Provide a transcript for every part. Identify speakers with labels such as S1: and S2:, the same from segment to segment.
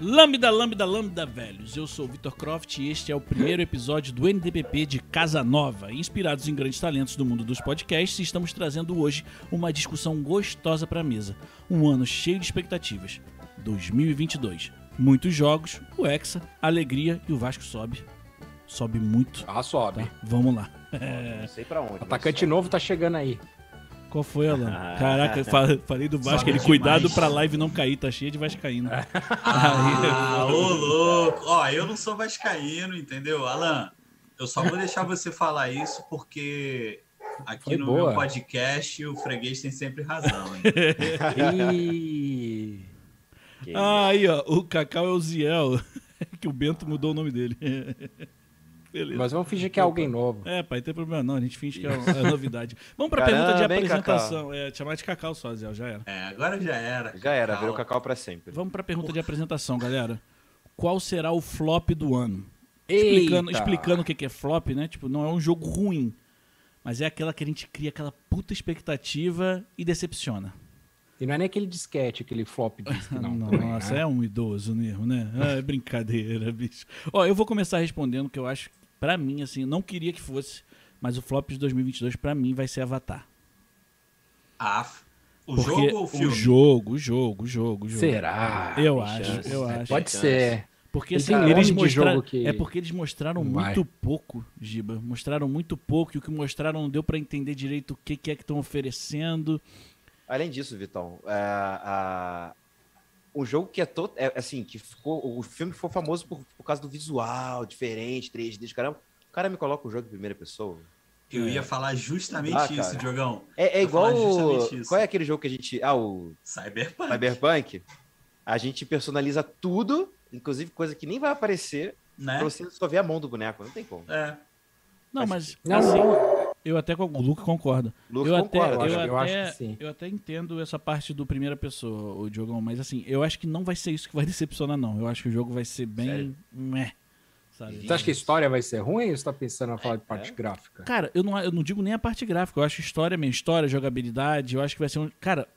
S1: Lambda, lambda, lambda, velhos. Eu sou o Vitor Croft e este é o primeiro episódio do NDPP de Casa Nova. Inspirados em grandes talentos do mundo dos podcasts, estamos trazendo hoje uma discussão gostosa para a mesa. Um ano cheio de expectativas. 2022. Muitos jogos, o Hexa, alegria e o Vasco sobe. Sobe muito,
S2: Ah, sobe.
S1: tá? Vamos lá.
S3: Não sei pra onde.
S2: Atacante
S3: mas
S2: novo tá chegando aí.
S1: Qual foi, Alan? Caraca, eu fa- falei do Vasco. Ele, cuidado pra live não cair, tá cheia de Vascaíno.
S4: Ah, ô louco! Ó, eu não sou vascaíno, entendeu? Alan, eu só vou deixar você falar isso porque aqui
S2: Foi
S4: no
S2: boa.
S4: meu podcast o freguês tem sempre razão, hein?
S1: Tá.
S2: E...
S3: só- que-
S1: Ah, aí, ó. O Cacau é o Ziel. que o Bento mudou o nome dele. Beleza.
S2: Mas vamos fingir que é alguém novo.
S1: É, pai, não tem problema não. A gente finge que é uma- é novidade. Vamos pra
S3: Caramba,
S1: pergunta de
S3: hein, Cacau?
S1: apresentação. É, te chamar de Cacau só, Ziel, já era.
S4: É, agora já era.
S3: Já era, virou
S4: Cala.
S3: cacau pra sempre.
S1: Vamos pra pergunta de apresentação, galera. Qual será o flop do ano?
S2: Eita.
S1: Explicando, explicando o que que é flop, né? Tipo, não é um jogo ruim. Mas é aquela que a gente cria aquela puta expectativa e decepciona.
S2: E não é nem aquele disquete, aquele flop disc, não. também,
S1: Nossa,
S2: né?
S1: é um idoso mesmo, né? Ah, É brincadeira, bicho. Ó, eu vou começar respondendo que eu acho, pra mim, assim, eu não queria que fosse, mas o flop de 2022 pra mim vai ser Avatar.
S4: Ah, f- o
S1: Porque
S4: jogo ou o filme?
S1: O jogo, o jogo, o jogo, o jogo.
S2: Será? é,
S1: Eu
S3: Tem
S1: acho,
S3: chances,
S1: eu
S3: né?
S1: acho.
S2: Pode ser.
S1: Porque
S2: Ele
S1: assim,
S2: tem
S1: eles
S2: nome de
S1: mostraram,
S2: jogo que-
S1: é porque eles mostraram
S2: Não vai.
S1: muito pouco, Giba. Mostraram muito pouco e o que mostraram não deu pra entender direito o que, que é que estão oferecendo.
S3: Além disso, Vitão, é, a- o jogo que é todo. é, assim, que ficou. O filme ficou famoso por, por causa do visual diferente, 3D, caramba. O cara me coloca o jogo em primeira pessoa.
S4: Eu ia falar justamente
S3: Ah,
S4: isso,
S3: cara.
S4: Diogão.
S3: É, é
S4: Eu ia
S3: igual.
S4: falar
S3: o-
S4: justamente isso.
S3: Qual é aquele jogo que a gente. Ah, o
S4: Cyberpunk.
S3: Cyberpunk? A gente personaliza tudo, inclusive coisa que nem vai aparecer,
S4: Né?
S3: pra você só ver a mão do boneco. Não tem como.
S4: É.
S1: Não, mas
S2: Não,
S1: assim,
S2: não,
S1: eu até com o Luke concorda.
S3: Lucas
S1: eu,
S3: concorda,
S1: até,
S3: né?
S1: eu,
S2: Eu acho
S1: até,
S2: que sim.
S1: eu até entendo essa parte do primeira pessoa, o Diogão, mas assim, eu acho que não vai ser isso que vai decepcionar, não. Eu acho que o jogo vai ser bem.
S3: Sério?
S1: Meh, sabe? Então,
S2: Você acha que a história vai ser ruim ou você tá pensando na falar de
S1: É.
S2: parte gráfica?
S1: Cara, eu não, eu não digo nem a parte gráfica, eu acho história, minha história, jogabilidade, eu acho que vai ser um. Cara,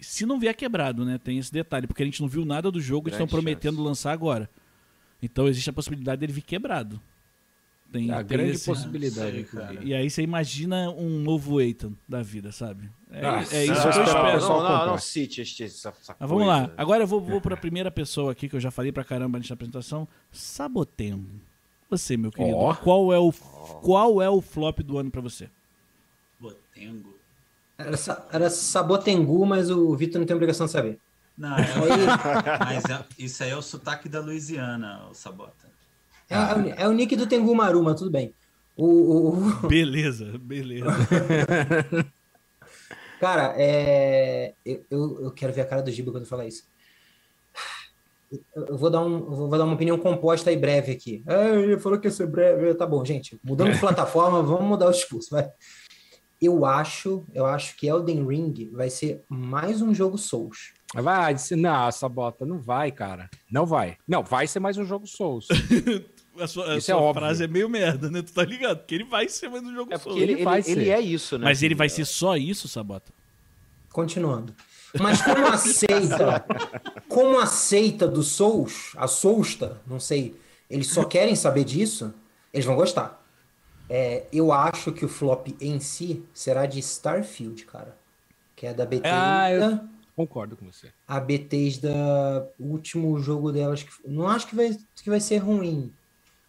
S1: se não vier quebrado, né? Tem esse detalhe, porque a gente não viu nada do jogo, eles estão
S3: Grande
S1: prometendo
S3: chance.
S1: lançar agora. Então existe a possibilidade dele vir quebrado. Tem,
S2: A
S1: tem
S2: grande
S1: esse-
S2: possibilidade. né?
S4: Não sei, cara.
S1: E aí você imagina um novo Eitan da vida, sabe? É,
S2: Nossa,
S1: é isso
S3: não,
S1: que eu
S2: não,
S1: espero.
S2: não,
S3: Não, não,
S2: comprar.
S3: não cite este- essa, essa
S1: Mas vamos
S3: coisa.
S1: lá.
S2: é.
S1: Agora eu vou, vou pra primeira pessoa aqui, que eu já falei pra caramba antes da apresentação. Sabotendo. Você, meu querido.
S2: Ó.
S1: Qual, é o, qual é o flop do ano pra você?
S4: Botengo.
S5: Era, sa- era Sabotengu, mas o Vitor não tem obrigação de saber.
S4: Não, é- mas é- isso aí é o sotaque da Louisiana, o Sabota.
S5: É, é o, ni- é o nick do Tengu Maru, mas tudo bem. O, o- o-
S1: Beleza, beleza.
S5: cara, é, eu, eu eu quero ver a cara do Giba quando falar isso. Eu, eu vou dar um, eu vou dar uma opinião composta e breve aqui. Ah, ele falou que ia ser breve. Tá bom, gente. Mudando de plataforma, vamos mudar o discurso. Vai. Eu acho, eu acho que Elden Ring vai ser mais um jogo Souls.
S2: Vai, disse, não, Sabota, não vai, cara. Não vai. Não, vai ser mais um jogo Souls.
S1: A sua, a
S2: Isso é
S1: sua
S2: óbvio.
S1: frase é meio merda, né? Tu tá ligado? Porque ele vai ser mais um jogo
S3: É
S1: é
S3: porque ele,
S2: Ele
S3: ele,
S2: vai
S3: ele
S2: ser.
S3: é isso, né?
S1: Mas ele vai ser só isso, Sabota?
S5: Continuando. Mas como a seita, como a seita do Souls, a Sousta, não sei, eles só querem saber disso, eles vão gostar. É, eu acho que o flop em si será de Starfield, cara. Que é da Bethesda.
S2: Ah, eu- Concordo com você.
S5: A Bethesda, o último jogo delas, que, não acho que vai, que vai ser ruim.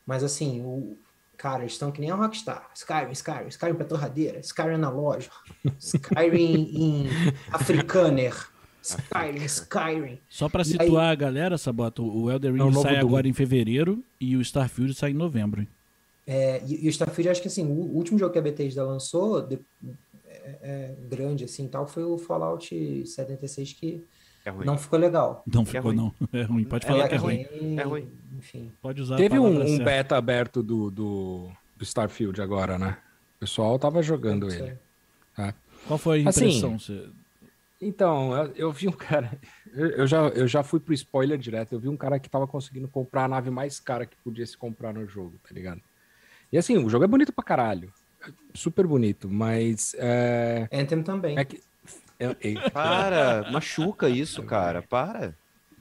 S5: Mas assim, o, cara, eles estão que nem a Rockstar. Skyrim, Skyrim, Skyrim pra torradeira, Skyrim na loja, Skyrim em Afrikaner, Skyrim, Skyrim.
S1: Só pra
S5: E
S1: situar a galera, Sabota, o Elder Ring
S2: É o novo
S1: sai
S2: Doom.
S1: agora em fevereiro e o Starfield sai em novembro. hein?
S5: É, e, e o Starfield, acho que assim, o último jogo que a Bethesda lançou, de- é- é, grande assim e tal, foi o Fallout 76, que
S3: É ruim.
S5: não ficou legal.
S1: Não
S3: Que é
S1: ficou,
S3: ruim.
S1: não. É ruim. Pode
S3: É,
S1: falar
S3: é
S1: que é ruim.
S3: é ruim.
S5: Enfim.
S1: Pode usar
S2: Teve
S1: a
S2: um,
S1: palavra
S2: um
S1: certa.
S2: beta aberto do, do, do Starfield agora, né? O pessoal tava jogando ele.
S1: Qual foi a
S2: Assim,
S1: impressão? Você-
S2: Então, eu, eu vi um cara. Eu, eu já, eu já fui pro spoiler direto. Eu vi um cara que tava conseguindo comprar a nave mais cara que podia se comprar no jogo, tá ligado? E assim, o jogo é bonito pra caralho. É Super bonito, mas. É,
S5: Anthem também.
S2: é que. é- é-
S3: Para, machuca isso, cara. Para.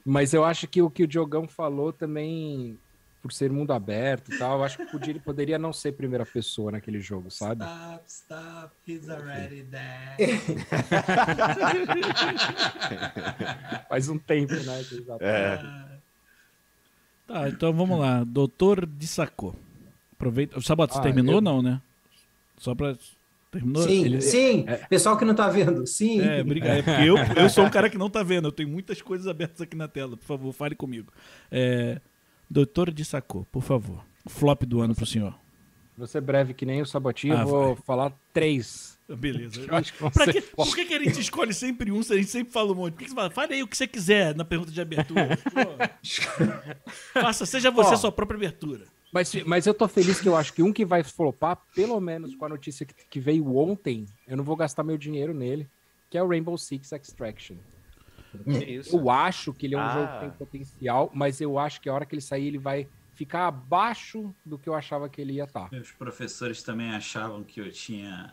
S2: Mas eu acho que o que o Diogão falou também, por ser mundo aberto e tal, eu acho que podia- ele poderia não ser primeira pessoa naquele jogo, sabe?
S4: Stop, stop, he's already dead.
S2: Faz um tempo, né? que eles
S3: É.
S1: Tá, então vamos lá. Doutor de Sacô. Aproveita. O Sabato, você
S2: Ah,
S1: terminou
S2: eu-
S1: ou não, né? Só pra. Terminou?
S5: Sim,
S2: ele- é.
S5: sim. Pessoal que não tá vendo, sim.
S1: É, obrigado. É porque eu, eu sou um cara que não tá vendo. Eu tenho muitas coisas abertas aqui na tela. Por favor, fale comigo. É, doutor de Sacô, por favor. Flop do ano pro senhor.
S2: Vou ser breve que nem o Sabotinho,
S1: Ah,
S2: eu vou falar três.
S1: Beleza.
S2: Eu acho que vão
S1: Pra
S2: ser
S1: que,
S2: fortes.
S1: por que, que a gente escolhe sempre um se a gente sempre fala um monte? Por que que você fala? Fale aí o que você quiser na pergunta de abertura. Pô. Faça, seja você
S2: Ó.
S1: a sua própria abertura.
S2: Mas, mas eu tô feliz que eu acho que um que vai flopar, pelo menos com a notícia que, que veio ontem, eu não vou gastar meu dinheiro nele, que é o Rainbow Six Extraction.
S3: Que É isso.
S2: Eu acho que ele é um
S3: Ah.
S2: jogo que tem potencial, mas eu acho que a hora que ele sair, ele vai ficar abaixo do que eu achava que ele ia tá. estar.
S4: Meus professores também achavam que eu tinha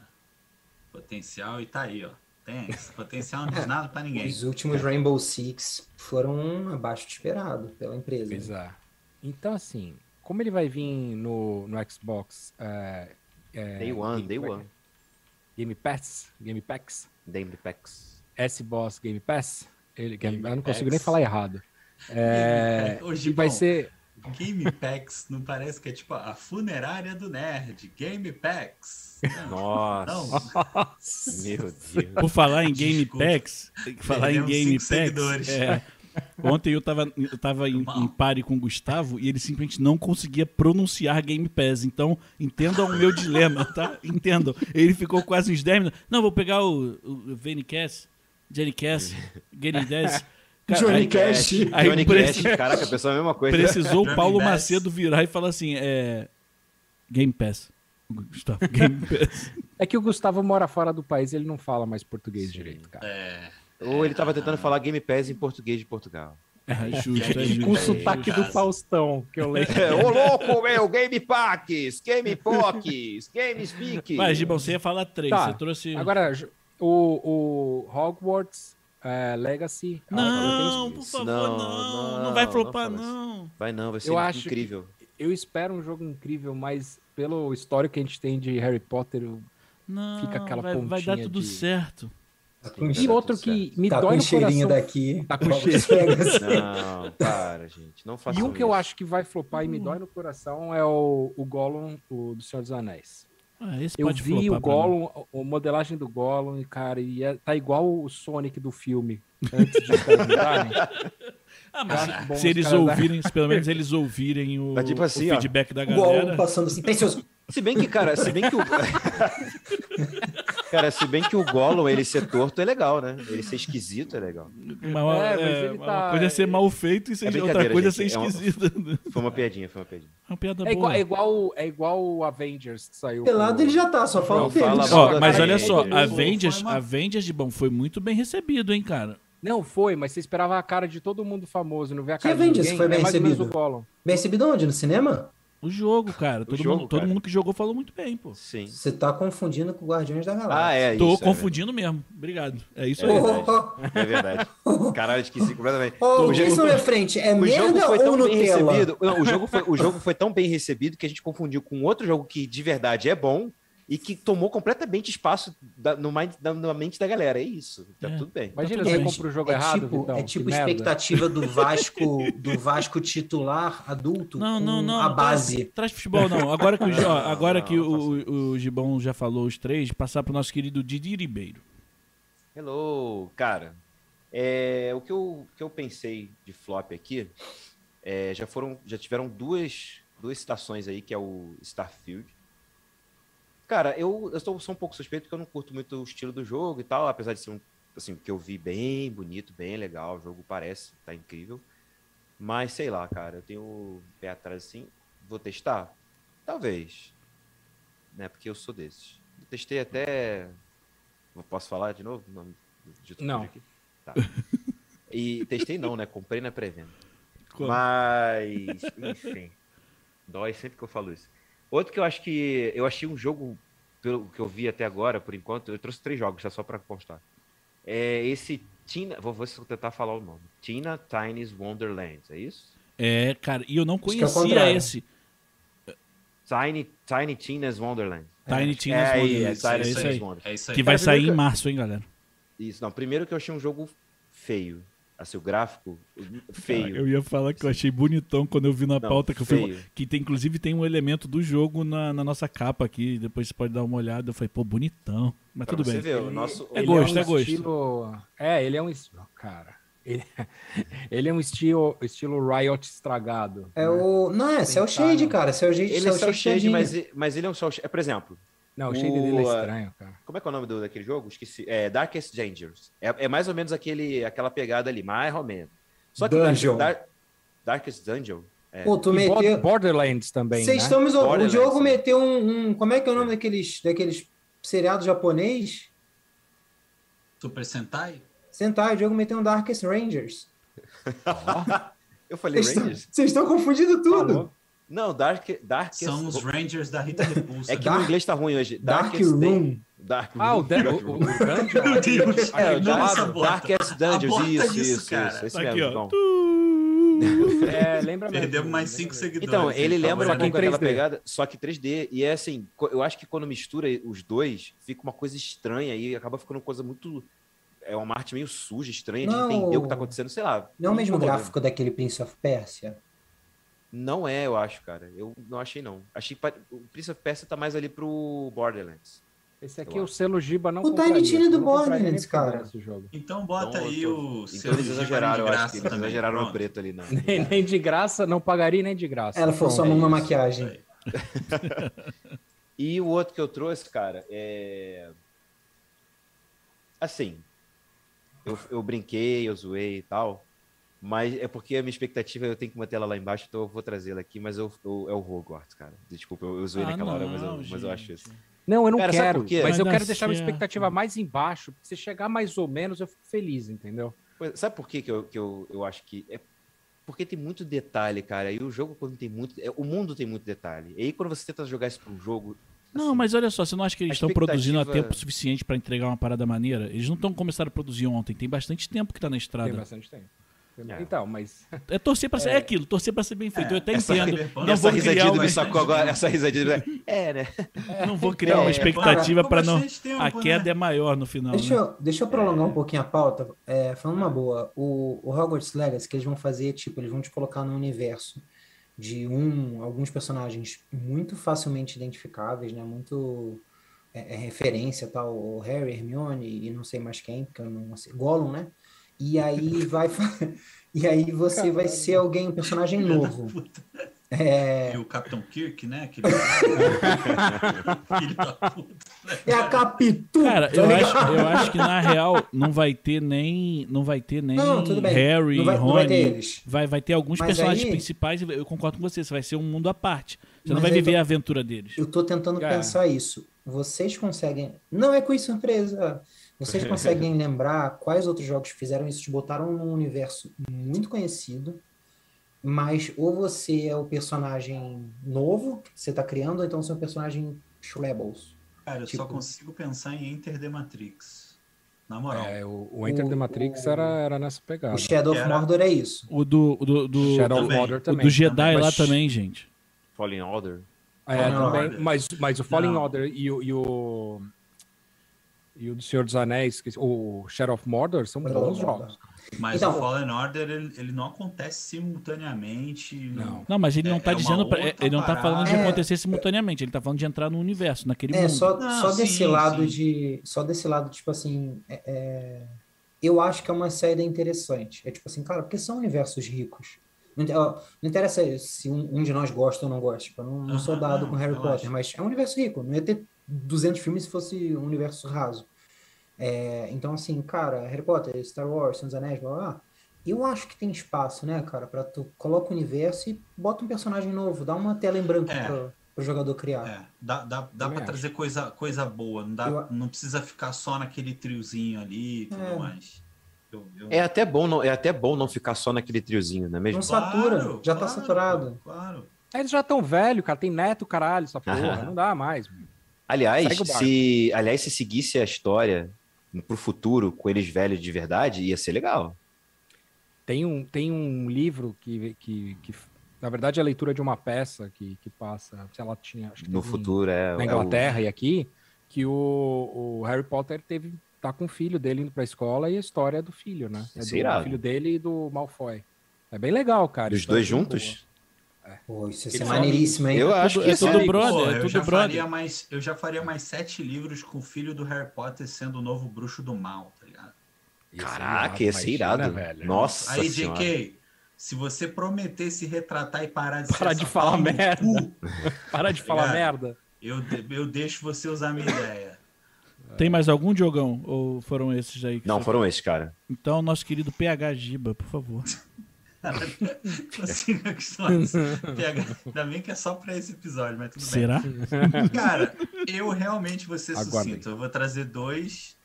S4: potencial e tá aí, ó. Tem, esse potencial não diz nada pra ninguém.
S5: Os últimos Rainbow Six foram abaixo do esperado pela empresa. né?
S2: Exato. Então, assim, como ele vai vir no, no Xbox é, é,
S3: Day One, Day
S2: Game-
S3: One.
S2: Game Pass, Game Packs,
S3: Game Packs.
S2: S-Boss Game Pass, ele,
S4: Game
S2: eu não
S4: Pass.
S2: consigo nem falar errado. É,
S4: Ô,
S2: e vai
S4: Gibão,
S2: ser
S4: Game Packs não parece que é tipo a funerária do nerd. Game Packs. Não,
S3: Nossa. Meu Deus.
S1: Por falar em Game
S4: Desculpa.
S1: Packs, falar em
S4: Perdemos
S1: Game
S4: cinco
S1: Packs,
S4: seguidores.
S1: é, ontem eu tava, eu tava em,
S4: Mal.
S1: em pare com o Gustavo e ele simplesmente não conseguia pronunciar Game Pass. Então, entendam o meu dilema, tá? Entendam. Ele ficou quase uns 10 minutos. Não, vou pegar o, o, o Venicast, Jennycast, Garycast.
S5: Johnny Cash.
S1: Aí
S3: Johnny
S1: preci-
S3: Cash, caraca, pensou a mesma coisa.
S1: Precisou o
S4: Johnny
S1: Paulo
S4: Bass.
S1: Macedo virar e falar assim: é, Game Pass. Gustavo, Game Pass.
S2: É que o Gustavo mora fora do país e ele não fala mais português direito, cara.
S4: É,
S3: Ou ele tava tentando falar Game Pass em português de Portugal.
S1: É justo, é
S4: Gente,
S1: justo.
S2: Com o
S4: É,
S2: sotaque
S4: eu
S2: do
S4: já-
S2: Faustão, que eu lembro.
S3: É, ô louco, meu! Game Packs, Game Pocs, Game Speak.
S1: Vai, Gibão, você ia falar três.
S2: Tá.
S1: Você trouxe. um.
S2: Agora, Ju- o, o Hogwarts eh, Legacy. ah,
S1: Não, por
S2: eu, tenho-
S1: favor, não.
S3: Não,
S1: Não,
S3: não,
S1: vai
S3: não
S1: flopar,
S3: fala isso.
S1: não.
S3: Vai não, vai ser
S2: Eu acho
S3: incrível.
S2: eu espero um jogo incrível, mas pelo histórico que a gente tem de Harry Potter. eu-
S1: Não,
S2: Fica aquela
S1: vai, vai dar
S2: pontinha
S1: tudo
S2: de-
S1: certo.
S5: Tá com
S2: E
S3: Tá
S2: outro
S3: tudo
S2: que me
S5: tá
S2: dói
S5: com um
S2: no
S5: cheirinho
S2: coração.
S5: daqui.
S2: Tá com
S5: Robert Vegas.
S3: Não, para, gente. Não faça
S2: E um que eu
S3: isso.
S2: acho que vai flopar e me dói no coração é o, o Gollum o, do Senhor dos Anéis.
S1: Ah, esse
S2: Eu
S1: pode
S2: vi
S1: flopar
S2: o
S1: pra mim.
S2: Gollum, a- a modelagem do Gollum, e, cara, e é- tá igual o Sonic do filme. Antes de perguntarem.
S1: Ah, mas
S2: Acho bom
S1: se
S2: os
S1: eles
S2: caras-
S1: ouvirem, se pelo menos eles ouvirem o,
S3: Tá tipo assim,
S1: o
S3: ó.
S1: feedback da
S5: Igual
S1: galera.
S2: tá-
S5: passando assim, precioso.
S3: Se bem que, cara, se bem que o. cara, se bem que o Gollum, ele ser torto é legal, né? Ele ser esquisito é legal.
S1: Mas uma-
S2: É, mas
S1: é,
S2: ele
S1: uma
S2: tá-
S1: coisa é ser mal feito e ser- outra
S3: brincadeira,
S1: coisa é
S3: gente,
S1: ser
S3: é uma-
S1: esquisita. É
S3: Foi uma piadinha, foi uma piadinha.
S1: uma piada
S2: É igual,
S1: boa.
S2: é, igual, é igual o Avengers que saiu.
S5: Pelado
S2: com-
S5: ele já tá, só fala o
S3: Não
S5: tênis.
S3: fala
S1: Ó,
S3: Cara,
S1: mas
S3: cara,
S1: olha
S3: é,
S1: só,
S3: é,
S1: a
S3: é,
S1: Vendias,
S4: foi uma-
S1: a Vendias de bom foi muito bem recebido, hein, cara.
S2: Não foi, mas você esperava a cara de todo mundo famoso, não vê a
S5: Que
S2: cara de
S5: Avengers
S2: ninguém.
S5: foi bem
S2: é mais ou menos o
S5: recebido? Então
S2: Gollum.
S5: Bem recebido onde? No cinema?
S1: O jogo, cara. Todo,
S3: jogo,
S1: mundo, todo
S3: cara.
S1: mundo que jogou falou muito bem, pô.
S3: Sim.
S5: Você tá confundindo com Guardiões da Galáxia.
S3: Ah, é
S1: Tô
S3: isso. é
S1: confundindo mesmo. Obrigado. É isso
S3: É
S1: aí.
S3: verdade. verdade. É verdade. Caralho, esqueci completamente.
S5: Oh,
S3: O
S5: o que
S3: jogo-
S5: isso na minha frente? É
S3: O jogo
S5: merda
S3: foi
S5: ou
S3: tão bem
S5: Nutella?
S3: recebido. Não, o, jogo foi, o jogo foi tão bem recebido que a gente confundiu com outro jogo que de verdade é bom e que tomou completamente espaço da- no mind- da- na mente da galera. É isso. Tá
S1: É.
S3: tudo bem.
S2: Imagina
S1: tudo
S2: se
S1: bem.
S2: você compra o jogo
S5: é
S2: errado,
S5: tipo,
S2: Vitão,
S5: é
S2: que
S5: tipo
S2: merda.
S5: expectativa do Vasco, do Vasco titular adulto
S1: Não,
S5: com
S1: não, não.
S5: a
S1: não
S5: base.
S1: Traz, traz futebol, não. Agora que, o, ó, agora
S3: Não,
S1: que
S3: não
S1: o, o, o Gibão já falou os três, passar pro nosso querido Didi Ribeiro.
S3: Hello, cara. É, o que eu, o que eu pensei de flop aqui é, já foram, já tiveram duas, duas citações aí que é o Starfield. Cara, eu, eu sou, sou um pouco suspeito porque eu não curto muito o estilo do jogo e tal, apesar de ser um assim que eu vi bem bonito, bem legal, o jogo parece tá incrível, mas sei lá, cara, eu tenho o pé atrás assim, vou testar, talvez, né? Porque eu sou desses. Eu testei até Posso falar de novo? o nome de outro
S2: Não.
S3: vídeo aqui? Tá. E testei não, né? Comprei na pré-venda. Mas, enfim. Dói sempre que eu falo isso. Outro que eu acho que. Eu achei um jogo, pelo que eu vi até agora, por enquanto, eu trouxe três jogos, tá? Só pra constar. É esse Tina, vou, vou tentar falar o nome. Tina Tiny's Wonderland, é isso?
S1: É, cara, e eu não
S5: que é o
S1: conhecia
S5: contrário.
S1: esse.
S3: Tiny, Tiny Tina's Wonderland.
S1: Tiny Tina's
S3: É
S1: Wonderland.
S3: isso, é
S1: é
S3: isso
S1: isso aí.
S4: É isso aí.
S1: Que vai
S3: Cara, primeiro
S1: sair em
S3: que-
S1: março, hein, galera?
S3: Isso, não. Primeiro que eu achei um jogo feio. Assim, o gráfico feio.
S1: Ah, Eu ia falar que eu achei bonitão quando eu vi na
S3: Não,
S1: pauta que eu fui.
S3: feio.
S1: Que tem, inclusive tem um elemento do jogo na, na nossa capa aqui. Depois você pode dar uma olhada. Eu falei, pô, bonitão. Mas
S3: Pra
S1: tudo
S3: você
S1: bem.
S3: ver, o nosso...
S1: É
S2: Ele
S1: gosto,
S2: um
S1: é gosto.
S2: Estilo... É, ele é um estilo. Cara. Ele, ele é um estilo, estilo Riot estragado.
S5: É o. Não, é Cell Shade, cara. Cell Shade,
S3: Ele é
S5: Cell
S3: cel
S5: Shade,
S3: shade,
S5: Shadinho.
S3: mas, e- mas ele é um cel shade. Por exemplo,
S2: Não,
S3: O-
S2: o shade dele é estranho, cara.
S3: como é que é o nome do, daquele jogo? Esqueci. É Darkest Dangers. É, é mais ou menos aquele, aquela pegada ali, mais ou menos. Só que
S5: Dungeon.
S3: Dar- Darkest Dungeon
S5: Pô, tu
S2: E Bo-
S5: meteu.
S2: Borderlands também,
S5: Vocês
S2: né?
S5: estão me zoando. O
S3: Borderlands,
S5: Diogo
S3: né?
S5: meteu um, um- Como é que é o nome daqueles, daqueles seriados japonês?
S4: Super Sentai?
S5: Sentai, o Diogo meteu um Darkest Rangers.
S3: Eu falei
S5: Vocês estão-
S3: Rangers? Tá
S5: vocês estão confundindo tudo.
S3: Falou. Não, Dark, Darkest...
S4: São os Rangers da Rita Repulsa.
S3: É que o inglês tá ruim hoje.
S5: Dark
S3: Darkest Dan-
S5: Room.
S3: Dark
S2: Ah, o, Dan- o, o Dungeon.
S4: Meu Deus.
S3: É, o
S4: Não,
S3: Dark-
S4: essa bota.
S3: Darkest Dungeons,
S4: Aborta
S3: isso,
S4: isso,
S3: isso,
S4: cara.
S3: isso. Esse
S1: Tá aqui,
S3: mesmo,
S1: ó.
S3: Dom.
S2: É, lembra mesmo.
S4: Perdemos mais cinco seguidores.
S3: Então, ele
S4: Então,
S3: lembra um
S4: agora-
S5: é
S2: Só que em
S3: pouco aquela
S2: 3D.
S3: pegada, só que 3D. E é assim, co- eu acho que quando mistura os dois, fica uma coisa estranha e acaba ficando uma coisa muito. É uma arte meio suja, estranha, de
S5: Não.
S3: entender o que tá acontecendo, sei lá.
S5: Não é o mesmo
S3: incomodou.
S5: gráfico daquele Prince of Persia.
S3: Não é, eu acho, cara. Eu não achei, não. Achei que pa- o Prince of Persia tá mais ali pro Borderlands.
S2: Esse aqui é o selo Giba não
S5: O Tiny
S2: compraria.
S5: Tina do
S2: Eu não compraria
S5: Borderlands,
S2: nem por nada
S5: cara.
S2: esse jogo.
S4: Então bota
S3: Então,
S4: aí
S3: eu
S4: o
S3: Então eles
S4: Giovanni
S3: exageraram, eu acho
S4: Graça
S3: que eles
S4: também,
S3: exageraram
S4: pronto.
S3: no preto ali, não.
S2: Nem, nem de graça, não pagaria nem de
S3: Tá
S2: graça. é
S5: Ela forçou
S3: é
S5: a mão na maquiagem.
S3: E o outro que eu trouxe, cara, é. Assim. Eu, eu brinquei, eu zoei e tal. Mas é porque a minha expectativa, eu tenho que manter ela lá embaixo, então eu vou trazê-la aqui, mas eu, eu- é o Hogwarts, cara. Desculpa, eu, eu
S1: Ah,
S3: zoei naquela hora, mas eu, mas eu acho isso.
S2: Não, eu não
S3: Cara, sabe
S2: quero.
S3: por quê?
S2: Mas eu
S1: Vai dar
S2: quero deixar minha
S1: certo.
S2: expectativa mais embaixo. porque Se chegar mais ou menos, eu fico feliz, entendeu?
S3: Pois- Sabe por que, que, eu, que eu, eu acho que. É porque tem muito detalhe, cara. E o jogo, quando tem muito. é, o mundo tem muito detalhe. E aí, quando você tenta jogar isso para um jogo.
S1: Não,
S3: assim,
S1: mas olha só, você não acha que eles
S3: a
S1: estão produzindo a
S3: expectativa-
S1: tempo suficiente pra entregar uma parada maneira? Eles não estão começaram a produzir ontem, tem bastante tempo que tá na
S2: Tem
S1: estrada.
S2: bastante tempo.
S3: É.
S2: Então, mas.
S1: É torcer pra ser. É aquilo, torcer pra ser bem feito.
S5: É,
S1: eu até entendo.
S4: Cyberpunk-
S1: Não
S3: essa
S1: vou criar
S3: risadinha do
S1: uma,
S3: Bissacó agora, essa risadinha do... É, né?
S1: não vou criar uma
S3: É,
S1: expectativa
S4: Ficou
S1: pra não.
S4: bastante tempo,
S1: A
S4: né?
S1: queda é maior no final.
S5: assim, Deixa
S1: Né?
S5: eu, deixa eu prolongar um pouquinho a pauta. É, falando uma boa, o, o Hogwarts Legacy que eles vão fazer, tipo, eles vão te colocar num universo de um, alguns personagens muito facilmente identificáveis, né? Muito é, é, referência, tal, o Harry, Hermione e não sei mais quem, porque eu não sei, Gollum, né? E aí vai fa- e aí você vai ser alguém, um personagem novo.
S2: É.
S4: E o Capitão Kirk, né? Aquele... Filho da puta.
S5: É a Capitu,
S1: Cara,
S5: tá
S1: eu
S5: ligado?
S1: acho, eu acho que na real não vai ter nem. Não vai ter nem
S5: Não, tudo bem.
S1: Harry,
S5: não vai,
S1: Rony.
S5: não vai ter eles.
S1: Vai, vai ter alguns
S5: Mas
S1: personagens
S5: aí-
S1: principais, eu concordo com você, você vai ser um mundo à parte. Você não
S5: Mas
S1: vai
S5: aí
S1: viver
S5: tu-
S1: a aventura deles.
S5: Eu tô tentando
S2: É.
S5: pensar isso. Vocês conseguem. Não é quiz surpresa! Vocês conseguem lembrar quais outros jogos fizeram isso? Te botaram num universo muito conhecido, mas ou você é o personagem novo que você tá criando, ou então você é um personagem Schlebles.
S4: Cara, eu só
S5: Tipo-
S4: consigo pensar em Enter the Matrix. Na moral.
S2: É, o, o Enter
S5: O-
S2: the Matrix
S5: o-
S2: era, era nessa pegada.
S5: O Shadow of
S4: Era-
S5: Mordor é isso.
S1: O do, o do, do,
S2: Shadow
S1: o
S2: of
S4: também.
S2: Mordor
S1: do
S2: também.
S1: Jedi
S2: Mas-
S1: lá também, gente.
S3: Fallen Order.
S2: É,
S5: Não.
S2: também. Mas, mas o Fallen
S4: Não.
S2: Order e o, e o. E o do Senhor dos Anéis, que- o Shadow of Mordor, são
S5: Shadow
S2: bons
S5: of Mordor.
S2: jogos.
S4: Mas
S5: Então-
S4: o Fallen Order, ele, ele não acontece simultaneamente.
S2: Não.
S1: Não, mas ele não
S4: É-
S1: tá
S4: é uma
S1: dizendo. pra-
S4: outra É.
S1: ele não tá falando de
S5: parada.
S1: acontecer simultaneamente, ele tá falando de entrar no universo, naquele
S5: É,
S1: mundo.
S5: só,
S4: Não,
S5: só desse
S4: sim,
S5: lado
S4: sim.
S5: de. Só desse lado, tipo assim. é- é, eu acho que é uma saída interessante. É tipo assim, cara, porque são universos ricos. Não, inter- ó, não interessa se um, um de nós gosta ou não gosta. Tipo, eu não, não sou
S4: Aham,
S5: dado
S4: não,
S5: com Harry
S4: eu
S5: Potter,
S4: acho.
S5: mas é um universo rico. Não ia ter 200 filmes se fosse um universo raso. É, então, assim, cara, Harry Potter, Star Wars, Senhor dos Anéis, blá blá. blá. Eu acho que tem espaço, né, cara, pra tu coloca o universo e bota um personagem novo, dá uma tela em branco
S4: É.
S5: pro, pro jogador criar.
S4: É, dá, dá, dá
S2: Também
S4: pra
S2: acho.
S4: trazer coisa, coisa boa. Não, dá,
S5: Eu-
S4: não precisa ficar só naquele triozinho ali e tudo
S5: É.
S4: mais. Eu- eu-
S3: É até bom não, é até bom não ficar só naquele triozinho, não é mesmo?
S5: Não satura, já tá saturado.
S4: Claro.
S2: Eles já tão velho, cara. Tem neto, caralho, essa porra.
S3: Aham.
S2: Não dá mais. meu.
S3: Aliás,
S2: Segue o barco.
S3: se aliás se seguisse a história pro futuro com eles velhos de verdade, ia ser legal.
S2: Tem um, tem um livro que, que, que, na verdade, é a leitura de uma peça que, que passa, sei lá, tinha. Acho que
S3: No
S2: teve em-
S3: futuro, é.
S2: Na
S3: é o-
S2: Inglaterra e aqui, que o, o Harry Potter teve tá com o filho dele indo pra escola e a história é do filho, né? É
S3: Isso
S2: do
S3: é irado.
S2: filho dele e do Malfoy. É bem legal, cara.
S3: Dos
S2: História
S3: dois
S2: muito boa.
S3: juntos?
S5: Pô, isso ia ser
S4: Eles são
S5: maneiríssimo, hein?
S3: Eu acho
S1: tudo-
S3: que
S1: é
S3: ia ser
S1: tudo
S3: legal.
S1: brother,
S4: Pô,
S1: é
S4: eu,
S1: tudo
S4: já faria
S1: brother.
S4: mais, eu já faria mais sete livros com o filho do Harry Potter sendo o novo bruxo do mal, tá ligado?
S2: Ia ser
S3: Caraca, ia ser irado.
S2: imagina, velho.
S3: Nossa
S4: Aí,
S3: senhora.
S4: JK, se você prometer se retratar e parar de ser
S2: Parar de
S4: essa
S2: falar
S4: pau no
S2: merda.
S4: cu,
S2: Para de falar
S4: Obrigado.
S2: merda.
S4: eu, de- eu deixo você usar a minha ideia.
S1: Tem mais algum, Diogão? Ou foram esses aí? que
S3: Não,
S1: você-
S3: foram esses, cara.
S1: Então, nosso querido PH Giba, por favor.
S4: Assim, PH, ainda bem que é só pra esse episódio, mas tudo
S1: Será?
S4: bem. Cara, eu realmente vou ser
S2: Aguardem.
S4: sucinto. Eu vou trazer dois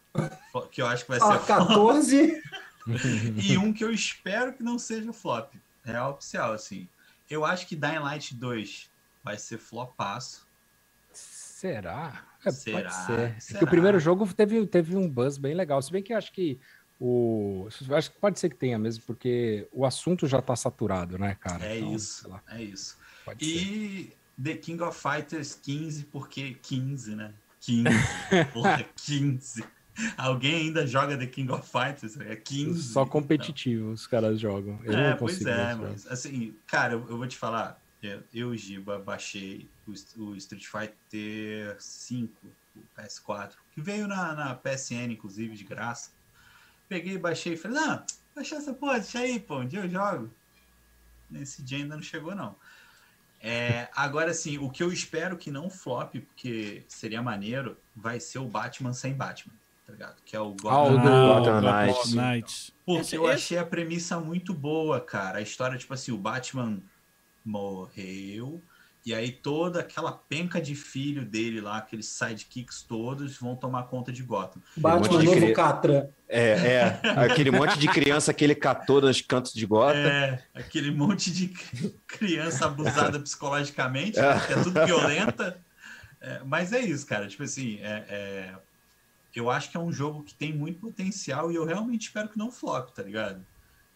S4: fo- que eu acho que vai
S5: Ó,
S4: ser flop
S5: 14.
S4: e um que eu espero que não seja flop. Real oficial, assim. Eu acho que Dying Light 2 vai ser flopaço.
S2: Será? É,
S4: Será?
S2: Pode ser. É que
S4: Será?
S2: o primeiro jogo teve, teve um buzz bem legal. Se bem que eu acho que o. eu Acho que pode ser que tenha mesmo, porque o assunto já tá saturado, né, cara?
S4: É
S2: Então,
S4: isso,
S2: sei lá,
S4: é isso.
S2: pode ser.
S4: E The King of Fighters 15, porque 15, né? 15. Porra, 15. Alguém ainda joga The King of Fighters? É 15.
S2: Só competitivo os caras jogam. Eu
S4: é,
S2: não
S4: pois
S2: consigo.
S4: é,
S2: jogar.
S4: mas assim, cara, eu, eu vou te falar. Eu, eu Giba, baixei o, St- o Street Fighter 5, o PS4, que veio na, na PSN, inclusive, de graça. Peguei, baixei e falei, não, baixei essa porra, deixa aí, pô, um dia eu jogo. Nesse dia ainda não chegou, não. É, agora, assim, o que eu espero que não flop, porque seria maneiro, vai ser o Batman sem Batman, tá ligado? Que é o
S2: Ah, o do-
S3: Gotham Knights.
S1: Knights.
S4: porque
S1: Esse-
S4: eu
S1: esse-
S4: achei a premissa muito boa, cara. A história, tipo assim, o Batman morreu, e aí toda aquela penca de filho dele lá, aqueles sidekicks todos, vão tomar conta de Gotham.
S5: Batman
S4: monte de
S5: novo
S3: um cri-
S5: Catra.
S3: É, é. Aquele monte de criança que ele catou nos cantos de gota.
S4: É, aquele monte de cri- criança abusada psicologicamente, que é tudo violenta. É, mas é isso, cara. Tipo assim, é- é, eu acho que é um jogo que tem muito potencial e eu realmente espero que não flop, tá ligado?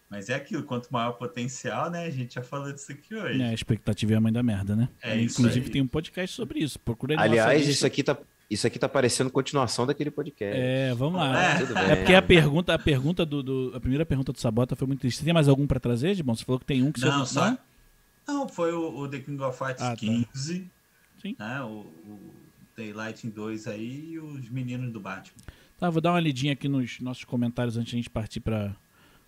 S4: Mas é aquilo, quanto maior o potencial, né? A gente já falou disso aqui hoje.
S1: É, a expectativa é a mãe da merda, né?
S4: É isso
S1: Inclusive
S4: aí.
S1: tem um podcast sobre isso. Procura aí na nossa
S3: Aliás,
S1: lista.
S3: isso aqui, tá, isso aqui tá parecendo continuação daquele podcast.
S1: É, vamos lá.
S4: É.
S3: Tudo bem.
S1: É porque a pergunta, a pergunta do, do- a primeira pergunta do Sabota foi muito triste. Tem mais algum pra trazer, Edmond? Você falou que tem um que você
S4: Não, só. Não, foi o, o The King of Fighters
S1: Ah, tá.
S4: 15,
S1: Sim.
S4: né? O, o Daylight 2 aí e os meninos do Batman.
S1: Tá, vou dar uma lidinha aqui nos nossos comentários antes de a gente partir pra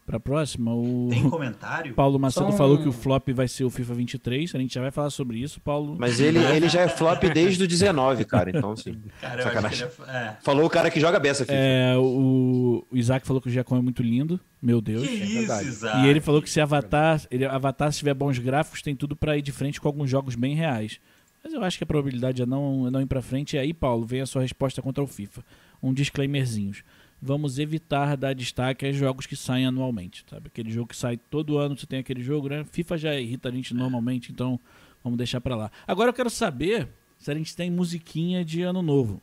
S1: para próxima. O
S4: Tem um comentário?
S1: Paulo Macedo
S5: Só um-
S1: falou que o flop vai ser o FIFA 23. A gente já vai falar sobre isso, Paulo.
S3: Mas ele, ele já é flop desde o 19, cara. Então, assim.
S4: Cara, eu acho que
S3: Sacanagem.
S4: ele é.
S3: Falou o cara que joga beça, filho.
S1: É, o, o Isaac falou que o Giacomo é muito lindo. Meu
S4: é.
S1: Deus.
S4: Que isso,
S2: verdade.
S4: Isaac?
S1: E ele falou que se Avatar, ele, Avatar se tiver bons gráficos, tem tudo pra ir de frente com alguns jogos bem reais. Mas eu acho que a probabilidade é não, é não ir pra frente. E aí, Paulo, vem a sua resposta contra o FIFA. Um disclaimerzinhos. Vamos evitar dar destaque aos jogos que saem anualmente, sabe? Aquele jogo que sai todo ano, você tem aquele jogo, né? FIFA já irrita a gente normalmente, então vamos deixar pra lá. Agora eu quero saber se a gente tem musiquinha de ano novo.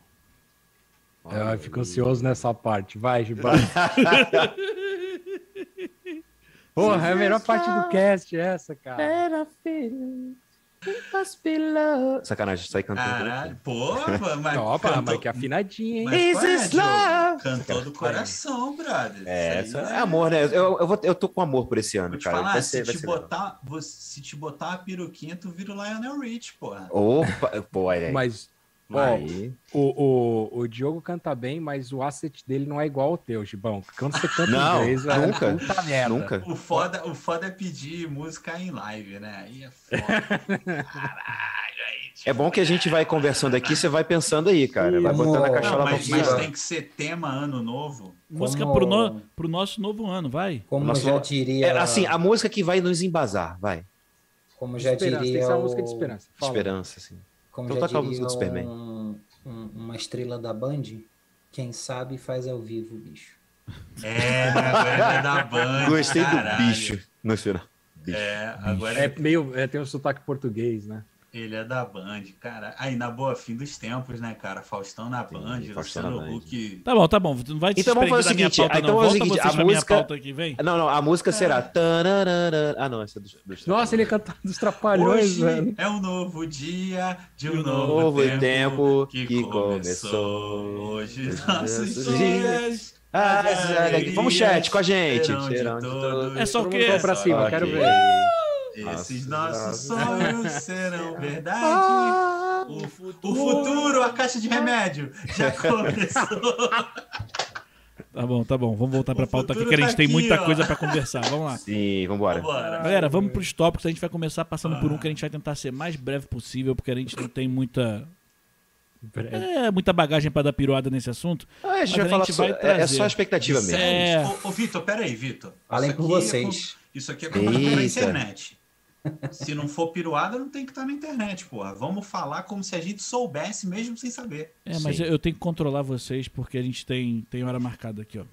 S2: Ah, Eu fico ansioso nessa parte. Vai, Giba. Porra, é a melhor parte do cast essa, cara.
S6: um
S3: Sacanagem, sai cantando.
S4: Caralho, pô, mas.
S2: Opa,
S4: cantou-
S2: mas que afinadinha, hein?
S4: mas qual é, Diogo? Cantou do coração, brother.
S3: É,
S4: Isso
S3: isso
S4: aí
S3: é amor, né? Eu, eu, vou- eu tô com amor por esse ano,
S4: Vou te
S3: cara.
S4: falar, tipo-
S3: Vai
S4: se,
S3: ser- vai
S4: te
S3: ser
S4: botar, você- se te botar uma peruquinha, tu vira o Lionel Rich, porra.
S3: legal. Opa, pô, olha aí.
S2: Mas
S4: Vai.
S3: Aí.
S2: o, o, o Diogo canta bem, mas o asset dele não é igual ao teu, Gibão. Quando você canta
S3: Não,
S2: inglês, é
S3: nunca,
S2: puta merda.
S3: Nunca.
S4: O foda, o foda é pedir música em live, né? Aí é foda.
S3: É bom que a gente vai conversando aqui, você vai pensando aí, cara. Vai botando a
S5: Não,
S3: caixola
S4: Não,
S3: pra
S4: mas,
S5: vai
S4: mas
S5: precisar.
S3: funcionar.
S4: tem que ser tema ano novo.
S1: Música
S5: Como-
S1: pro, no- pro nosso novo ano, vai.
S5: Como
S3: Nossa,
S5: já diria.
S3: É, assim, a música que vai nos embasar, vai.
S5: como já
S2: Esperança, tem que
S5: diria.
S2: ser uma
S5: o-
S2: música de esperança. Fala.
S3: Esperança, assim.
S5: Como
S3: Então
S5: já
S3: toca a
S5: diria
S3: música do Superman.
S5: um- um- uma estrela da Band, quem sabe faz ao vivo, bicho.
S4: É, agora é da Band.
S3: Gostei do
S4: caralho.
S3: bicho no final.
S4: É, agora
S2: É
S4: é.
S2: meio, é, tem um sotaque português, né?
S4: Ele é da Band, cara. Aí, na boa, fim dos tempos, né, cara? Faustão na
S3: Sim,
S4: Band,
S3: Faustão na
S4: Luciano
S3: Band.
S4: Huck.
S1: Tá bom, tá bom. Não vai te
S3: Então vamos fazer
S1: desprender
S3: o
S1: da minha
S3: seguinte,
S1: pauta,
S3: então
S1: não.
S3: vamos fazer
S1: Volta
S3: o seguinte,
S1: vocês
S3: a
S1: pra minha
S3: música-
S1: pauta aqui, vem.
S3: Não, não, a música será. Tananana. Ah, não, essa é dos,
S2: É.
S3: dos
S2: Nossa, ele é cantado dos trapalhões,
S4: Hoje
S2: velho.
S4: é um novo dia de um
S1: De um
S4: novo,
S3: novo
S4: tempo,
S3: tempo
S4: que,
S3: que
S4: começou.
S3: começou.
S4: Hoje
S3: Hoje
S4: nossos
S3: nossos
S4: dias.
S3: Ah, Zé, vamos, chat, com a gente.
S4: serão de
S3: Serão de todos.
S4: todos.
S1: É só o
S2: Todo
S1: quê?
S2: mundo pra cima,
S3: Ok.
S2: quero ver.
S4: Esses
S3: Nossa,
S4: nossos
S3: nossa.
S4: sonhos serão verdade.
S3: Ah,
S4: O, o futuro, a caixa de remédio, já começou.
S1: Tá bom, tá bom. Vamos voltar pra
S4: O
S1: pauta aqui, que
S4: futuro
S1: a gente
S4: tá
S1: tem
S4: aqui,
S1: muita
S4: ó.
S1: coisa pra conversar. Vamos lá.
S3: Sim, vambora.
S4: Bora.
S1: Galera, vamos pros tópicos. A gente vai começar passando
S4: Ah.
S1: por um que a gente vai tentar ser mais breve possível, porque a gente não tem muita. É, muita bagagem pra dar piruada nesse assunto.
S3: Ah, a
S1: Mas
S3: gente vai
S1: a
S3: falar.
S1: gente
S3: só-
S1: vai
S3: é, é só
S1: trazer.
S3: a expectativa mesmo.
S1: É.
S4: Sério? Ô, ô, Vitor, peraí, Vitor.
S5: Falem
S4: Isso
S5: por
S4: aqui é
S5: vocês.
S4: com- isso aqui é conteúdo
S3: Eita.
S4: na internet. Se não for piruada, não tem que estar na internet, porra. Vamos falar como se a gente soubesse mesmo sem saber.
S1: É, mas
S3: Sim.
S1: eu, eu tenho que controlar vocês, porque a gente tem, tem hora marcada aqui, ó.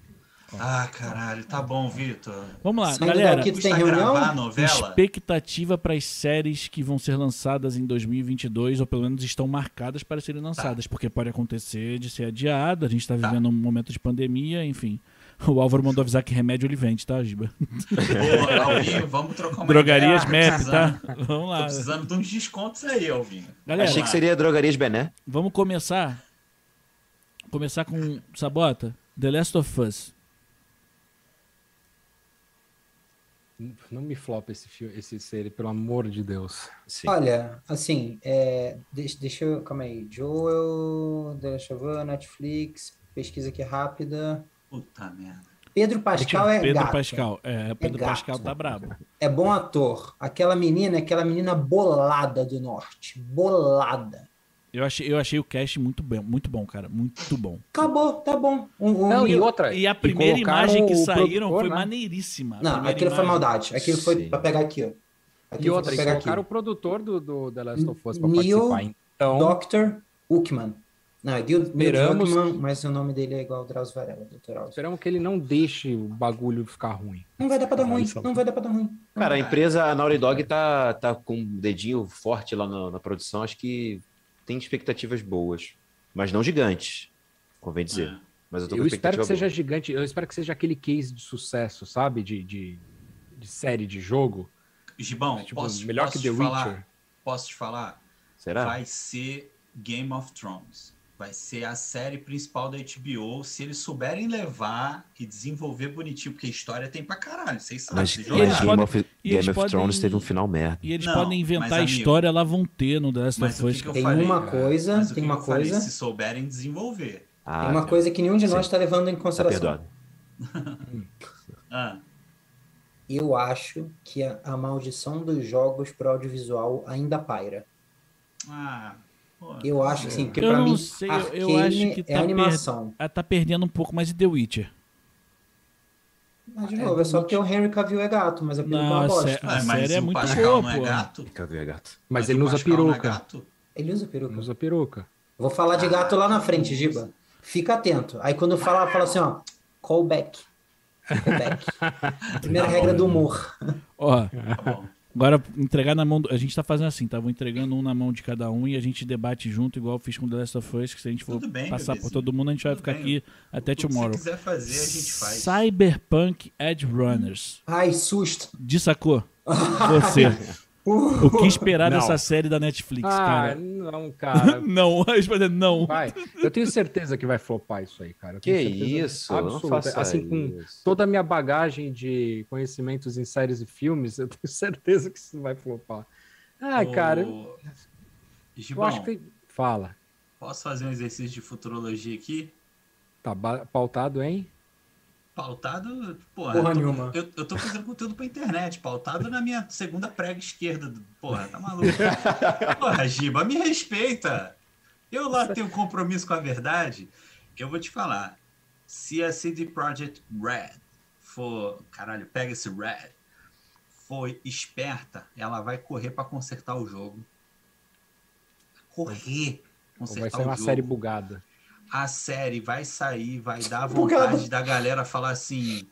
S4: Ah, caralho. Tá bom, Vitor.
S1: Vamos lá,
S5: Saindo
S1: galera.
S5: daqui- Que tu tem
S4: Custa
S5: reunião?
S4: gravar a novela?
S1: Expectativa para as séries que vão ser lançadas em 2022, ou pelo menos estão marcadas para serem lançadas, porque pode acontecer de ser adiada, a gente está
S4: Tá.
S1: vivendo um momento de pandemia, enfim. O Álvaro mandou avisar que remédio ele vende, tá, Giba?
S4: Boa, Alvinho, vamos trocar uma
S1: Drogarias
S4: ideia. Tô
S1: MEP, tá?
S4: precisando-
S1: Vamos
S4: é? Tô
S1: lá.
S4: precisando de uns descontos aí, Alvinho.
S1: Galera,
S3: Achei que seria Drogarias Bené.
S1: vamos começar. Começar com Sabota, The Last of Us.
S2: Não me flopa esse, fio, esse série, pelo amor de Deus.
S3: Sim.
S5: Olha, assim, é, deixa, deixa eu. Calma aí. Joel, deixa eu ver, Netflix, pesquisa aqui rápida.
S4: Puta merda.
S5: Pedro Pascal é
S1: Pedro
S5: gato.
S1: Pascal. É, Pedro
S5: gato.
S1: Pascal tá brabo.
S5: É bom ator. Aquela menina, é aquela menina bolada do norte. Bolada.
S1: Eu achei, eu achei o cast muito bem, muito bom, cara. Muito bom.
S5: Acabou, tá bom. Um, um-
S2: Não, É. e
S5: um-
S2: outra.
S1: E a primeira
S2: colocaram
S1: imagem que
S2: o
S1: saíram
S2: produtor,
S1: foi
S2: né?
S1: maneiríssima. A
S5: Não,
S1: primeira
S5: aquilo foi
S1: imagem.
S5: maldade. Aquilo foi
S3: Sim.
S5: pra pegar aqui, ó.
S2: E
S5: Aquilo
S2: outra,
S5: foi
S2: e
S5: pra pegar aqui.
S2: colocaram o produtor do, do The Last of Us pra
S5: Neil
S2: participar. Então,
S5: Dr. Uckman. Não, é Guild
S2: Esperamos
S5: Uckman, mas o nome dele é igual ao Drauzio Varela, Dr. Alves.
S2: esperamos que ele não deixe o bagulho ficar ruim.
S5: Não vai dar
S3: Ah,
S5: pra dar ruim,
S3: é
S2: Isso.
S5: não vai dar pra dar ruim.
S3: Cara, a empresa a Naughty Dog tá, tá com um dedinho forte lá na, na produção. Acho que tem expectativas boas, mas não gigantes, convém dizer.
S4: É.
S3: Mas eu tô
S2: Eu,
S3: com
S2: espero
S3: expectativa
S2: que seja
S3: boa.
S2: gigante. Eu espero que seja aquele case de sucesso, sabe? De, de, de série de jogo.
S4: Gibão,
S2: tipo,
S4: posso,
S2: melhor
S4: posso
S2: que The
S4: te falar?
S2: Witcher.
S4: Posso te falar?
S3: Será?
S4: vai ser Game of Thrones. Vai ser a série principal da HBO, se eles souberem levar e desenvolver bonitinho, porque a história tem pra caralho, vocês sabem.
S3: Mas,
S4: vocês
S3: mas
S1: eles
S4: jogaram.
S3: Game, of, Game
S1: eles
S3: of
S1: podem-
S3: Thrones teve um final merda.
S1: E eles
S4: Não,
S1: podem
S4: mas,
S1: inventar a
S4: amigo,
S1: história, lá vão ter no The Last
S4: mas
S1: of
S4: o que
S1: Us.
S4: que eu
S5: Tem
S4: falei,
S5: uma
S4: cara?
S5: coisa,
S4: Mas o
S5: tem
S4: que
S5: uma
S4: eu falei,
S5: coisa,
S4: se souberem desenvolver.
S3: Ah,
S5: tem É uma coisa que nenhum de nós
S3: Sim.
S5: está levando em
S3: tá
S5: consideração.
S3: perdoado.
S4: Ah,
S5: Eu acho que a, a maldição dos jogos pro audiovisual ainda paira.
S4: ah, pô,
S5: Eu acho que sim, porque
S1: Eu
S5: pra
S1: não
S5: mim,
S1: sei, eu-
S5: Arcane
S1: eu acho que
S5: é
S1: tá
S5: animação.
S1: Ah, tá perdendo um pouco mais de The Witcher.
S5: Mas, de novo, é, só porque o Henry Cavill é gato, mas é pelo que eu
S1: Não,
S5: gosto.
S1: sé-
S4: Ah,
S1: a
S4: mas
S1: série é
S4: o
S1: muito
S4: Pascal
S1: boa,
S4: não é
S1: pô.
S4: gato?
S3: Fica ver, gato.
S2: Mas,
S4: Mas
S2: ele
S4: o
S2: não usa
S4: Pascal não é
S2: peruca.
S4: gato?
S5: Ele usa peruca.
S2: Não usa peruca.
S5: Vou falar de gato lá na frente, Giba. Fica atento. Aí quando eu falar, fala assim, ó, callback. Callback. Primeira regra do humor.
S1: Ó,
S4: Tá bom.
S1: agora entregar na mão. do- A gente tá fazendo assim, tá? Vou entregando um na mão de cada um e a gente debate junto, igual eu fiz com The Last of Us, que se a gente for
S4: Tudo bem,
S1: passar por
S4: bebezinho.
S1: todo mundo, a gente vai
S4: Tudo
S1: ficar
S4: bem.
S1: aqui até
S4: O que você
S1: tomorrow.
S4: quiser fazer, a gente faz.
S1: Cyberpunk Edge Runners.
S5: Ai, susto.
S1: De sacou? Você.
S5: Uh,
S1: O que esperar
S2: Não.
S1: dessa série da Netflix,
S2: Ah,
S1: cara?
S2: não, cara.
S1: Não, a gente vai dizer não.
S2: Vai. Eu tenho certeza que vai flopar isso aí, cara. Eu
S3: Que
S2: tenho certeza
S3: isso? Não
S2: Absoluta.
S3: faça
S2: assim, com
S3: isso.
S2: toda a minha bagagem de conhecimentos em séries e filmes, eu tenho certeza que isso vai flopar. Ah,
S4: O-
S2: cara, eu
S4: Gibão,
S2: acho que. Fala.
S4: posso fazer um exercício de futurologia aqui?
S2: Tá ba- pautado, hein?
S4: Pautado, porra,
S5: porra
S4: eu tô-
S5: nenhuma.
S4: Eu, eu tô fazendo conteúdo pra internet, pautado na minha segunda prega esquerda. do- Porra, tá maluco? Porra, Giba, me respeita. Eu lá tenho um compromisso com a verdade. Eu vou te falar. Se a CD Projekt Red for. Caralho, pega esse Red. For esperta, ela vai correr pra consertar o jogo. Correr.
S2: Ou vai
S4: Consertar
S2: ser uma
S4: o tá jogo
S2: série bugada.
S4: a série vai sair, vai dar
S5: Bugado.
S4: vontade da galera falar assim: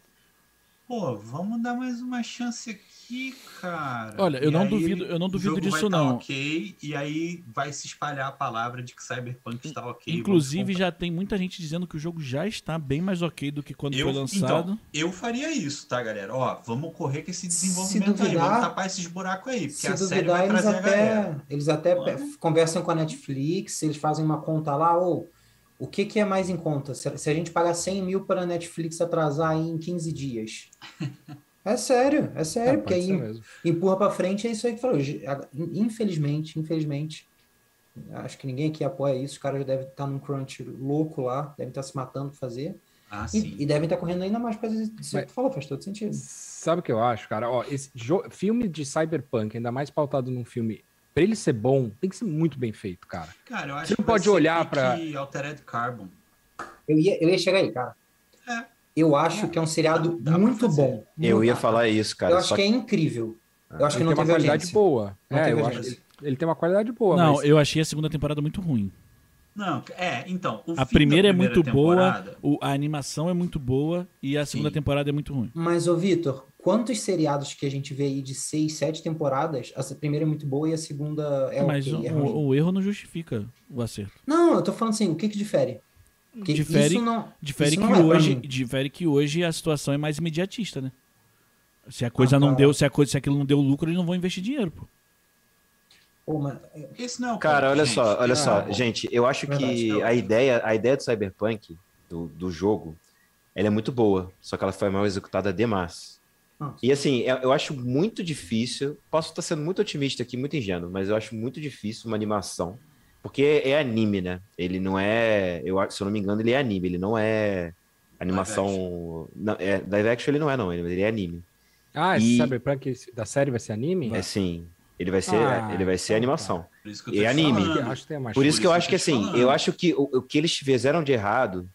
S4: pô, vamos dar mais uma chance aqui, cara.
S1: Olha, eu
S4: E
S1: não
S4: aí
S1: duvido-
S4: ele-
S1: eu não
S4: o
S1: duvido
S4: jogo vai
S1: disso,
S4: tá
S1: não.
S4: ok, e aí vai se espalhar a palavra de que Cyberpunk está ok. vamos
S1: Inclusive,
S4: comprar.
S1: já tem muita gente dizendo que o jogo já está bem mais ok do que quando
S4: Eu,
S1: foi lançado.
S4: Então, eu faria isso, tá, galera? Ó, vamos correr com esse
S5: Se
S4: desenvolvimento
S5: duvidar-
S4: aí, vamos tapar esses buracos aí, porque
S5: Se
S4: a série vai
S5: duvidar, eles
S4: trazer a galera.
S5: até, eles até
S4: Claro.
S5: pe- conversam com a Netflix, eles fazem uma conta lá, ou o que, que é mais em conta? Se, se a gente pagar 100 mil para a Netflix atrasar aí em 15 dias. É sério, é
S2: É,
S5: sério, porque
S2: pode
S5: aí
S2: ser mesmo.
S5: empurra para frente, é isso aí que falou. Ge- a- Infelizmente, infelizmente, acho que ninguém aqui apoia isso, os caras já devem estar num crunch louco lá, devem estar se matando para fazer,
S4: Ah, sim.
S5: e, e devem estar correndo ainda mais para isso que tu falou, faz todo sentido.
S2: Sabe o que eu acho, cara? Ó, esse jo- filme de cyberpunk, ainda mais pautado num filme, pra ele ser bom, tem que ser muito bem feito, cara.
S4: Cara, eu acho
S2: Você
S4: que
S2: não pode
S4: vai ser
S2: olhar
S4: pique
S2: pra-
S4: Altered Carbon.
S5: Eu ia, eu ia chegar aí, cara.
S4: É.
S5: Eu acho que é um seriado
S4: Dá pra
S5: muito
S4: fazer.
S5: bom.
S3: Eu
S5: Muito-
S3: ia falar isso, cara.
S5: Eu acho
S3: só
S5: que é incrível. Eu acho que
S2: Ele
S5: não
S2: tem uma
S5: teve
S2: qualidade
S5: audiência.
S2: boa.
S5: Não
S2: é,
S5: teve
S2: eu acho que
S4: audiência.
S2: ele- ele tem uma qualidade boa,
S1: não,
S2: mas
S1: eu achei a segunda temporada muito ruim.
S4: Não, é, então. o
S1: A
S4: fim da
S1: primeira é muito
S4: temporada-
S1: boa, o- a animação é muito boa e a segunda
S4: Sim.
S1: temporada é muito ruim.
S5: Mas, ô Vitor, quantos seriados que a gente vê aí de seis, sete temporadas? A primeira é muito boa e a segunda é
S1: Mas
S5: ok, é
S1: o,
S5: ruim.
S1: um, o erro não justifica o acerto.
S5: Não, eu tô falando assim, o que que difere? Porque
S1: Difere-
S5: isso não...
S1: Difere
S5: Isso
S1: que,
S5: não é pra
S1: hoje,
S5: mim.
S1: difere que hoje a situação é mais imediatista, né? Se a coisa
S5: Ah,
S1: não
S5: cara.
S1: deu, se a coisa, se aquilo não deu lucro, eles não vão investir dinheiro, pô.
S5: Pô, mas-
S4: Esse não é o
S3: Cara,
S4: ponto,
S3: olha
S4: gente.
S3: só, olha
S4: Ah,
S3: só,
S4: bom.
S3: gente, eu acho
S5: Verdade,
S3: que
S4: não.
S3: a ideia, a ideia do Cyberpunk, do, do jogo, ela é muito boa, só que ela foi mal executada demais.
S5: Nossa.
S3: E assim, eu, eu acho muito difícil, posso estar sendo muito otimista aqui, muito ingênuo, mas eu acho muito difícil uma animação, porque é anime, né? Ele não é, eu, acho- se eu não me engano, ele é anime, ele não é animação, não, é, live action ele não é não, ele, ele é anime.
S2: Ah, esse
S3: E-
S2: Cyberpunk da série vai ser anime?
S3: É sim, ele vai ser,
S2: Ah,
S3: ele vai
S2: então
S3: ser
S2: tá.
S3: animação.
S4: Por isso que eu tô
S3: e
S4: te
S2: Acho
S3: anime.
S2: que-
S4: falando.
S2: Ah, acho que tem mais
S3: Por isso
S4: Por
S3: que eu
S4: isso
S3: acho
S4: que
S3: que
S4: eu tô
S3: assim,
S4: falando.
S3: eu acho que o, o que eles fizeram de errado,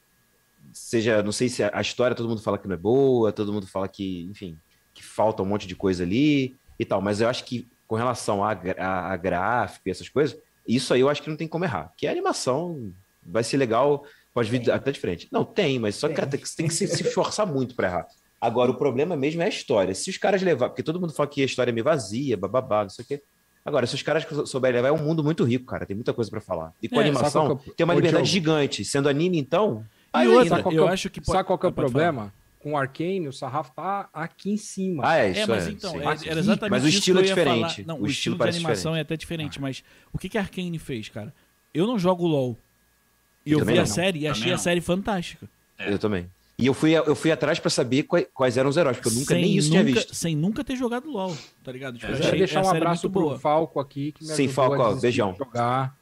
S3: seja, não sei se a a história todo mundo fala que não é boa, todo mundo fala que, enfim, que falta um monte de coisa ali e tal, mas eu acho que com relação a, gra- a, a gráfico e essas coisas, isso aí eu acho que não tem como errar, que a animação vai ser legal, pode vir
S5: Tem.
S3: até diferente. Não, tem, mas só que
S5: Tem.
S3: cara, tem que, tem que se, se esforçar muito para errar. Agora, o problema mesmo é a história. Se os caras levar, porque todo mundo fala que a história é meio vazia, bababá, não sei o quê. Agora, se os caras souberem levar, é um mundo muito rico, cara. Tem muita coisa pra falar. E com
S1: É,
S3: animação,
S2: sabe qual que é o-
S3: tem uma
S2: Ô,
S3: liberdade
S2: Diogo.
S3: gigante. Sendo anime, então.
S1: E
S2: Aí,
S1: outra,
S2: sabe qual que
S1: eu
S2: é o-
S1: acho que pode.
S2: Sabe qual que é o
S1: Ah, pode falar.
S2: problema? Com o Arcane, o sarrafo tá aqui em cima.
S3: Ah, é, isso
S1: É, mas então,
S3: sim.
S1: é- era exatamente
S3: Mas o
S1: isso
S3: estilo
S1: que
S3: é
S1: eu ia falar.
S3: diferente.
S1: Não,
S3: O
S1: o,
S3: estilo
S1: estilo, de
S3: parece
S1: animação é até diferente, mas o que, que a Arkane fez, cara? Eu não jogo LOL. E eu
S3: Também
S1: vi a
S3: não.
S1: série e
S4: Também
S1: achei a
S4: não.
S1: série fantástica.
S4: É.
S3: Eu também. E eu fui, eu fui atrás pra saber quais, quais eram os heróis, porque eu nunca nem isso tinha
S1: nunca-
S3: visto.
S1: Sem nunca ter jogado LOL, tá ligado? Tipo,
S4: É,
S1: eu
S2: Eu
S1: achei
S2: quero deixar
S1: a
S2: um
S1: série
S2: abraço
S1: muito
S2: pro
S1: boa.
S2: Falco aqui. Que me
S3: Sim,
S2: ajudou a
S3: Falco, ó,
S2: desistir
S3: beijão.
S2: de Jogar.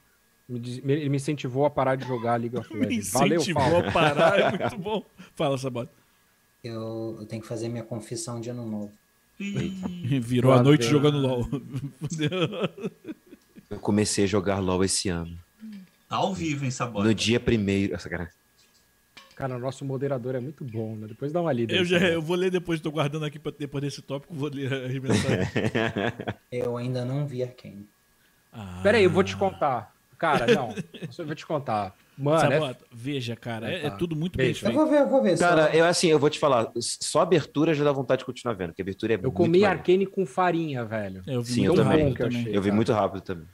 S2: Me, des- me- ele me incentivou a parar de jogar a League of
S1: Me
S2: Legends. Valeu,
S1: incentivou
S2: Falco.
S1: a parar, é muito bom. Fala, Sabota.
S5: eu, eu tenho que fazer minha confissão de ano novo.
S4: Ih,
S1: Virou a
S2: Claro,
S1: noite
S2: né?
S1: jogando LOL. Fudeu.
S3: Eu comecei a jogar LOL esse ano.
S4: Tá ao vivo, hein, Sabota?
S3: No dia primeiro. Essa cara.
S2: Cara, o nosso moderador é muito bom, né? Depois dá uma lida.
S1: eu,
S2: aí,
S1: já,
S2: cara.
S1: eu vou ler depois, tô guardando aqui pra, depois desse tópico, vou ler as mensagens.
S5: Eu ainda não vi Arcane.
S1: Ah.
S2: Pera aí, eu vou te contar. Cara, não. Eu vou te contar. Mano, é
S1: Ah, Sabota, veja, cara, é, é
S2: Tá.
S1: tudo muito
S2: Beijo.
S5: Eu
S1: bem feito.
S5: vou ver, eu vou ver. só-
S3: Cara, eu assim, eu vou te falar, só a abertura já dá vontade de continuar vendo, porque a abertura é
S2: Eu
S3: muito
S2: comi
S3: maneira.
S2: Arcane com farinha, velho.
S1: É, Eu vi
S3: Sim,
S1: muito
S3: eu também.
S1: rápido
S2: Que eu
S1: também.
S2: achei.
S3: Eu vi muito rápido também.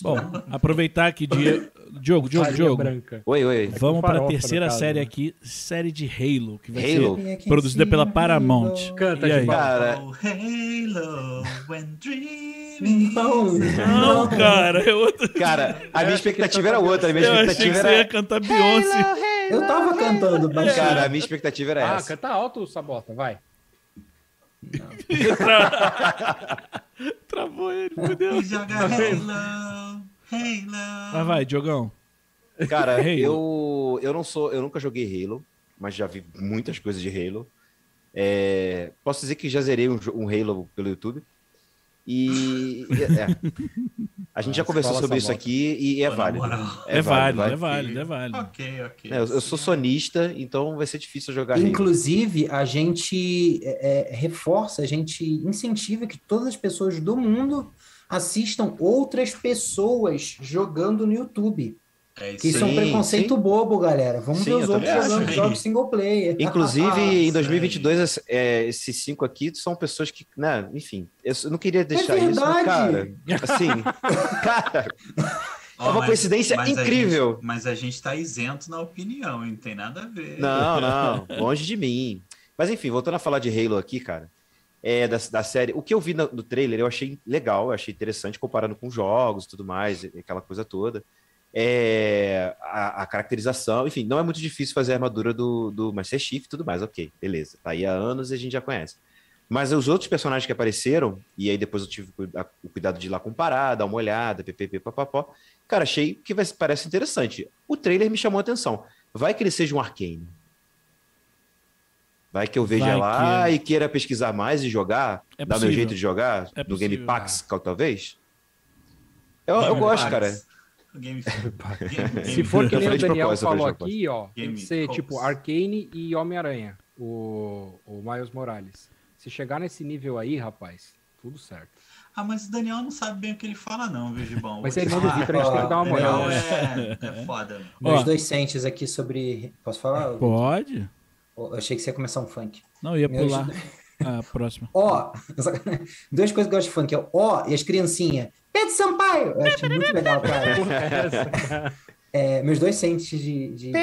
S1: Bom, aproveitar que Diego, Diogo, Diogo,
S2: farinha
S1: Diogo,
S2: branca.
S3: Oi, oi.
S1: vamos
S2: farofa,
S1: pra
S2: no
S1: terceira
S2: caso,
S1: série
S2: né?
S1: aqui, série de Halo, que vai
S3: Halo?
S1: ser produzida pela Paramount.
S2: Canta,
S1: E aí?
S2: Gibão.
S3: Cara,
S4: Oh, Halo, when dreaming.
S5: Não,
S1: Não, cara, é outra.
S3: cara, a minha
S2: acho que
S3: expectativa
S2: tá
S3: era
S2: com
S3: outra. A minha
S1: Eu achei que
S3: expectativa
S1: você ia
S3: era.
S1: cantar Beyoncé.
S5: Eu tava cantando, mas
S3: é Cara, a minha expectativa era
S2: Ah,
S3: É, essa.
S2: canta alto, Sabota, vai.
S1: Travou ele, meu Deus.
S4: E joga Halo, Halo.
S1: Mas vai, Diogão.
S3: Cara,
S1: Halo.
S3: eu, eu não sou, eu nunca joguei Halo, mas já vi muitas coisas de Halo. É, posso dizer que já zerei um, jo- um Halo pelo YouTube. E é. a gente já
S2: Ah,
S3: conversou
S2: fala
S3: sobre
S2: essa
S3: isso
S2: moto.
S3: aqui e é
S4: Pô, na
S3: válido.
S4: moral.
S1: É, válido,
S3: vai.
S1: é válido, é válido.
S4: Ok, ok.
S3: É, Eu, eu sou sonista, então vai ser difícil eu jogar Halo.
S5: Inclusive, a gente é, é, reforça, a gente incentiva que todas as pessoas do mundo assistam outras pessoas jogando no YouTube.
S4: É isso
S5: Que isso é um
S3: Sim,
S5: preconceito bobo, galera. Vamos
S3: Sim,
S5: ver os
S3: eu
S4: também
S5: outros
S4: acho,
S5: jogando
S4: hein?
S5: jogos single player.
S3: Inclusive,
S5: Ah,
S3: em
S4: sim.
S3: 2022, esse- é, esses cinco aqui são pessoas que, né, enfim, eu só- não queria deixar isso, mas, cara,
S5: verdade.
S3: assim, cara,
S4: Ó,
S3: é uma coincidência
S4: a
S3: incrível.
S4: gente- mas a gente tá isento na opinião, hein? não tem nada a ver.
S3: não, não, longe de mim. Mas, enfim, voltando a falar de Halo aqui, cara, é, da, da série, o que eu vi no, no trailer eu achei legal, eu achei interessante, comparando com jogos e tudo mais, e- aquela coisa toda. É, a, a caracterização, enfim, não é muito difícil fazer a armadura do, do Master Chief e tudo mais, ok, beleza. Tá aí há anos e a gente já conhece. Mas os outros personagens que apareceram, e aí depois eu tive cu- a- o cuidado de ir lá comparar, dar uma olhada, ppp, papapó. Cara, achei que vai- parece interessante. O trailer me chamou a atenção. Vai que ele seja um arcane. Vai que eu veja
S1: Vai
S3: lá
S1: que-
S3: e queira pesquisar mais e jogar,
S1: É
S3: dar meu
S1: possível.
S3: jeito de jogar,
S1: É
S3: no Game
S1: possível.
S3: Pax, cal- talvez. Eu,
S4: Game
S3: eu gosto,
S4: Pass.
S3: cara.
S4: Game,
S2: Se for que
S3: Eu
S2: nem o Daniel
S3: falei de propósito, eu falei
S2: falou
S3: de propósito.
S2: aqui, ó, tem
S4: Game
S2: que ser
S4: Coast.
S2: tipo Arcane e Homem-Aranha, o, o Miles Morales. Se chegar nesse nível aí, rapaz, tudo certo.
S4: Ah, mas o Daniel não sabe bem o que ele fala, não, viu, Gibão?
S2: Mas
S4: Vou
S2: é
S4: te
S2: irmão do
S4: falar.
S2: Vitor, a gente tem que dar uma
S4: Daniel
S2: moral. né?
S4: é, é foda. mano.
S1: Ó. É,
S5: Meus dois centes aqui sobre. Posso falar?
S1: Pode?
S5: Eu achei que você ia começar um funk.
S1: Não, eu ia
S5: Me
S1: pular a próxima.
S5: Ó, duas coisas que eu gosto de funk, é o ó e as criancinhas. Pedro Sampaio! Eu acho muito legal, cara. É, meus dois centes de, de, de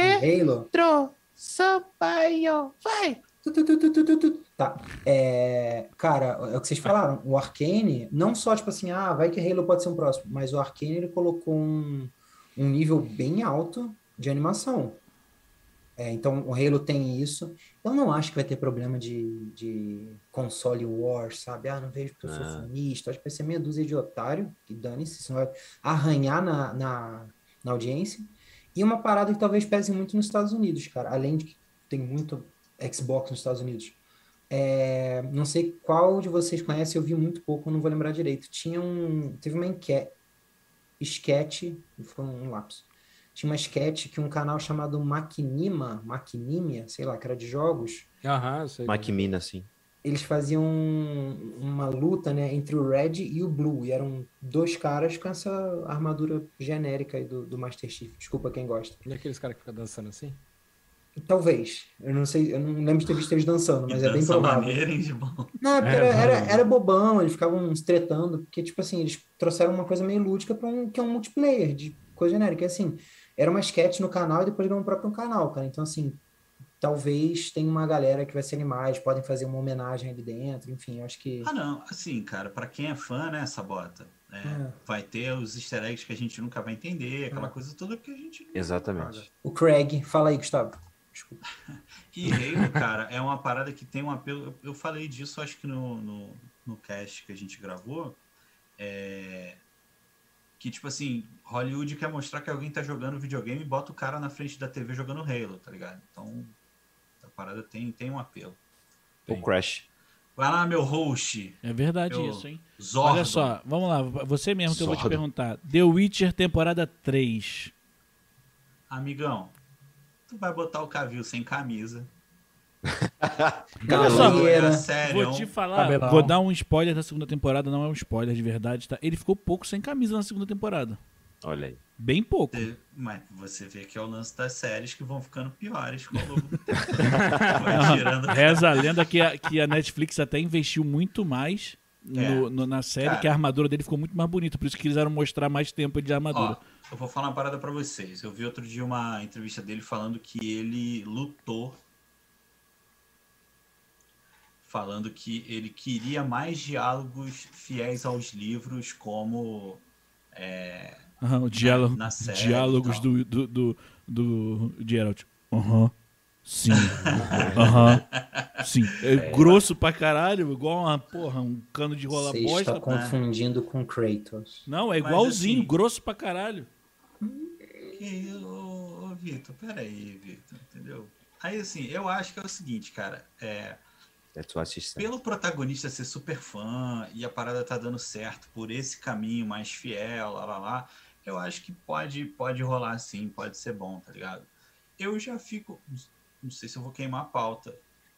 S5: Halo.
S6: Pedro Sampaio, vai!
S5: Tu, tu, tu, tu, tu, tu, tu. Tá. É, cara, é o que vocês falaram. O Arcane, não só tipo assim, ah, vai que Halo pode ser um próximo, mas o Arcane ele colocou um, um nível bem alto de animação. É, então o Halo tem isso. Eu não acho que vai ter problema de, de console war, sabe? Ah, não vejo porque eu sou
S3: Ah.
S5: funista. Acho que vai ser meia dúzia de otário, que dane-se, isso não vai arranhar na, na, na audiência. E uma parada que talvez pese muito nos Estados Unidos, cara. Além de que tem muito Xbox nos Estados Unidos. É, não sei qual de vocês conhece, eu vi muito pouco, não vou lembrar direito. Tinha um, teve uma enquete, esquete, foi um lapso. Tinha uma esquete que um canal chamado Maquinima, Maquinimia, sei lá, que era de jogos,
S2: Aham, eu sei.
S3: Mike Mina, assim.
S5: eles faziam uma luta, né, entre o Red e o Blue, e eram dois caras com essa armadura genérica aí do, do Master Chief. Desculpa quem gosta.
S2: Não é aqueles caras que ficam dançando assim?
S5: Talvez, eu não sei, eu não lembro de ter visto eles dançando,
S4: Que
S5: mas é bem
S4: dança
S5: provável.
S4: Então, maneira, hein, Gibão?
S5: Não, é porque
S2: É,
S5: era, era,
S2: mano.
S5: era bobão, eles ficavam se tretando, porque, tipo assim, eles trouxeram uma coisa meio lúdica para um, que é um multiplayer, de coisa genérica. E, assim, era uma sketch no canal e depois ganhou um próprio canal, cara. Então, assim, talvez tenha uma galera que vai se animar, eles podem fazer uma homenagem ali dentro, enfim, eu acho que.
S4: Ah, não. Assim, cara, pra quem é fã, né, Sabota? É,
S1: Hum.
S5: É.
S4: Vai ter os easter eggs que a gente nunca vai entender, aquela
S5: É.
S4: coisa toda que a gente... não-
S3: Exatamente.
S5: O Craig, fala aí, Gustavo. Desculpa.
S4: E Halo, cara, é uma parada que tem um apelo. eu- Eu falei disso, acho que no, no, no cast que a gente gravou. é, Que, tipo assim, Hollywood quer mostrar que alguém tá jogando videogame e bota o cara na frente da TV jogando Halo, tá ligado? Então, a parada tem, tem um apelo.
S3: O Crash.
S4: Vai lá, meu host,
S1: É verdade
S4: Eu-
S1: isso, hein?
S4: Zorba.
S1: Olha só, vamos lá. Você mesmo que eu vou te
S3: Zordo.
S1: perguntar. The Witcher temporada 3.
S4: Amigão, tu vai botar o Cavil sem camisa.
S1: Olha só,
S5: Maneira.
S4: sério.
S1: Vou te falar,
S2: Cabelão.
S1: vou dar um spoiler da segunda temporada, não é um spoiler de verdade, tá? Ele ficou pouco sem camisa na segunda temporada.
S3: Olha aí.
S1: Bem pouco.
S4: Mas você vê que é o lance das séries que vão ficando piores. com o- Vai tirando
S1: Reza a lenda que a, que a Netflix até investiu muito mais no- no- na série,
S4: Cara.
S1: que a armadura dele ficou muito mais bonita. Por isso que quiseram mostrar mais tempo de armadura.
S4: Ó, eu vou falar uma parada pra vocês. Eu vi outro dia uma entrevista dele falando que ele lutou. Falando que ele queria mais diálogos fiéis aos livros, como é,
S1: Aham, o diálogo,
S4: na série. e
S1: diálogos
S4: tal.
S1: do, do, do, do Geralt. Aham. Sim. Aham. Sim. É grosso pra caralho, igual uma, porra, um cano de rola
S5: Você está
S1: bosta. né?
S5: confundindo com Kratos.
S1: Não, é
S4: Mas,
S1: igualzinho,
S4: assim,
S1: grosso pra caralho.
S4: Que, ô, ô, Vitor, peraí, Vitor, entendeu? Aí, assim, eu acho que é o seguinte, cara. É,
S3: É sua assistente.
S4: Pelo protagonista ser super fã e a parada tá dando certo por esse caminho mais fiel, lá lá lá, eu acho que pode, pode rolar sim, pode ser bom, tá ligado? Eu já fico. Não sei se eu vou queimar a pauta,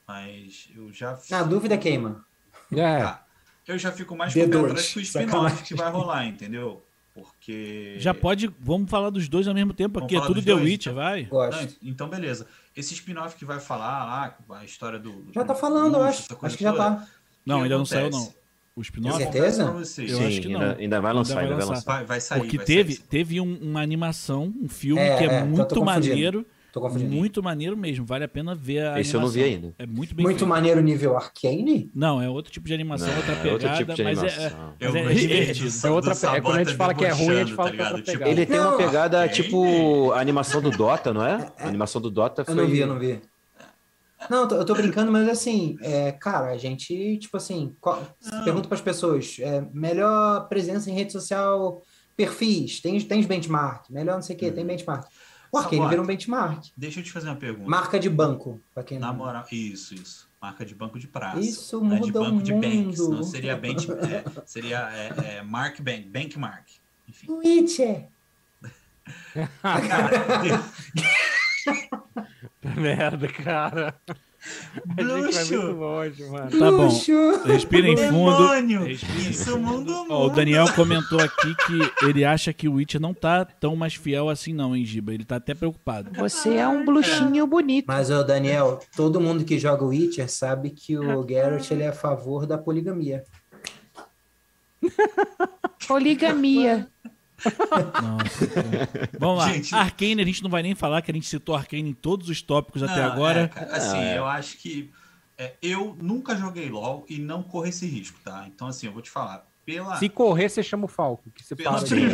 S4: mas eu já fico.
S5: Na Ah, dúvida, queima.
S2: É,
S4: Tá. Eu já fico mais com
S5: The
S4: o pé
S5: Doors,
S4: atrás com o
S5: sacanagem.
S4: spin-off que vai rolar, entendeu? Porque.
S1: Já pode. Vamos falar dos dois ao mesmo tempo
S4: É. Vamos
S1: aqui. É
S4: falar
S1: tudo
S4: dos
S1: The
S4: dois,
S1: Witcher,
S4: então?
S1: vai.
S4: Não,
S5: Gosto.
S4: então, beleza. Esse spin-off que vai falar lá, a história do.
S5: Já tá
S4: do
S5: falando, eu
S4: monstro,
S5: acho.
S4: essa coisa
S5: Acho que já
S4: toda,
S5: tá.
S1: Não,
S4: que
S1: ainda não
S4: acontece?
S1: saiu, não. O
S4: Eu
S5: Com
S1: spin-off
S5: certeza.
S4: confesso pra vocês.
S1: Eu
S3: Sim,
S1: acho que não.
S3: Ainda, ainda vai lançar, ainda vai lançar.
S4: Vai, vai sair.
S1: Porque
S4: vai
S1: teve,
S4: sair.
S1: teve um- uma animação, um filme
S5: É,
S1: que é,
S5: é, então eu tô
S1: muito
S5: confundindo.
S1: maneiro.
S5: Tô confundindo.
S1: Muito maneiro mesmo. Vale a pena ver a
S3: Esse eu não vi
S1: animação.
S3: ainda.
S1: É muito bem
S5: Muito
S1: feito.
S5: maneiro nível Arcane?
S1: Não, é outro tipo de animação, outra
S3: é
S1: pegada,
S3: outro tipo de
S1: mas é- é,
S3: animação.
S1: mas
S4: Eu
S1: é
S4: me diverti
S1: divertido.
S4: só
S2: É
S4: do
S2: outra pe- é quando a
S4: Sabota
S2: gente fala que é ruim, a gente
S4: debochando,
S2: fala
S4: tá
S2: que é outra
S4: ligado? Tipo,
S2: pegada.
S3: Ele tem uma
S5: Não,
S3: pegada
S4: tem.
S3: tipo a animação do Dota, não é? A animação do Dota foi.
S5: Eu não vi, eu não vi. Não, eu tô- eu tô brincando, mas assim, é, cara, a gente, tipo assim, qual, pergunta pras pessoas, é, melhor presença em rede social, perfis, tem, tem os benchmark, melhor não sei o que, tem benchmark. O Arcane
S4: Sabota.
S5: virou um benchmark.
S4: Deixa eu te fazer uma pergunta.
S5: Marca de banco, pra quem
S4: Na
S5: não...
S4: moral, isso, isso. Marca de banco de praça.
S5: Isso
S4: não é de
S5: muda o
S4: banco de banks.
S5: mundo.
S4: Não seria bench, é, seria é, é, Mark Bank, Bank Mark. Enfim.
S5: Witcher!
S4: Cara,
S1: é.
S2: Merda, cara. A gente vai muito
S4: Luxo!
S2: longe, mano.
S1: Tá bom.
S5: Luxo!
S1: Respirem fundo.
S2: é
S4: Demônio!
S1: Respira.
S4: Isso, mundo,
S1: Ó, o
S4: mundo.
S1: Daniel comentou aqui que ele acha que o Witcher não tá tão mais fiel assim não, hein, Giba? Ele tá até preocupado.
S6: Você é um bruxinho bonito.
S5: Mas, ô, Daniel, todo mundo que joga Witcher sabe que o Geralt, ele é a favor da poligamia.
S6: Poligamia.
S1: Nossa. cara. Vamos lá.
S4: Gente.
S1: Arcane, a gente não vai nem falar que a gente citou Arcane em todos os tópicos até
S4: Não, é,
S1: agora.
S4: cara, assim,
S5: Ah.
S4: eu acho que é, eu nunca joguei LOL e não corro esse risco, tá? Então, assim, eu vou te falar.
S5: Ah.
S4: Pela.
S2: Se correr, você chama o Falco, que você
S4: Pela
S2: para.
S3: Sim,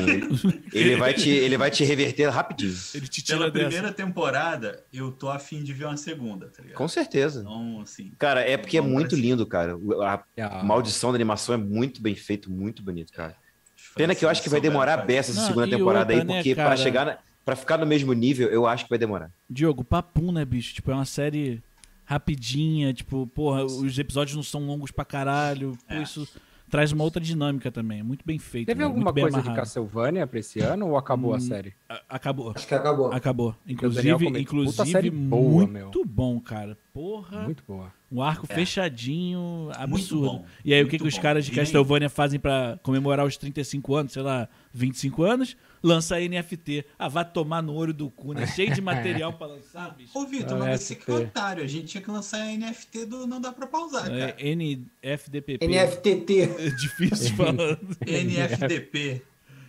S3: ele, ele vai te, ele vai te reverter rapidinho.
S1: é. Ele te
S4: Pela
S1: tira dessa.
S4: primeira temporada, eu tô afim de ver uma segunda, tá ligado?
S3: Com certeza.
S4: Então, assim,
S3: Cara, é porque é
S4: Vamos
S3: muito
S4: pra-
S3: lindo, cara. O- A
S2: Ah,
S3: maldição da animação é muito bem feito, muito bonito, cara.
S4: acho
S3: Pena que eu
S4: se
S3: acho que vai
S4: souber,
S3: demorar a
S4: faz.
S3: beça essa
S1: Não,
S3: segunda
S1: e
S3: temporada aí,
S1: outra, né,
S3: porque pra
S1: cara?
S3: chegar na- pra ficar no mesmo nível, eu acho que vai demorar.
S1: Diogo, papum, né, bicho? Tipo, é uma série rapidinha, tipo, porra, os episódios não são longos pra caralho. Pô,
S4: É.
S1: isso traz uma outra dinâmica também. É muito bem feito.
S2: Teve
S1: né?
S2: alguma
S1: muito bem
S2: coisa de
S1: amarrado. Hum.
S2: Castlevania pra esse ano ou acabou a série?
S1: A- Acabou.
S5: Acho que acabou.
S1: Acabou.
S2: Daniel
S1: Inclusive,
S2: comentou, puta
S1: inclusive
S2: série boa,
S1: muito bom, cara. Porra,
S2: Muito boa.
S1: um arco
S4: É.
S1: fechadinho,
S4: Muito
S1: absurdo.
S4: bom,
S1: E aí, o que,
S4: muito
S1: que os
S4: bom.
S1: caras de
S4: E nem-
S1: Castlevania fazem pra comemorar os 35 anos, sei lá, 25 anos? Lança a NFT. Ah, vá tomar no olho do cu, né? Cheio de material pra lançar, bicho.
S4: Ô, Vitor,
S2: Ah,
S4: mas você que é um
S2: NFT.
S4: otário. A gente tinha que lançar a NFT do Não Dá Pra Pausar, cara.
S1: É, NFDPP.
S5: NFTT.
S1: É Difícil falar.
S4: NFDP.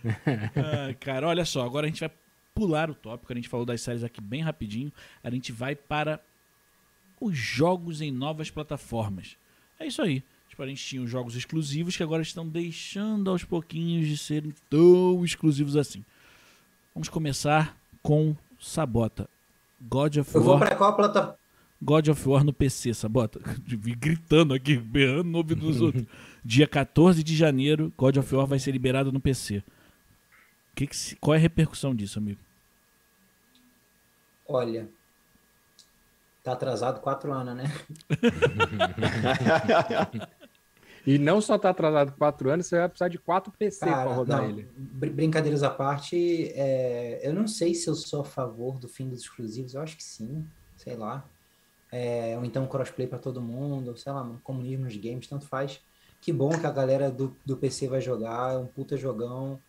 S1: Ah, cara, olha só, agora a gente vai pular o tópico. A gente falou das séries aqui bem rapidinho. A gente vai para os jogos em novas plataformas. É isso aí. Tipo, a gente tinha os jogos exclusivos que agora estão deixando aos pouquinhos de serem tão exclusivos assim. Vamos começar com Sabota. God of
S5: Eu vou
S1: War.
S5: pra qual plataforma?
S1: God of War no PC, sabota? Vim Gritando aqui, berrando no ouvido dos outros. Dia 14 de janeiro, God of War vai ser liberado no PC. Que que se- qual é a repercussão disso, amigo?
S5: Olha, tá atrasado quatro anos, né?
S2: E não só tá atrasado 4 anos, você vai precisar de 4 PC pra
S5: Cara,
S2: rodar
S5: não,
S2: ele.
S5: br- brincadeiras à parte, é, eu não sei se eu sou a favor do fim dos exclusivos, eu acho que sim, sei lá. É, ou então crossplay pra todo mundo, ou sei lá, mano, comunismo nos games, tanto faz. Que bom que a galera do, do PC vai jogar, é um puta jogão.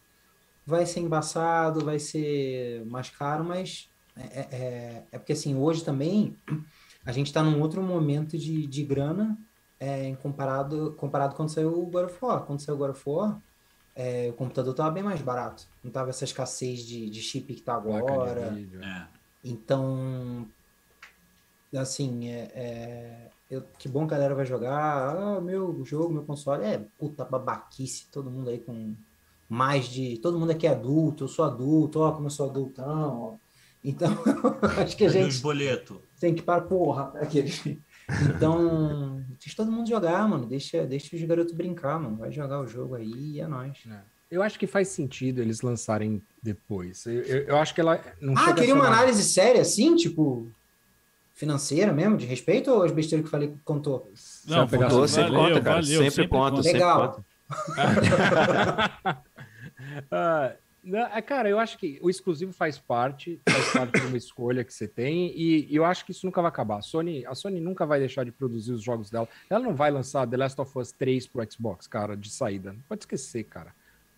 S5: Vai ser embaçado, vai ser mais caro, mas é, é- é- é porque assim, hoje também a gente tá num outro momento de, de grana é, em comparado, comparado quando saiu o God of War. Quando saiu o God of War, é, o computador tava bem mais barato. Não tava essa escassez de, de chip que tá
S2: Placa de
S5: agora.
S2: vídeo.
S4: É.
S5: Então, assim, é, é, eu- que bom que a galera vai jogar. Ah, meu jogo, meu console. É, puta babaquice, todo mundo aí com mais de. Todo mundo aqui é adulto, eu sou adulto, ó, como eu sou adultão. Ó. Então, acho que a
S4: Dos
S5: gente
S4: boletos.
S5: tem que parar, porra, aqueles. Então, deixa todo mundo jogar, mano. Deixa, deixa os garotos brincar, mano. Vai jogar o jogo aí e é nóis.
S2: Eu acho que faz sentido eles lançarem depois. Eu, eu- eu acho que ela. Não
S5: Ah,
S2: chega a
S5: queria
S2: ser
S5: uma análise séria, assim, tipo, financeira mesmo, de respeito ou as besteiras que eu falei que contou?
S2: Você vai pegar
S1: voltou,
S3: Contou,
S1: você-
S2: sua-
S3: sempre
S1: valeu,
S3: conta, cara.
S1: valeu,
S3: sempre,
S1: sempre
S3: conta,
S1: conta.
S3: sempre
S5: Legal.
S3: conta.
S2: Ah, não, ah, cara, eu acho que o exclusivo faz parte, faz parte de uma escolha que você tem, e, e eu acho que isso nunca vai acabar. A Sony, a Sony nunca vai deixar de produzir os jogos dela. Ela não vai lançar The Last of Us 3 pro Xbox, cara, de saída. Pode esquecer, cara.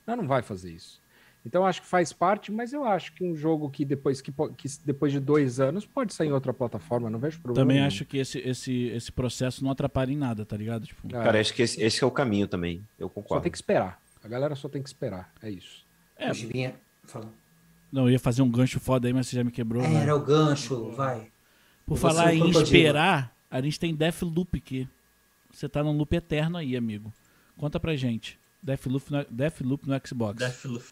S2: Ela não vai fazer isso. Então acho que faz parte, mas eu acho que um jogo que depois, que, po- que depois de dois anos pode sair em outra plataforma, não vejo problema.
S1: Também
S2: nenhum.
S1: acho que esse, esse, esse processo não atrapalha em nada, tá ligado? Tipo,
S5: Ah.
S2: É,
S3: Cara, acho que esse, esse é o caminho também. Eu
S2: só
S3: concordo.
S2: tem que esperar. A galera só tem que esperar. É isso.
S1: É.
S5: O Gibinha falou.
S1: não, eu ia fazer um gancho foda aí, mas você já me quebrou. né?
S5: É, Era o gancho, vai.
S1: Por
S5: você
S1: falar
S5: é um
S1: em
S5: crocodilo.
S1: esperar, a gente tem Deathloop que você tá num loop eterno aí, amigo. Conta pra gente. Deathloop no, Deathloop no Xbox.
S4: Deathloop.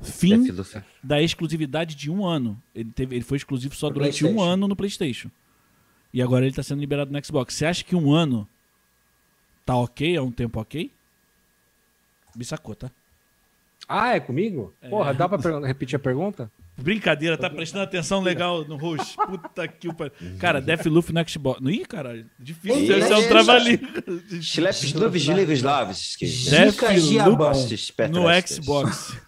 S1: Fim
S3: Deathloop.
S1: da exclusividade de um ano. Ele, teve, ele foi exclusivo só
S5: No
S1: durante um
S5: PlayStation.
S1: ano no PlayStation. E agora ele tá sendo liberado no Xbox. Você acha que um ano tá ok? É um tempo ok? Me sacou, tá?
S2: Ah, é comigo? Porra, dá pra pergun- repetir a pergunta?
S1: Brincadeira, tá prestando atenção legal no host. Puta que o par... Cara, Deathloop no Xbox. Ih, caralho, difícil.
S3: Ih,
S1: Esse é um
S3: né?
S1: trabalhinho.
S3: Slaps Doves Slaves.
S5: Dicas de abão.
S1: No Xbox.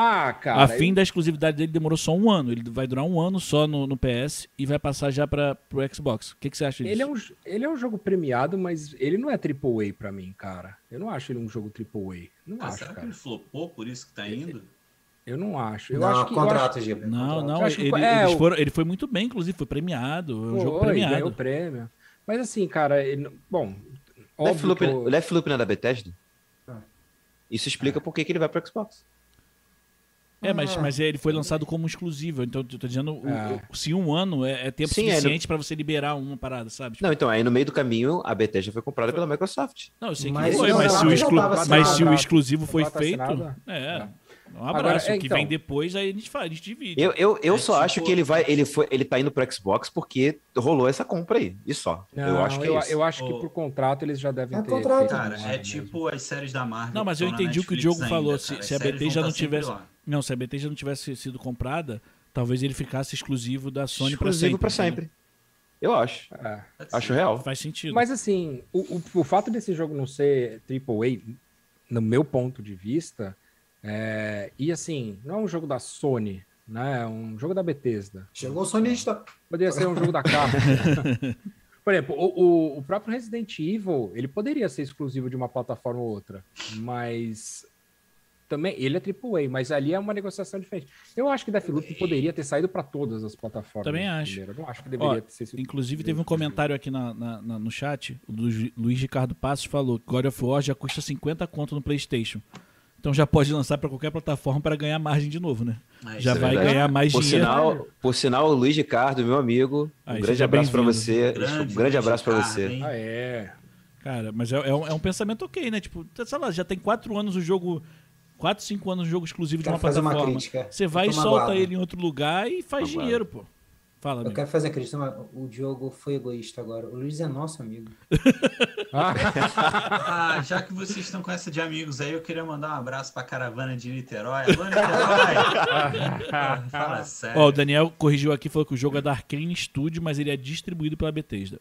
S2: Ah, cara.
S1: A fim da exclusividade dele demorou só um ano. Ele vai durar um ano só no, no PS e vai passar já pra, pro Xbox. O que, que você acha disso?
S2: Ele é, um, j- ele é um jogo premiado, mas ele não é AAA pra mim, cara. Eu não acho ele um jogo AAA. Não
S4: Ah,
S2: acho,
S4: será que
S2: cara.
S4: ele flopou por isso que
S1: É,
S4: tá indo?
S2: Eu não acho. Eu
S5: Não,
S2: acho que, eu acho
S5: contrato, Giba.
S1: Não,
S2: Eu
S1: não.
S2: acho que
S1: ele,
S2: foi- é,
S1: eles
S2: o-
S1: foram- ele foi muito bem, inclusive. Foi premiado. É um
S2: Foi,
S1: jogo
S2: ganhou o
S1: premiado.
S2: prêmio. Mas assim, cara, ele não- bom.
S3: Left
S2: Óbvio
S3: Loop,
S2: que eu-
S3: Left Loop não é da Bethesda?
S5: Ah.
S3: Isso explica por que que ele vai pro Xbox.
S1: É, mas, mas ele foi lançado como exclusivo. Então, eu tô dizendo, o-
S2: É.
S1: o- se um ano é, é tempo
S3: Sim, é,
S1: suficiente pra você liberar uma parada, sabe? Tipo,
S3: Não, então, aí no meio do caminho, a Bethesda foi comprada pela Microsoft.
S1: Não, eu sei
S5: Mas
S1: que foi,
S2: não,
S1: mas,
S2: não,
S1: se o,
S2: não
S1: exclu-
S5: tava
S1: mas
S5: assinado.
S1: se o exclusivo foi
S2: Contrato
S1: feito.
S2: assinado.
S1: É. Um
S2: Agora,
S1: abraço.
S2: é,
S1: o que
S2: então.
S1: vem depois, aí a gente faz, a gente divide.
S3: Eu, eu, eu
S4: É,
S3: só
S4: tipo-
S3: acho que ele vai, ele foi, ele tá indo pro Xbox porque rolou essa compra aí. E só. eu
S2: Não,
S3: acho que
S2: eu,
S3: é isso.
S2: eu acho que
S4: Ô.
S2: por contrato eles já devem
S5: É
S2: ter.
S5: contrato.
S2: feito
S4: Cara,
S2: uma
S4: é
S2: mesmo.
S4: tipo as séries da Marvel.
S1: Não, mas
S4: que
S1: eu
S4: estão na
S1: entendi o que o
S4: Netflix
S1: Diogo falou.
S4: ainda,
S1: Se-
S4: cara.
S1: se
S4: As
S1: a
S4: séries
S1: BT já
S4: vão
S1: não
S4: tá sempre
S1: tivesse-
S4: lá.
S1: Não, se a BT já não tivesse sido comprada, talvez ele ficasse exclusivo da Sony pra sempre.
S3: Exclusivo pra sempre. Eu acho.
S2: É.
S4: Pode
S3: Acho
S4: ser.
S1: entendeu?
S3: real.
S1: Faz sentido.
S2: Mas assim, o, o- o fato desse jogo não ser AAA, no meu ponto de vista, é, e assim, não é um jogo da Sony, né? É um jogo da Bethesda.
S5: Chegou o sonista.
S2: Poderia ser um jogo da Capcom. Por exemplo, o, o- o próprio Resident Evil, ele poderia ser exclusivo de uma plataforma ou outra, mas também ele é AAA, mas ali é uma negociação diferente. Eu acho que Deathloop poderia ter saído para todas as plataformas.
S1: Também acho.
S2: entendeu? Eu não acho que deveria
S1: Ó,
S2: ter sido. assim.
S1: Inclusive, teve um comentário aqui na- na- na- no chat. O Lu- Luiz Ricardo Passos falou que God of War já custa 50 conto no PlayStation. Então já pode lançar pra qualquer plataforma pra ganhar margem de novo, né?
S4: Mas
S1: já
S3: isso é
S1: vai
S3: verdade.
S1: ganhar mais
S3: Por
S1: dinheiro.
S3: sinal, por sinal, o Luiz Ricardo, meu amigo, um
S1: Aí,
S3: grande
S1: seja
S3: abraço pra
S1: bem-vindo.
S3: você. um grande abraço pra
S4: Ricardo,
S3: você.
S4: hein?
S2: Ah, é.
S1: Cara, mas é, é um, é um pensamento ok, né? Tipo, sei lá, já tem quatro anos o jogo. 4, 5 anos o jogo exclusivo de
S5: Quero
S1: uma
S5: fazer uma
S1: plataforma.
S5: crítica.
S1: Você vai
S5: Eu
S1: e
S5: tô
S1: solta
S5: magoado.
S1: ele em outro lugar e faz
S3: Magoado.
S1: dinheiro, pô. Fala,
S5: Eu
S1: amigo.
S5: quero fazer a questão, mas o Diogo foi egoísta agora. O Luiz é nosso amigo.
S3: é
S4: Ah, já que vocês estão com essa de amigos aí, eu queria mandar um abraço pra caravana de Niterói. Alô, Niterói! Ah, Fala sério.
S1: Ó, o Daniel corrigiu aqui, falou que o jogo é da Arkane Studio, mas ele é distribuído pela Bethesda.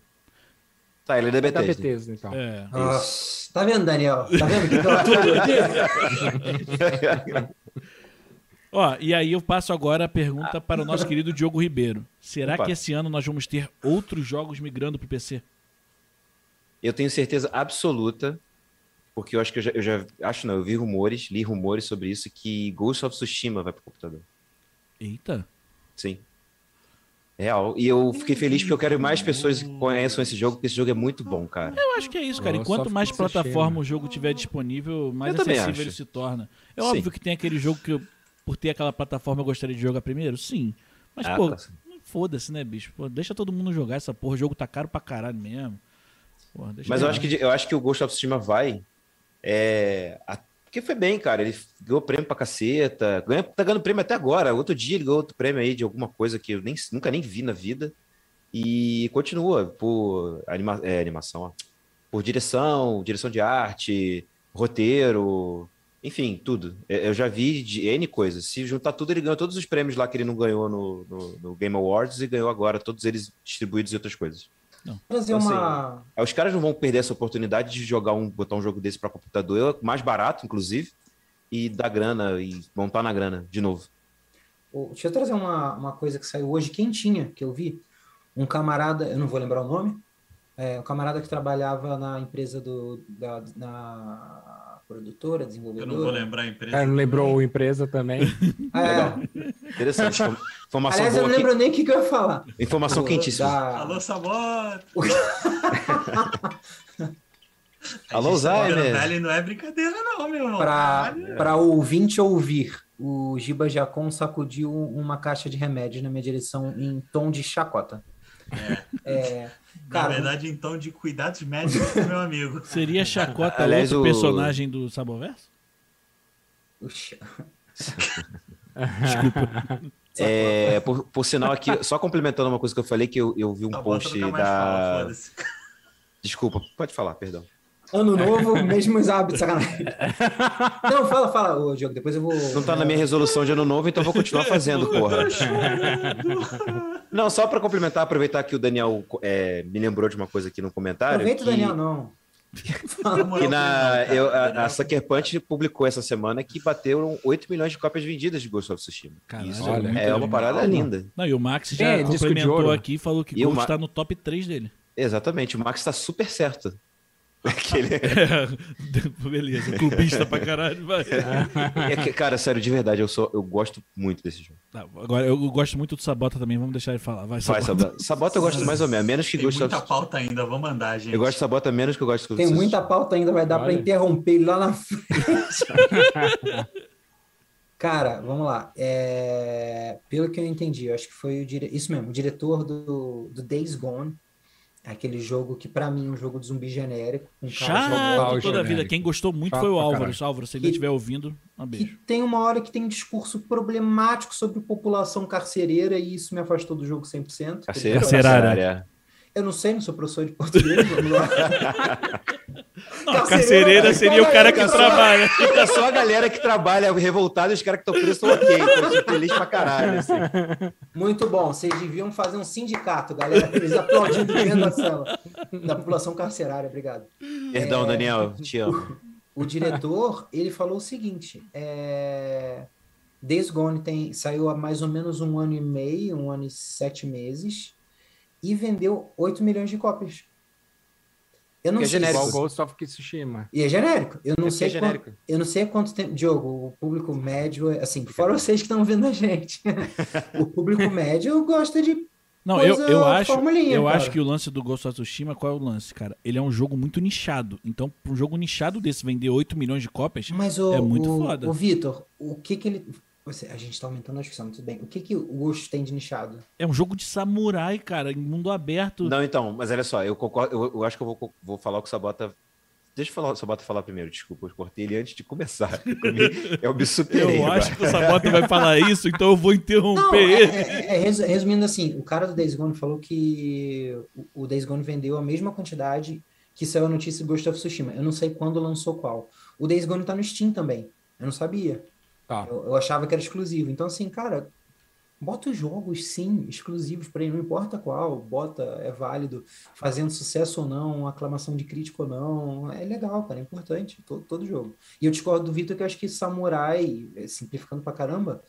S3: Tá, ele é da
S2: É da
S3: Bethesda.
S2: Bethesda, então.
S1: É.
S5: Ah, tá vendo, Daniel? Tá vendo que deu tudo aqui?
S1: Ó, e aí eu passo agora a pergunta para o nosso querido Diogo Ribeiro. Será
S3: Ah. Opa.
S1: que esse ano nós vamos ter outros jogos migrando pro PC?
S3: Eu tenho certeza absoluta, porque eu acho que eu já, eu já- acho não, eu vi rumores, li rumores sobre isso que Ghost of Tsushima vai pro computador.
S1: Eita.
S3: Sim. Real. E eu fiquei feliz porque eu quero que mais pessoas que conheçam esse jogo, porque esse jogo é muito bom, cara.
S1: Eu acho que é isso, cara.
S2: Eu
S1: Enquanto
S2: só
S1: mais
S2: fico com
S1: plataforma o jogo tiver disponível, mais
S3: Eu também
S1: acessível
S3: acho.
S1: ele se torna. É
S3: Sim.
S1: óbvio que tem aquele jogo que, eu, por ter aquela plataforma, eu gostaria de jogar primeiro? Sim. Mas,
S3: Ah,
S1: pô,
S3: tá certo.
S1: foda-se, né, bicho? Pô, deixa todo mundo jogar essa porra. O jogo tá caro pra caralho mesmo. Porra, deixa
S3: Mas eu
S1: lá.
S3: acho que de- eu acho que o Ghost of Tsushima vai. é, a- porque foi bem, cara. Ele ganhou prêmio pra caceta. Ganha, tá ganhando prêmio até agora. Outro dia ele ganhou outro prêmio aí de alguma coisa que eu nem, nunca nem vi na vida. E continua por anima, é, animação, ó. Por direção, direção de arte, roteiro, enfim, tudo. É, Eu já vi de N coisas. Se juntar tudo, ele ganhou todos os prêmios lá que ele não ganhou no, no- no Game Awards e ganhou agora, todos eles distribuídos em outras coisas.
S5: Trazer
S1: Assim,
S3: Então,
S5: uma.
S3: Aí Os caras não vão perder essa oportunidade de jogar um, botar um jogo desse para computador, mais barato, inclusive, e dar grana, e montar na grana, de novo.
S5: o- Deixa eu trazer uma, uma coisa que saiu hoje quentinha, que eu vi. Um camarada, eu não vou lembrar o nome, é, um camarada que trabalhava na empresa do. Da, na Produtora,
S4: Eu não vou
S5: desenvolvedora.
S4: lembrar a empresa.
S2: Ah, não lembrou o empresa também.
S5: Ah, é.
S3: Legal. Interessante. Inform- Informação
S5: Aliás, eu
S3: boa
S5: não
S3: aqui.
S5: lembro nem o que, que eu ia falar.
S3: Informação
S5: Do-
S3: quentíssima.
S5: da-
S4: Alô, Sabota!
S3: Alô, Alzheimer.
S4: tá Velho, não é brincadeira, não, meu irmão.
S5: Pra
S4: Caralho.
S5: para ouvinte ouvir, o Giba Jacon sacudiu uma caixa de remédios na minha direção em tom de chacota. É,
S4: Na
S5: cara,
S4: verdade, então, de cuidados médicos com meu amigo.
S1: Seria Chacota
S3: Aliás,
S1: outro
S3: o-
S1: personagem do Saboverso?
S5: Oxe.
S3: É, por, por sinal aqui, só complementando uma coisa que eu falei, que eu, eu vi um
S5: Tá
S4: Sabota
S5: então
S3: post
S4: nunca mais fala,
S3: da...
S4: foda-se.
S3: Desculpa, pode falar, perdão.
S5: ano novo, mesmos hábitos, sacanagem. Não, fala, fala, ô, Diogo, depois eu vou.
S3: Não tá na minha resolução de ano novo, então eu vou continuar fazendo, porra. Não, só pra complementar, aproveitar que o Daniel é, me lembrou de uma coisa aqui no comentário.
S5: Aproveita,
S3: que-
S5: Daniel, não.
S4: Na moral,
S3: Que na,
S4: não, cara.
S3: eu, a, a Sucker Punch publicou essa semana que bateram 8 milhões de cópias vendidas de Ghost of Tsushima.
S1: Caralho,
S3: Isso
S2: olha,
S3: é uma
S1: muito
S3: parada
S2: legal.
S3: linda.
S1: Não, e o Max já
S2: É, disco de
S1: complementou
S2: ouro.
S1: aqui e falou que
S3: E o
S1: Gold
S3: Ma-
S1: tá no top 3 dele.
S3: Exatamente, o Max tá super certo. Aquele-
S1: Beleza, clubista pra caralho, vai.
S3: É que, cara, sério, de verdade, eu, sou, eu gosto muito desse jogo.
S1: Tá, agora, eu gosto muito do Sabota também, vamos deixar ele falar. Vai,
S3: Vai,
S1: Sabota.
S3: Sabota. Sabota eu gosto mais ou menos, menos que
S4: Tem
S3: Ghost of
S4: muita pauta ainda, vou mandar, gente.
S3: Eu gosto de Sabota menos que eu gosto de Ghost
S5: Tem
S3: of
S5: muita pauta ainda, vai dar para
S2: Olha.
S5: interromper ele lá na frente. Cara, vamos lá. É, Pelo que eu entendi, eu acho que foi o dire... isso mesmo, o diretor do, do Days Gone, aquele jogo que pra mim é um jogo de zumbi genérico, um cara jogando,
S1: Chato
S2: Paulo
S1: toda a vida.
S2: genérico.
S1: Quem gostou muito
S2: né? Chato
S1: foi o
S2: pra
S1: Álvaro.
S2: caralho.
S1: Álvaro, se ele
S5: E-
S1: estiver ouvindo, um beijo.
S5: que tem uma hora que tem um discurso problemático sobre população carcereira e isso me afastou do jogo 100%.
S3: Carcerária.
S1: Carcerária.
S5: Eu não sei, não sou professor de português. vamos lá.
S1: carcereira seria o cara que
S5: Carcereira.
S1: trabalha.
S3: Fica É só a galera que trabalha revoltada e os caras que estão presos estão ok. Então eu sou feliz pra caralho. assim.
S4: É.
S5: Muito bom, vocês deviam fazer um sindicato, galera. Eles aplaudindo dentro da sala. Da população carcerária, obrigado.
S3: Perdão, Daniel, te amo.
S5: O diretor, ele falou o seguinte: é... Days Gone tem, saiu há mais ou menos um ano e meio, um ano e sete meses, e vendeu 8 milhões de cópias. Eu não
S3: Que é
S5: sei.
S3: genérico.
S2: Igual
S5: se-
S2: Ghost of Tsushima.
S5: E é genérico. Eu não
S3: É
S5: sei
S3: porque é
S5: quanto-
S3: genérico.
S5: eu não sei quanto tempo. Diogo, o público médio, é- assim, fora vocês que estão vendo a gente. o público médio gosta de
S1: Não, eu,
S5: Coisa
S1: eu acho,
S5: formulinha,
S1: eu
S5: cara.
S1: acho que o lance do Ghost of Tsushima, qual é o lance, cara? Ele é um jogo muito nichado. Então, pra um jogo nichado desse vender 8 milhões de cópias,
S5: Mas o,
S1: É muito
S5: o,
S1: foda.
S5: o Vitor, o que que ele. Você, a gente tá aumentando a discussão, tudo bem. O que que o gosto tem de nichado?
S1: é um jogo de samurai, cara, em mundo aberto.
S3: Não, então, mas olha só, eu concordo, eu, eu acho que eu vou, vou falar o que o Sabota. Deixa eu falar o Sabota falar primeiro, desculpa, eu cortei ele antes de começar. Eu, me, eu me
S1: eu
S3: superei.
S1: acho
S3: agora.
S1: que o Sabota vai falar isso, então eu vou interromper
S5: Não, é,
S1: ele.
S5: é- é- resu- resumindo assim, o cara do Days Gone falou que o, o Days Gone vendeu a mesma quantidade que saiu a notícia do Ghost of Tsushima. Eu não sei quando lançou qual. O Days Gone tá no Steam também. Eu não sabia.
S2: Tá.
S5: Eu, eu achava que era exclusivo. Então, assim, cara, bota os jogos, sim, exclusivos pra ele, não importa qual, bota, é válido, fazendo sucesso ou não, aclamação de crítico ou não. É legal, cara, é importante, todo, todo jogo. E eu discordo do Vitor que eu acho que Samurai, eh, simplificando pra caramba,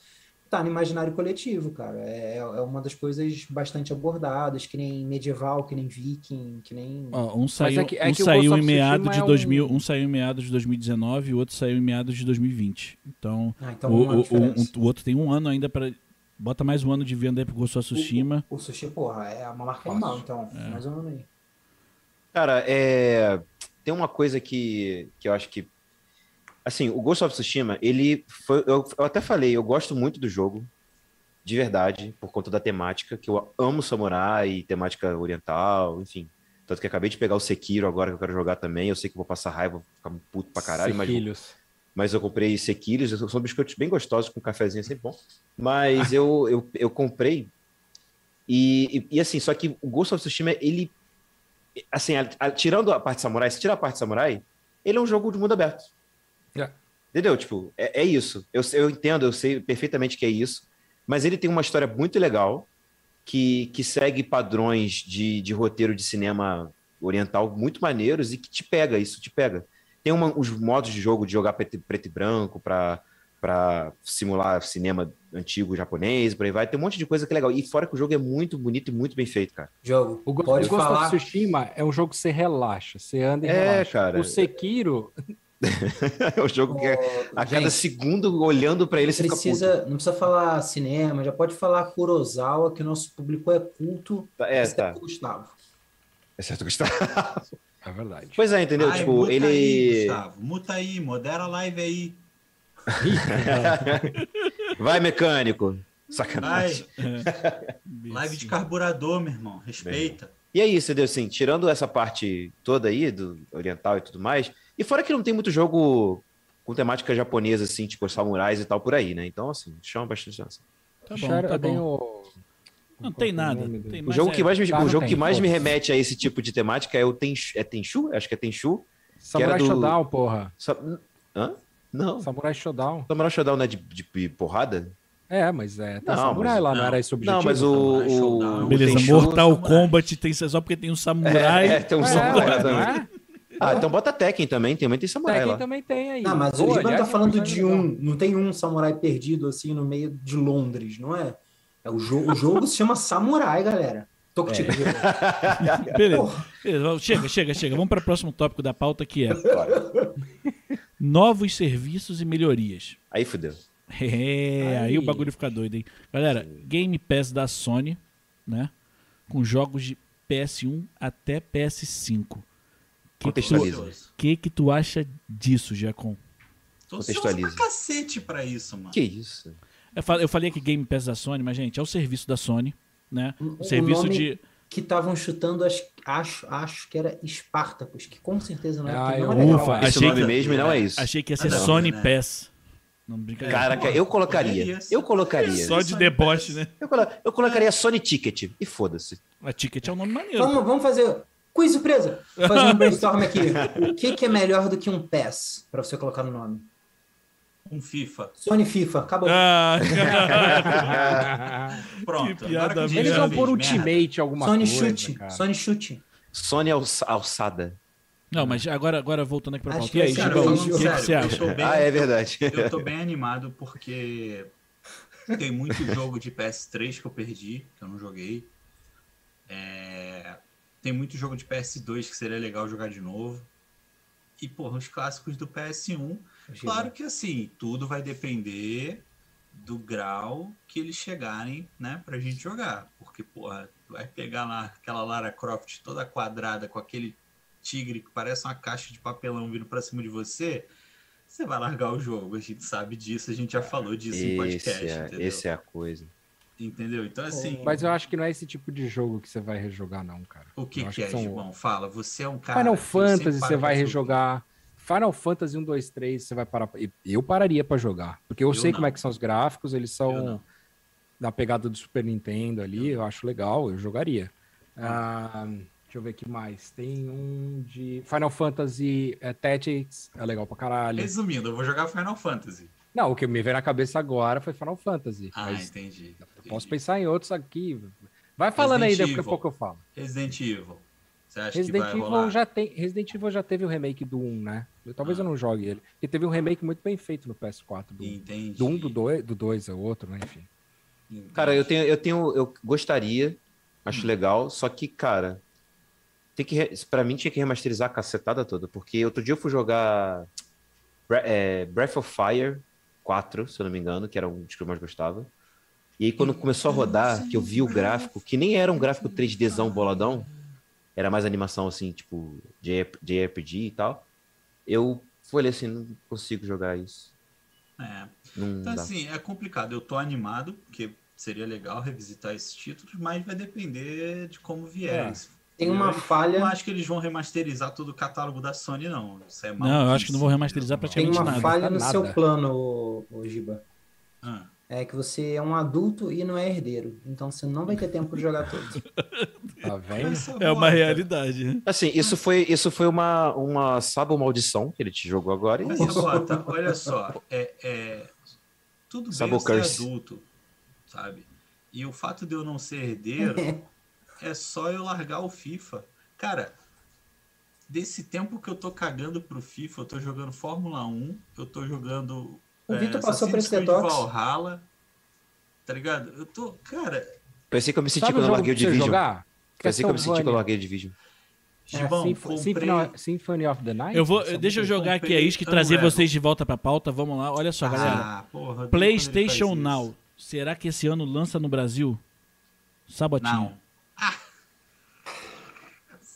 S5: tá no imaginário coletivo, cara. É, é uma das coisas bastante abordadas, que nem medieval, que nem viking, que nem.
S1: Ó, um saiu,
S2: é que- é
S1: um
S2: que o
S1: saiu
S2: Ghost
S1: em
S2: of
S1: meados
S2: Tsushima
S1: de
S2: é um-
S1: 2000, um... saiu em meados de 2019 e o outro saiu em meados de 2020. Então,
S5: Ah, então
S1: o,
S5: não há
S1: o- o-
S5: diferença.
S1: o outro tem um ano ainda pra. bota mais um ano de venda aí pro Ghost of Tsushima.
S5: O sushi, porra, é uma marca animal, então,
S1: É.
S5: mais ou menos aí.
S3: Cara, é, tem uma coisa que, que eu acho que. Assim, o Ghost of Tsushima, ele foi. Eu, eu até falei, eu gosto muito do jogo, de verdade, por conta da temática, que eu amo samurai e temática oriental, enfim. Tanto que eu acabei de pegar o Sekiro agora, que eu quero jogar também. Eu sei que eu vou passar raiva, vou ficar puto pra caralho, mas,
S2: Sequilhos.
S3: mas eu comprei sequilhos, são biscoitos bem gostosos, com cafezinho é sempre bom. Mas eu, eu, eu comprei. E, e, e assim, só que o Ghost of Tsushima, ele. Assim, a- a- tirando a parte samurai, se tirar a parte samurai, ele é um jogo de mundo aberto.
S2: É.
S3: Entendeu? Tipo, é, é isso. Eu, sei- eu entendo, eu sei perfeitamente que é isso. Mas ele tem uma história muito legal que, que segue padrões de, de roteiro de cinema oriental muito maneiros e que te pega, isso te pega. Tem uma, os modos de jogo de jogar preto, e- preto e branco para para simular cinema antigo japonês, por aí vai. Tem um monte de coisa que é legal. E fora que o jogo é muito bonito e muito bem feito, cara.
S5: Jogo,
S2: O, Go-
S5: pode
S2: o Ghost
S5: falar.
S2: of Tsushima é um jogo que você relaxa, você anda e
S3: É,
S2: relaxa.
S3: cara.
S2: O Sekiro
S3: É um jogo que a a
S5: Gente,
S3: cada segundo olhando pra ele,
S5: não
S3: você fica
S5: precisa, não precisa falar cinema, já pode falar Kurosawa, que o nosso público é culto.
S3: puto. É,
S5: exceto
S3: tá.
S5: o Gustavo.
S3: É certo, Gustavo.
S2: É verdade.
S3: Pois é, entendeu?
S4: Ai,
S3: tipo,
S4: muta Aí,
S3: ele.
S4: Gustavo, muta aí, modera a live aí.
S3: Vai, mecânico. Sacanagem.
S4: Ai, live de carburador, meu irmão. Respeita.
S3: E aí, entendeu? Assim, tirando essa parte toda aí, do oriental e tudo mais, e fora que não tem muito jogo com temática japonesa, assim, tipo os samurais e tal por aí, né? Então, assim, chama bastante atenção.
S1: Tá bom,
S2: Shadow-
S1: tá
S2: tem
S1: bom.
S2: o-
S1: Não tem nada. tem
S3: O
S1: mais
S3: jogo
S1: é-
S3: que mais, me,
S2: Tá,
S3: o
S2: não
S3: jogo
S2: tem,
S3: que mais me
S2: foda-se.
S3: remete a esse tipo de temática é o Tenchu. É Tenchu? Acho que é Tenchu.
S2: Samurai
S3: do-
S2: Shodown, porra.
S3: Sa- Hã? Não.
S2: Samurai Shodown.
S3: Samurai Shodown não é de, de- de porrada?
S2: É, mas é. Tem
S3: Não,
S2: samurai
S3: mas-
S2: lá, não,
S4: não.
S2: era esse o objetivo?
S3: não, mas o.
S4: Samurai Shodown.
S3: o- o
S1: Beleza,
S3: Tenchu-
S1: Mortal
S4: samurai.
S1: Kombat tem só porque tem um
S3: É,
S1: samurai.
S3: é, tem um
S2: É,
S3: samurai
S2: ué,
S3: também.
S2: não é?
S3: Ah, então bota Tekken também, também tem samurai
S2: Tekken
S3: lá.
S2: também tem aí.
S5: Ah, mas o
S2: Pô, é
S5: Giba tá
S2: aliás,
S5: falando
S2: Samurai
S5: de
S2: Shodown.
S5: um, não tem um samurai perdido assim no meio de Londres, não é? é o, jo- o jogo se chama Samurai, galera.
S3: É.
S5: Tô contigo. Giba.
S1: Beleza.
S5: Porra,
S1: Beleza, vamos- Chega, chega, chega. Vamos para o próximo tópico da pauta que é
S3: Claro.
S1: novos serviços e melhorias.
S3: Aí fudeu.
S1: É, aí. o bagulho fica doido, hein? Galera, Game Pass da Sony, né? Com jogos de PS1 até PS5. Que que, tu,
S3: Contextualiza.
S4: Ansioso.
S1: que que tu acha disso, Giacom?
S4: Tô
S3: Contextualiza.
S4: ansioso pra cacete pra isso, mano.
S3: Que isso?
S1: Eu fa- eu falei que Game Pass da Sony, mas, gente, é o serviço da Sony, né?
S5: O-
S1: O
S5: o
S1: serviço
S5: nome-
S1: de.
S5: que estavam chutando, acho, acho, acho que era Espartacus, que com certeza não é,
S2: Ah,
S5: porque não
S2: eu-
S5: é legal.
S1: Ufa,
S3: Esse
S1: achei
S3: nome
S1: que- tá-
S3: mesmo e não é isso.
S1: Achei que ia ser
S4: Ah, não,
S1: Sony
S4: né?
S1: Pass. Não, brincadeira.
S3: Caraca, eu
S4: É
S3: colocaria.
S4: isso.
S3: Eu colocaria.
S1: Só de
S4: Sony
S1: deboche,
S4: Pass.
S1: né?
S3: Eu, colo- eu colocaria Sony Ticket e foda-se.
S1: A Ticket é um nome maneiro.
S5: Vamos, vamos fazer quiz surpresa. Fazer um brainstorm aqui. O que, que é melhor do que um PES, pra você colocar no nome?
S4: Um FIFA.
S5: Sony FIFA, acabou.
S1: Ah,
S4: Pronto.
S1: Que piada
S4: agora
S1: merda.
S4: que a gente
S2: Eles
S4: já
S2: vão
S4: fez
S3: é
S2: pôr
S4: merda.
S2: Ultimate alguma
S5: Sony
S2: coisa.
S5: chute,
S2: cara.
S5: Sony chute.
S3: Sony alça- alçada.
S1: não, mas agora, agora voltando aqui pra pauta.
S5: Acho que
S1: E aí,
S5: vai ser
S4: Cara,
S1: Gibão, o
S5: isso.
S1: que,
S4: falando
S1: que você
S4: sério,
S1: acha?
S4: eu tô bem,
S3: Ah, é verdade.
S4: eu tô bem animado porque tem muito jogo de PS3 que eu perdi, que eu não joguei. É, Tem muito jogo de PS2 que seria legal jogar de novo. E, porra, os clássicos do PS1 Claro que assim, tudo vai depender do grau que eles chegarem, né, pra gente jogar. Porque, porra, tu vai pegar lá aquela Lara Croft toda quadrada com aquele tigre que parece uma caixa de papelão vindo pra cima de você, você vai largar o jogo. A gente sabe disso, a gente já falou disso em
S3: Esse
S4: podcast,
S3: é,
S4: entendeu?
S3: esse é a coisa.
S4: Entendeu? Então, assim,
S2: Mas eu acho que não é esse tipo de jogo que você vai rejogar, não, cara.
S4: o que,
S2: eu acho
S4: que é,
S2: que são-
S4: Gibão? Fala, você é um cara.
S2: Final
S4: que sempre
S2: Fantasy
S4: para
S2: você vai
S4: pra-
S2: rejogar. Final Fantasy 1, 2, 3, você vai parar. e- Eu pararia pra jogar. Porque eu,
S4: Eu
S2: sei
S4: não.
S2: como é que são os gráficos, eles
S4: Eu não.
S2: são da pegada do Super Nintendo ali, eu acho legal, eu jogaria. Ah, deixa eu ver que mais. Tem um de. Final Fantasy é, Tactics, é legal pra caralho.
S4: Resumindo, eu vou jogar Final Fantasy.
S2: Não, o que me veio na cabeça agora foi Final Fantasy.
S4: Ah,
S2: mas
S4: entendi. entendi.
S2: posso pensar em outros aqui. Vai falando aí,
S4: Resident
S2: daqui a
S4: Evil.
S2: pouco eu falo.
S4: Resident Evil. Você acha
S2: Resident
S4: que vai rolar?
S2: Evil, já tem, Resident Evil já teve o remake do 1, né? Eu- talvez
S4: Ah.
S2: eu não jogue ele. Porque teve um remake muito bem feito no PS4. Do, um.
S4: Entendi.
S2: do 1, do 2, do 2 é o outro, né? Enfim.
S4: Entendi.
S3: Cara, eu tenho, eu tenho, eu gostaria, acho legal, só que, cara, tem que, re- pra mim tinha que remasterizar a cacetada toda, porque outro dia eu fui jogar Bre- é, Breath of Fire 4, se eu não me engano, que era um dos que eu mais gostava. E aí quando começou a rodar, que eu vi o gráfico, que nem era um gráfico 3Dzão boladão, era mais animação assim, tipo J- JRPG e tal. Eu falei assim, não consigo jogar isso.
S4: É.
S3: Não
S4: Então,
S3: dá.
S4: assim, é complicado. Eu tô animado, porque seria legal revisitar esses títulos, mas vai depender de como vier.
S2: É.
S5: Tem uma
S4: Eu não
S5: falha,
S4: acho que eles vão remasterizar todo o catálogo da Sony, não. Isso é
S1: Não, eu acho que não vou remasterizar
S5: tem
S1: praticamente
S5: uma
S1: nada.
S5: falha no
S2: Nada.
S5: seu plano, ô- ô Giba.
S4: Ah,
S5: É que você é um adulto e não é herdeiro. Então você não vai ter tempo de jogar todos.
S2: Tá vendo?
S4: essa
S1: É uma
S4: boa,
S1: realidade, né?
S3: Assim, isso foi, isso foi uma, uma sábio maldição que ele te jogou agora.
S4: Mas, Sabota, olha só, é, é, tudo bem eu ser
S3: Sabocurse.
S4: adulto, sabe? E o fato de eu não ser herdeiro é só eu largar o FIFA. Cara, desse tempo que eu tô cagando pro FIFA, eu tô jogando Fórmula 1, eu tô jogando.
S5: O
S4: é,
S5: Vitor passou
S4: Assassin's
S5: por esse
S4: Creed
S5: detox.
S4: Valhalla, tá ligado? Eu tô. Cara,
S5: É,
S3: Pensei que eu me senti
S2: Sabe o jogo
S3: quando eu
S4: tipo um
S3: larguei
S2: que
S3: o
S2: você
S3: Division.
S2: jogar?
S3: Pensei que eu me senti quando eu
S2: Castlevania.
S3: larguei o Division.
S4: Gibão,
S2: Symf-
S4: comprei...
S2: Symphony, Symphony of the Night?
S1: Tá Eu vou,
S2: Essa
S1: deixa eu
S2: música-
S1: jogar aqui a
S4: comprei
S1: isca e
S4: Unravel.
S1: trazer vocês de volta pra pauta. Vamos lá, olha só, galera.
S4: Ah, porra, eu odeio quando ele faz
S1: PlayStation
S4: isso.
S1: Now. Será que esse ano lança no Brasil? Sabotinho.
S4: Não.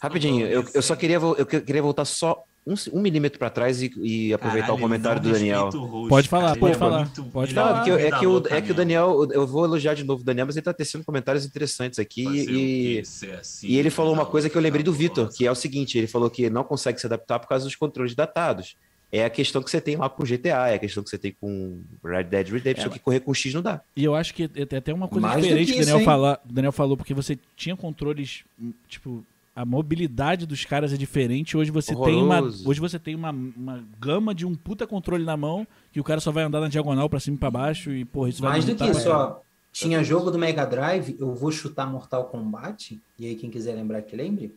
S3: Rapidinho, eu, eu só queria, vo- eu que- queria voltar só um, c- um milímetro pra trás e, e aproveitar
S4: Caralho,
S3: o comentário
S4: não
S3: do Daniel.
S4: respeita o host,
S1: Pode falar,
S4: cara.
S1: pode
S4: Ele é
S1: falar,
S4: muito-
S1: pode
S4: ele
S1: falar.
S3: Não, é que, eu- é,
S4: muito
S3: que o,
S4: louco,
S3: é que o Daniel, eu vou elogiar de novo o Daniel, mas ele tá tecendo comentários interessantes aqui.
S4: Fazer o
S3: E,
S4: quê? Ser assim,
S3: e ele falou uma
S4: não,
S3: coisa que eu lembrei do
S4: tá
S3: Vitor,
S4: bom.
S3: que é o seguinte: ele falou que não consegue se adaptar por causa dos controles datados. É a questão que você tem lá com GTA, é a questão que você tem com Red Dead
S4: É,
S3: Redemption, que correr com X não dá.
S1: E eu acho que é até uma coisa
S5: Mais do
S1: diferente
S5: que
S1: que o Daniel,
S5: isso, hein?
S1: falar, o Daniel falou, porque você tinha controles, hum, tipo, a mobilidade dos caras é diferente. Hoje você tem uma,
S3: Horroroso.
S1: hoje você tem uma, uma gama de um puta controle na mão que o cara só vai andar na diagonal pra cima e pra baixo e, porra, isso vai
S5: Mais do que
S1: limitar pra
S5: isso,
S1: caralho.
S5: ó. Tinha jogo do Mega Drive, eu vou chutar Mortal Kombat, e aí quem quiser lembrar que lembre,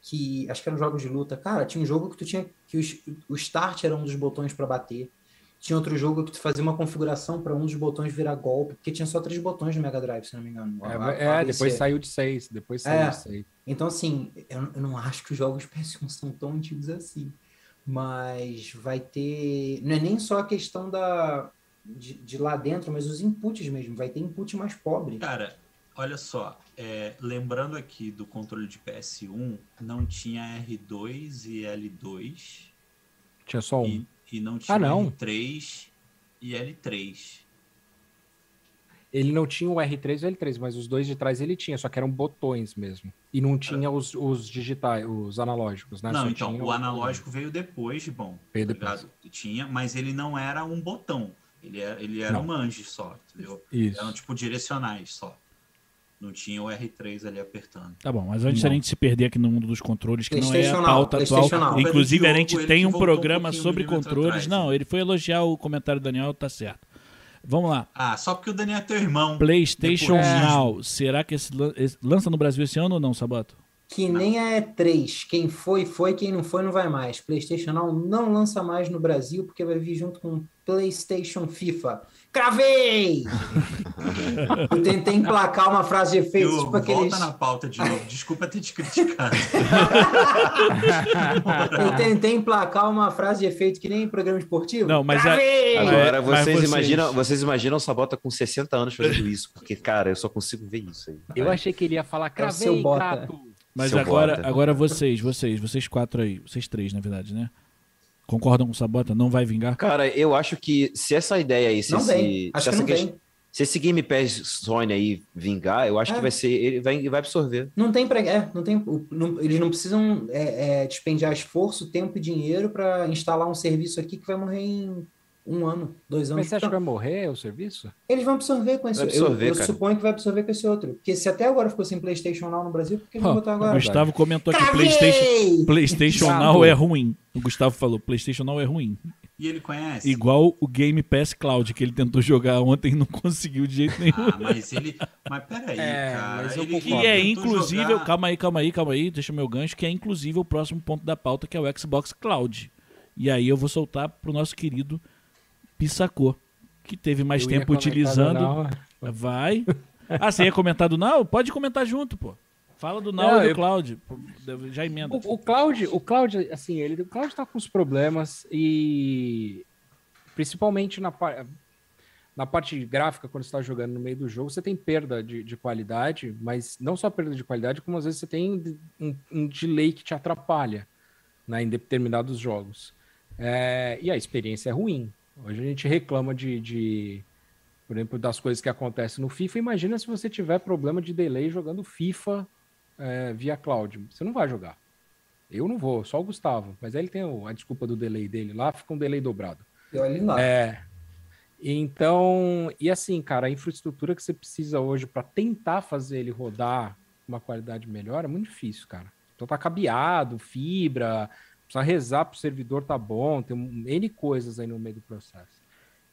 S5: que acho que eram jogos de luta. Cara, tinha um jogo que tu tinha que os- o start era um dos botões pra bater. Tinha outro jogo que tu fazia uma configuração pra um dos botões virar golpe, porque tinha só três botões no Mega Drive, se não me engano.
S2: É,
S5: A-
S4: Ah,
S2: mas-
S5: a-
S2: é,
S5: ABC.
S2: depois saiu de 6. Depois saiu
S5: É.
S2: de 6.
S5: Então, assim, eu, eu não acho que os jogos PS1 são tão antigos assim. Mas vai ter. Não é nem só a questão da, de, de lá dentro, mas os inputs mesmo. Vai ter input mais pobre.
S4: Cara, olha só, é, lembrando aqui do controle de PS1, não tinha R2 e L2
S2: Tinha só um.
S4: e, e não tinha
S2: não.
S4: R3 e L3.
S2: Ele não tinha o R3 e o L3, mas os dois de trás ele tinha, só que eram botões mesmo. E não tinha os, os digitais, os analógicos, né?
S4: não,
S2: Só
S4: então,
S2: tinha
S4: o analógico veio depois, bom,
S2: Veio
S4: tá
S2: depois.
S4: ligado? tinha, mas ele não era um botão, ele era, ele era
S2: Não.
S4: um anjo só, entendeu? Eram
S2: Isso.
S4: tipo direcionais só. Não tinha o R3 ali apertando.
S1: Tá bom, mas antes da
S2: Não.
S1: gente se perder aqui no mundo dos controles, que não é a
S5: PlayStation não,
S1: pauta atual.
S5: PlayStation não.
S1: Inclusive, a
S4: Ele
S1: gente
S4: que
S1: tem um
S4: voltou um
S1: programa
S4: pouquinho
S1: sobre
S4: milímetro
S1: controles.
S4: atrás,
S1: não,
S4: né?
S1: ele foi elogiar o comentário do Daniel, tá certo. Vamos lá.
S4: Ah, só porque o Daniel é teu irmão.
S1: PlayStation
S4: Depois-
S1: Now, será que esse lan- esse- lança no Brasil esse ano ou não, Sabato?
S5: Que nem a E3. Quem foi, foi. Quem não foi, não vai mais. PlayStation Now não lança mais no Brasil, porque vai vir junto com PlayStation FIFA. Cravei! Eu tentei emplacar uma frase de efeito,
S4: Eu-
S5: tipo aqueles.
S4: Volta na pauta de novo. Desculpa ter te criticado.
S5: Eu tentei emplacar uma frase de efeito que nem programa esportivo.
S1: Não, mas a-
S5: Cravei!
S3: Agora,
S1: É, mas
S3: vocês,
S1: vocês-
S3: imaginam vocês imaginam o Sabota com 60 anos fazendo isso, porque, cara, eu só consigo ver isso aí.
S2: Eu achei que ele ia falar
S5: É seu
S2: cravei,
S5: bota."
S2: crato.
S1: Mas
S3: Seu
S1: agora,
S3: Bota.
S1: agora vocês, vocês, vocês quatro aí, vocês três, na verdade, né? Concordam com o Sabota? Não vai vingar?
S3: Cara, eu acho que se essa ideia aí, se,
S5: Não
S3: esse,
S5: vem.
S3: se
S5: Acho que
S3: essa
S5: não
S3: questão-
S5: tem.
S3: se esse Game Pass Sony aí vingar, eu acho
S5: É.
S3: que vai ser, ele vai, vai absorver.
S5: Não tem pra. É, não tem, o- não- eles não precisam é, é, dispendiar esforço, tempo e dinheiro para instalar um serviço aqui que vai morrer em um ano, dois anos.
S2: Mas você acha
S5: Então,
S2: que é um vai morrer o serviço?
S5: Eles vão absorver com esse
S3: Vai
S5: outro. Eu-
S3: absorver,
S5: eu,
S3: cara.
S5: suponho que vai absorver com esse outro. Porque se até agora ficou sem PlayStation Now no Brasil, por que eles vão
S1: Ó,
S5: botar
S1: o
S5: agora?
S1: Gustavo comentou aqui,
S5: Cravei!
S1: PlayStation, PlayStation
S2: Cravou.
S1: Now é ruim. O Gustavo falou, PlayStation Now é ruim.
S4: E ele conhece.
S1: Igual o Game Pass Cloud, que ele tentou jogar ontem e não conseguiu de jeito nenhum.
S4: Ah, mas ele. Mas peraí,
S2: É,
S4: cara.
S2: mas eu
S4: ele,
S2: concordo.
S1: E
S4: ele
S1: é
S4: tentou
S1: inclusive,
S4: jogar-
S1: calma aí, calma aí, calma aí, deixa meu gancho, que é inclusive o próximo ponto da pauta, que é o Xbox Cloud. E aí eu vou soltar pro nosso querido Pissacô, que teve mais
S2: Eu ia
S1: tempo
S2: comentar
S1: utilizando.
S2: no Now.
S1: Vai. Ah, você ia comentar do Now? Pode comentar junto, pô. Fala do Now
S2: Não,
S1: e do
S2: eu-
S1: Cloud. Já emenda.
S2: O, o Cloud, o Cloud, assim, ele, o Cloud tá com os problemas e principalmente na, par- na parte gráfica, quando você tá jogando no meio do jogo, você tem perda de, de qualidade, mas não só perda de qualidade, como às vezes você tem um, um delay que te atrapalha né, em determinados jogos. É, e a experiência é ruim. Hoje a gente reclama de, de, por exemplo, das coisas que acontecem no FIFA. Imagina se você tiver problema de delay jogando FIFA é, via cloud. Você não vai jogar. Eu não vou, só o Gustavo. Mas aí ele tem o- a desculpa do delay dele lá, fica um delay dobrado.
S5: E olha lá.
S2: É. Então, e assim, cara, a infraestrutura que você precisa hoje para tentar fazer ele rodar com uma qualidade melhor é muito difícil, cara. Então tá cabeado, fibra, precisa rezar pro servidor tá bom, tem um- N coisas aí no meio do processo.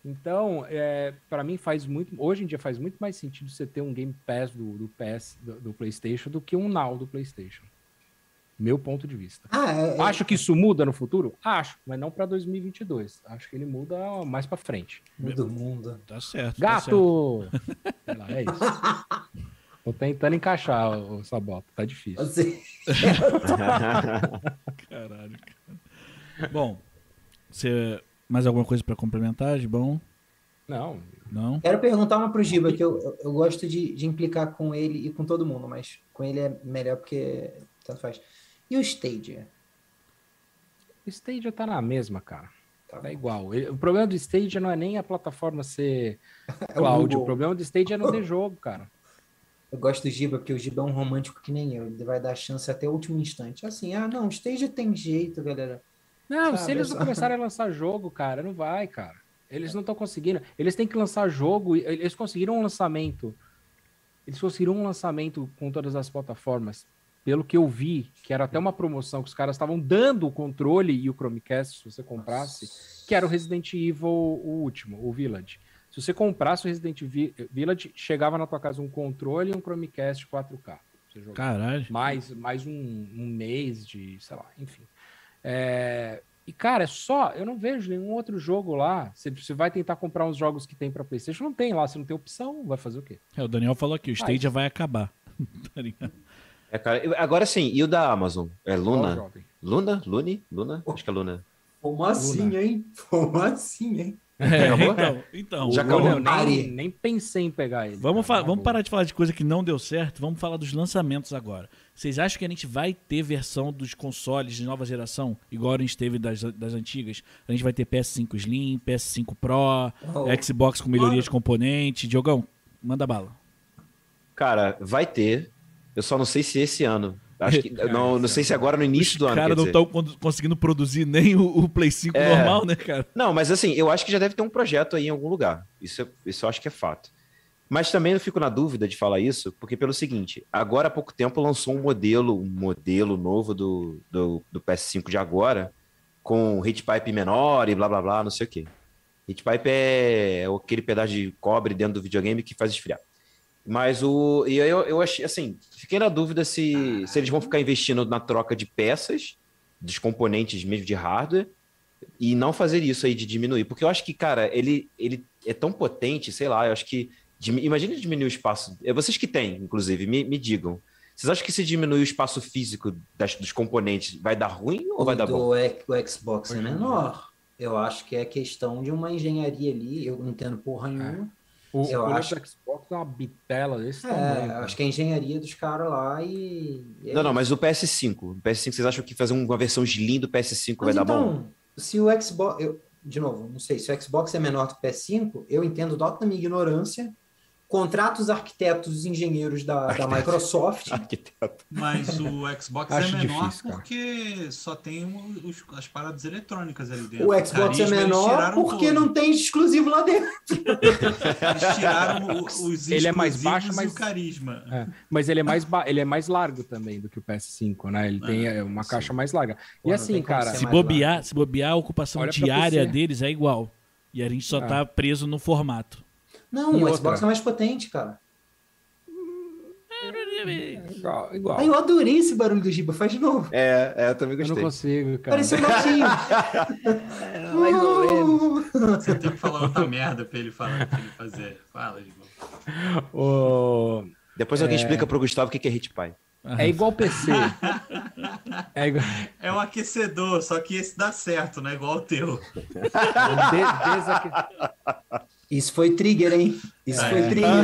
S2: Então, é, para mim faz muito, hoje em dia faz muito mais sentido você ter um Game Pass do, do PS do, do PlayStation do que um Now do PlayStation. Meu ponto de vista.
S5: Ah, é, é-
S2: Acho que isso muda no futuro? Acho, mas não para 2022. Acho que ele muda mais para frente.
S5: do mundo.
S1: Tá certo. tá certo.
S2: Gato! Sei lá, é isso. Tô tentando encaixar o, o Sabota, tá difícil.
S5: Assim,
S1: Caralho, cara. Bom, você. Mais alguma coisa pra complementar, Gibão?
S2: Não,
S1: Não?
S5: quero perguntar uma pro Giba, que eu, eu, eu gosto de, de implicar com ele e com todo mundo, mas com ele é melhor porque tanto faz. E o Stadia?
S2: o Stadia tá na mesma, cara.
S5: Tá
S2: Tá
S5: bom.
S2: igual. Ele- O problema do Stadia não é nem a plataforma ser
S5: É o
S2: cloud.
S5: Google.
S2: o problema do Stadia é não ter jogo, cara.
S5: Eu gosto do Giba, porque o Giba é um romântico que nem eu. Ele vai dar chance até o último instante. Assim, ah, não, Stadia tem jeito, galera.
S2: Não, se
S5: Sabe,
S2: eles
S5: é
S2: não
S5: só-
S2: começarem a lançar jogo, cara, não vai, cara. Eles não estão conseguindo. Eles têm que lançar jogo. e- Eles conseguiram um lançamento. Eles conseguiram um lançamento com todas as plataformas. Pelo que eu vi, que era até uma promoção que os caras estavam dando o controle e o Chromecast, se
S3: Um
S2: você comprasse,
S5: é
S2: que era o Resident Evil, o último, o Village. Se você comprasse o Resident Vi- Village, chegava na tua casa um controle e um Chromecast 4K. pra Você jogar
S1: Caralho.
S2: mais, mais um, um mês de, sei lá, enfim. É, e, cara, é só, eu não vejo nenhum outro jogo lá. Você, você vai tentar comprar uns jogos que tem pra Playstation, não tem lá, você não tem opção, vai fazer o quê?
S1: É, o Daniel falou aqui, o
S2: Vai.
S1: Stadia vai acabar. Tá ligado?
S3: É, cara, eu- agora sim, e o da Amazon? É
S2: Ó,
S3: Luna?
S2: jovem.
S3: Luna? Lune? Luna? Acho que é Luna.
S5: Como assim, hein? Como assim, hein?
S1: É,
S3: acabou?
S1: então, então
S3: Já
S2: Não,
S3: acabou?
S2: eu nem,
S5: Pare.
S2: nem pensei em pegar ele.
S1: Vamos,
S2: cara,
S1: fa-
S2: na
S1: vamos
S2: boa.
S1: parar de falar de coisa que não deu certo, vamos falar dos lançamentos agora. Vocês acham que a gente vai ter versão dos consoles de nova geração, igual a gente teve das, das antigas? A gente vai ter PS5 Slim, PS5 Pro,
S5: Oh.
S1: Xbox com melhoria de componente. Diogão, manda bala.
S3: Cara, vai ter. Eu só não sei se esse ano. Acho que. não, não sei se agora no início do
S1: Os
S3: ano. quer
S1: caras não
S3: dizer.
S1: estão conseguindo produzir nem o, o Play 5
S3: É.
S1: normal, né, cara?
S3: Não, mas assim, eu acho que já deve ter um projeto aí em algum lugar. Isso, eu- isso eu acho que é fato. Mas também eu fico na dúvida de falar isso, porque pelo seguinte, agora há pouco tempo lançou um modelo, um modelo novo do, do, do PS5 de agora, com heat pipe menor e blá blá blá, não sei o quê. Heat pipe é aquele pedaço de cobre dentro do videogame que faz esfriar. Mas o. E aí eu, eu achei, assim, fiquei na dúvida se, se eles vão ficar investindo na troca de peças, dos componentes mesmo de hardware, e não fazer isso aí de diminuir, porque eu acho que, cara, ele, ele é tão potente, sei lá, eu acho que. dimi- Imagina diminuir o espaço. É vocês que têm, inclusive, me, me digam. Vocês acham que se diminuir o espaço físico das- dos componentes, vai dar ruim ou vai dar bom?
S5: do, e- o Xbox é menor. Eu acho que é questão de uma engenharia ali. Eu não entendo porra
S3: É,
S5: nenhuma.
S2: O,
S5: Eu
S2: eu
S5: acho-
S2: acho... Xbox é uma bitela desse
S5: É,
S2: tamanho.
S5: eu
S2: cara.
S5: acho que é a engenharia dos caras lá e. e é
S3: Não, não, mas o PS5. O PS5, vocês acham que fazer uma versão slim do PS5 vai
S5: Mas
S3: dar bom?
S5: então, se o Xbox. Eu, de novo, não sei, se o Xbox é menor que o PS5, eu entendo da minha ignorância. Contrata os arquitetos e engenheiros da, da Microsoft.
S3: Ah, Arquiteto.
S4: Mas o Xbox
S2: Acho
S4: é menor
S2: difícil, cara.
S4: porque só tem o- os- as paradas eletrônicas ali dentro.
S5: O Xbox
S4: Carisma,
S5: é
S4: eles
S5: menor
S4: tiraram
S5: porque
S4: todo.
S5: não tem exclusivo lá dentro.
S4: Eles tiraram o- os
S2: Ele é mais
S4: exclusivos
S2: baixo,
S4: e
S2: mas-
S4: o carisma.
S2: É, mas ele é, mais ba- ele é mais largo também do que o PS5, né? Ele tem é, uma caixa mais larga.
S5: Pô,
S2: e
S5: não
S2: assim,
S5: tem como
S2: cara,
S5: ser
S1: Se
S5: mais
S1: bobear, se bobear, a ocupação
S2: Olha pra
S1: diária
S2: PC.
S1: deles é igual. E a gente só
S2: Ah.
S1: tá preso no formato.
S5: Não,
S2: E
S5: o
S2: outra?
S5: Xbox é mais potente, cara.
S2: igual. igual.
S5: Aí eu adorei esse barulho do Giba, faz de novo.
S3: É, é, eu também
S2: Eu não
S3: gostei.
S2: consigo, cara. É,
S5: Parecia um gatinho. Uh!
S2: mais ou
S4: Você tem que falar outra merda pra ele falar, pra ele fazer. Fala, irmão.
S2: O-
S3: Depois alguém explica pro Gustavo o que que é Hitpai.
S2: É igual PC. É igual...
S4: É um aquecedor, só que esse dá certo, né? Igual o teu.
S2: de- desaque-
S5: Isso foi trigger, hein? Isso
S4: Ah,
S5: foi
S4: é.
S5: trigger.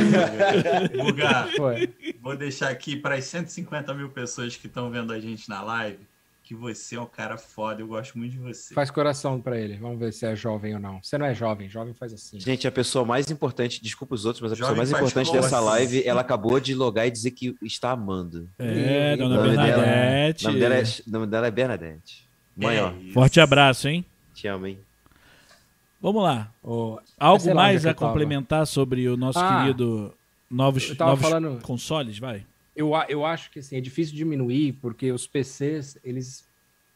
S4: Bugar,
S2: Foi.
S4: vou deixar aqui para as 150 mil pessoas que estão vendo a gente na live que você é um cara foda. Eu gosto muito de você.
S2: Faz coração pra ele. Vamos ver se é jovem ou não. Você não é jovem, jovem faz assim.
S3: Gente, a pessoa mais importante, desculpa os outros, mas a pessoa
S4: Jovem
S3: mais
S4: faz
S3: importante
S4: como
S3: dessa
S4: assim?
S3: live, ela acabou de logar e dizer que está amando.
S1: É,
S5: E-
S1: dona
S3: o nome dela-
S1: Bernadette.
S3: O nome dela é, o nome dela é Bernadette. Mãe,
S4: É
S3: ó,
S4: isso.
S1: Forte abraço, hein?
S3: te amo, hein?
S1: Vamos lá.
S2: O-
S1: Algo
S2: Sei lá onde é
S1: mais
S2: que
S1: a
S2: eu tava.
S1: complementar sobre o nosso
S2: Ah,
S1: querido novos,
S2: eu tava
S1: novos
S2: falando-
S1: consoles, vai?
S2: Eu, a- eu acho que assim, é difícil diminuir, porque os PCs, eles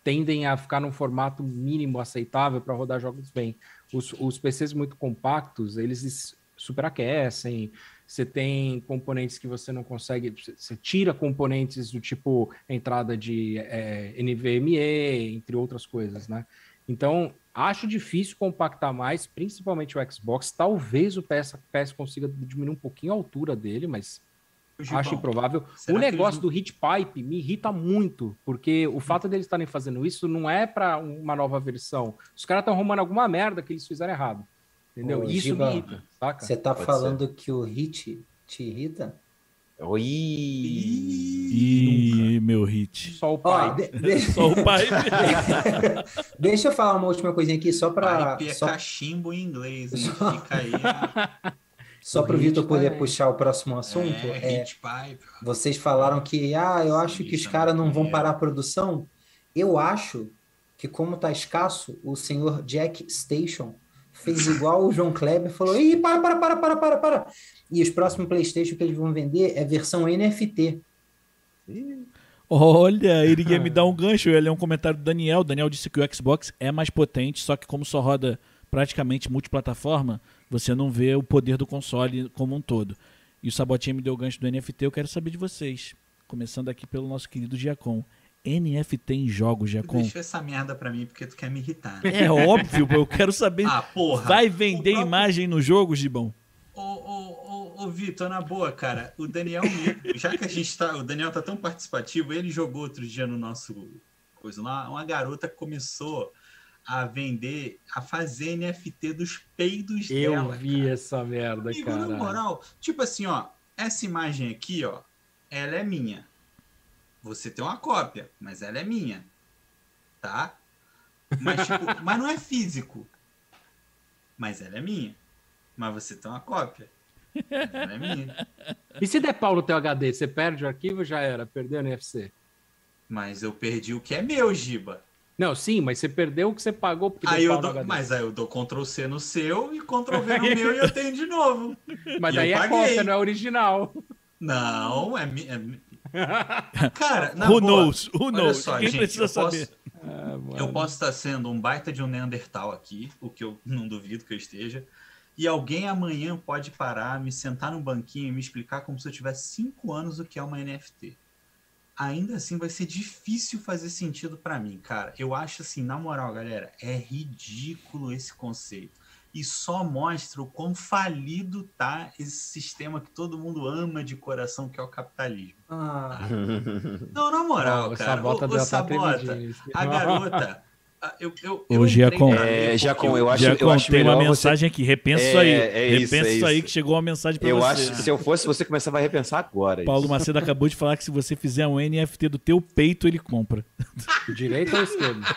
S2: tendem a ficar num formato mínimo aceitável para rodar jogos bem. Os, os PCs muito compactos, eles es- superaquecem, você tem componentes que você não consegue, você- você tira componentes do tipo entrada de eh, NVMe, entre outras coisas, né? Então, acho difícil compactar mais, principalmente o Xbox. Talvez o PS, PS consiga diminuir um pouquinho a altura dele, mas
S4: Gibão,
S2: acho improvável.
S4: será
S2: o
S4: que eles
S2: negócio
S4: não-
S2: do
S4: Uhum.
S2: hit pipe me irrita muito, porque o fato deles estarem fazendo isso não é para uma nova versão. Os caras estão arrumando alguma merda que eles fizeram errado. Entendeu?
S5: Ô,
S2: isso
S5: Giba,
S2: me irrita, saca?
S5: Você tá
S3: Pode
S5: falando que o hit te irrita?
S3: Oi!
S1: Ih, meu hit.
S2: Só o
S5: Ó,
S2: pai.
S5: de- de-
S1: Só o pai.
S5: deixa eu falar uma última coisinha aqui só para
S4: Pipe é
S5: só,
S4: cachimbo em inglês, hein? Fica
S2: um
S4: aí. é, a-
S5: só para o
S2: hit
S5: Vitor poder
S2: também.
S5: puxar o próximo assunto.
S4: É,
S5: é,
S4: hit pipe.
S5: Vocês falaram que, ah, eu acho
S4: tá
S5: que os caras não vão
S4: É.
S5: parar a produção. Eu acho que, como tá escasso, o senhor Jack Station fez igual o João Kleber e falou: ih, para, para, para, para, para, para. E os próximos PlayStation que eles vão vender é versão NFT.
S1: Olha, ele ia me dar um gancho. Ele é um comentário do Daniel. O Daniel disse que o Xbox é mais potente, só que como só roda praticamente multiplataforma, você não vê o poder do console como um todo. E o Sabotinha me deu o gancho do NFT, eu quero saber de vocês. Começando aqui pelo nosso querido Giacom. NFT em jogos, Giacom.
S4: Deixa essa merda pra mim, porque tu quer me irritar. né?
S1: É óbvio, pô, eu quero saber.
S4: Ah, porra.
S1: Vai vender
S4: O próprio-
S1: imagem no jogo, Gibão?
S4: Ô, ô, ô, ô, Vitor, na boa, cara, o Daniel, mesmo, já que a gente tá, o Daniel tá tão participativo, ele jogou outro dia no nosso coisa lá, uma garota começou a vender, a fazer NFT dos peidos
S2: Eu
S4: dela.
S2: vi essa merda,
S4: Amigo, na
S2: cara.
S4: moral, tipo assim, ó, essa imagem aqui, ó, ela é minha. Você tem uma cópia, mas ela é minha. Tá? Mas, tipo, mas não é físico. Mas ela é minha. Mas você tem uma cópia. Mas Ela é minha.
S2: E se der pau no teu HD, você perde o arquivo, já era, perdeu o NFC.
S4: Mas eu perdi o que é meu, Giba.
S2: Não, sim, mas você perdeu o que você pagou porque
S4: Aí
S2: deu
S4: eu
S2: pau no
S4: dou,
S2: HD.
S4: mas aí eu dou Ctrl C no seu e Ctrl V no meu e eu tenho de novo.
S2: Mas
S4: eu
S2: daí é
S4: paguei.
S2: cópia, não é original.
S4: Não, é minha. Cara, na
S1: Who
S4: boa,
S1: knows? Who
S4: Olha
S1: knows?
S4: só,
S1: Quem
S4: gente,
S1: precisa
S4: eu posso-
S1: saber?
S2: Ah,
S4: Eu posso estar sendo um baita de um Neandertal aqui, o que eu não duvido que eu esteja, e alguém amanhã pode parar, me sentar num banquinho e me explicar como se eu tivesse cinco anos o que é uma NFT. Ainda assim, vai ser difícil fazer sentido pra mim, cara. Eu acho assim, na moral, galera, é ridículo esse conceito. E só mostra o quão falido tá esse sistema que todo mundo ama de coração, que é o capitalismo.
S5: Ah,
S4: Não, na moral,
S2: Não, o
S4: cara.
S2: Sabota
S4: ô- ô,
S2: deu até
S4: Sabota,
S2: tremidinho, isso.
S4: a garota. a- Eu, eu,
S1: Ô,
S4: eu entrei
S1: Giacom.
S4: na
S3: É,
S4: lei
S3: Giacom,
S4: porque
S3: eu acho, eu
S1: Giacom,
S3: acho
S1: tem uma
S3: melhor você
S1: mensagem aqui. Repensa isso aí.
S3: É, é isso,
S1: Repensa
S3: é
S1: isso aí
S3: isso.
S1: que chegou uma mensagem pra
S3: Eu
S1: você.
S3: acho que se eu fosse você, começava a repensar agora.
S1: Paulo
S3: isso.
S1: Macedo acabou de falar que se você fizer um NFT do teu peito, ele compra.
S2: Direito ou esquerdo?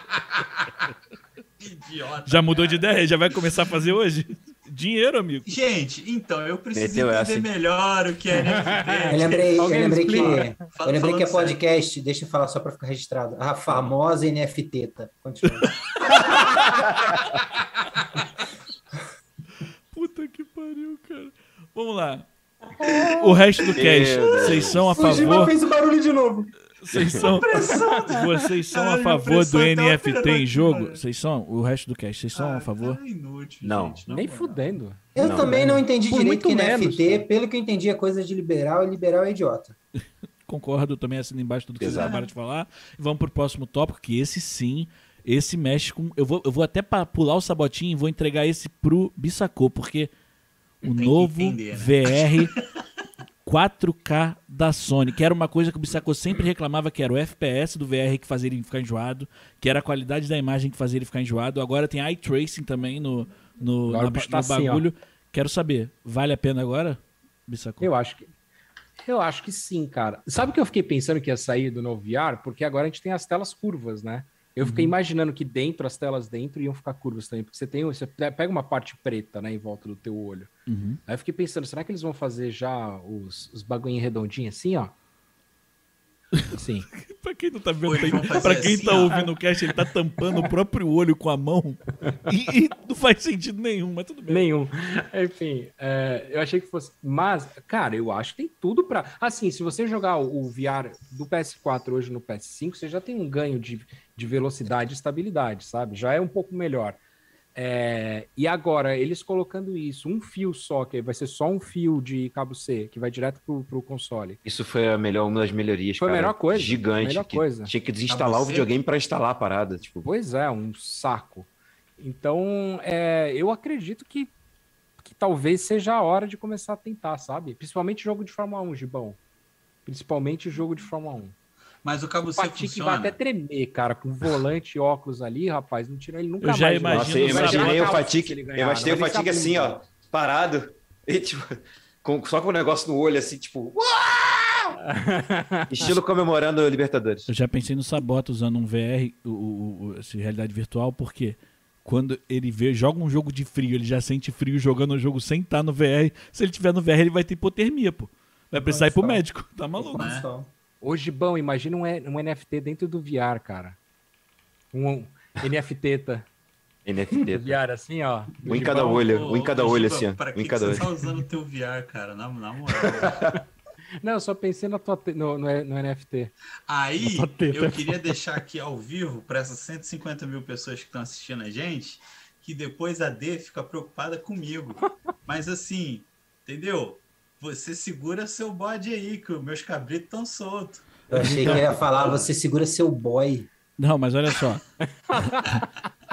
S4: Idiota.
S1: Já mudou de ideia? Já vai começar a fazer hoje? Dinheiro, amigo.
S4: Gente, então, eu preciso
S3: Meteu
S4: entender
S3: essa, hein?
S4: melhor o que é NFT.
S5: eu lembrei, eu
S2: Alguém
S5: lembrei que,
S2: explica.
S5: eu lembrei que é
S4: Falando
S5: podcast. Deixa eu falar só para ficar registrado. A famosa NFT. -ta. tá? Continua.
S1: Puta que pariu, cara. Vamos lá. O resto do cast,
S3: Meu Deus.
S1: vocês são a
S5: O Giba
S1: favor?
S5: fez o barulho de novo.
S1: Vocês são, vocês são a
S4: Caralho,
S1: favor do
S4: pressão até uma
S1: NFT em
S4: alternativa,
S1: jogo?
S4: velho.
S1: Vocês são? O resto do cast, vocês são
S4: Ah,
S1: a favor?
S4: cara, é inútil,
S3: Não.
S4: gente, na
S2: um Nem
S4: moral.
S2: fudendo.
S5: Eu
S3: Não,
S1: né?
S5: também não entendi
S2: Por
S5: direito que
S2: muito
S5: NFT,
S2: menos, cara.
S5: pelo que eu entendi, é coisa de liberal e liberal é idiota.
S1: Concordo, também assino embaixo tudo que vocês
S3: Exato.
S1: acabaram de falar. E Vamos pro próximo tópico, que esse sim, esse mexe com. Eu vou, eu vou até pa- pular o sabotinho e vou entregar esse pro Bissacô, porque o
S4: Tem que
S1: novo
S4: entender, né?
S1: VR 4K da Sony, que era uma coisa que o Bissacô sempre reclamava, que era o FPS do VR que fazia ele ficar enjoado, que era a qualidade da imagem que fazia ele ficar enjoado. Agora tem eye tracing também no, no,
S2: Agora
S1: na-
S2: o bicho tá
S1: no
S2: assim, ó.
S1: bagulho. Quero saber, vale a pena agora, Bissacô?
S2: Eu acho que. Eu acho que sim, cara. Sabe o que eu fiquei pensando que ia sair do novo VR? Porque agora a gente tem as telas curvas, né? Eu fiquei imaginando que dentro, as telas dentro iam ficar curvas também, porque você tem, você pe- pega uma parte preta, né, em volta do teu olho.
S1: Uhum.
S2: Aí eu fiquei pensando, será que eles vão fazer já os, os bagulhinhos redondinhos assim, ó? Assim.
S1: Pra quem não tá vendo,
S4: Ou eles
S1: tá-
S4: vão fazer
S1: pra quem
S4: assim,
S1: tá
S4: ó.
S1: ouvindo o cast, ele tá tampando o próprio olho com a mão e, e não faz sentido nenhum, mas tudo bem.
S2: Nenhum. Enfim, é, eu achei que fosse. Mas, cara, eu acho que tem tudo pra. Assim, se você jogar o, o VR do PS4 hoje no PS5, você já tem um ganho de, de velocidade e estabilidade, sabe? Já é um pouco melhor. É, e agora, eles colocando isso, um fio só, que vai ser só um fio de cabo C, que vai direto pro, pro console.
S3: Isso foi a melhor, uma das melhorias,
S2: Foi a
S3: cara.
S2: melhor coisa,
S3: Gigante.
S2: melhor
S3: que
S2: coisa.
S3: Tinha que desinstalar
S4: Ah,
S3: o
S4: você?
S3: videogame pra instalar a parada. Tipo,
S2: Pois é, um saco. Então, é, eu acredito que, que talvez seja a hora de começar a tentar, sabe? Principalmente jogo de Fórmula 1, Gibão. Principalmente jogo de Fórmula 1.
S4: Mas o cabo C
S2: Patinho que vai
S4: funciona.
S2: até tremer, cara, com volante e óculos ali, rapaz, não tira ele nunca
S1: Eu já
S2: mais. de
S1: imagino o
S2: lá.
S3: Nossa, eu
S1: Zabala.
S3: imaginei o
S2: Acaba
S3: Fatic,
S2: se ele
S3: eu
S2: ganhar,
S3: imaginei
S2: não
S3: o
S2: vai nem
S3: Fatic
S2: saber
S3: assim,
S2: muito,
S3: ó, parado, e tipo, com- só com o negócio no olho, assim, tipo, "Uau!" estilo comemorando o Libertadores.
S1: Eu já pensei no Sabota usando um VR, o, o- o- esse realidade virtual, porque quando ele vê, joga um jogo de frio, ele já sente frio jogando o jogo sem estar no VR. Se ele tiver no VR, ele vai ter hipotermia, pô. Vai precisar ir pro
S5: só.
S1: médico. Tá maluco?
S4: né?
S5: Só.
S2: Ô, Gibão, imagina um, E- um NFT dentro do VR, cara. Um NFT -ta.
S3: NFT.
S2: VR, assim, ó.
S3: Um em cada olho, um em cada olho, assim, ó.
S4: Para
S3: Um
S4: que,
S3: em
S4: que
S3: cada
S4: você
S3: olho.
S4: tá usando o teu VR, cara? Na, na moral.
S2: Não, eu só pensei na tua te- no, no, no NFT.
S4: Aí,
S2: Nossa, teta.
S4: eu queria deixar aqui ao vivo para essas 150 mil pessoas que estão assistindo a gente, que depois a D fica preocupada comigo. Mas assim, entendeu? Você segura seu bode aí, que os meus cabritos estão soltos.
S5: Eu achei que ele ia falar, você segura seu boy.
S1: Não, mas olha só.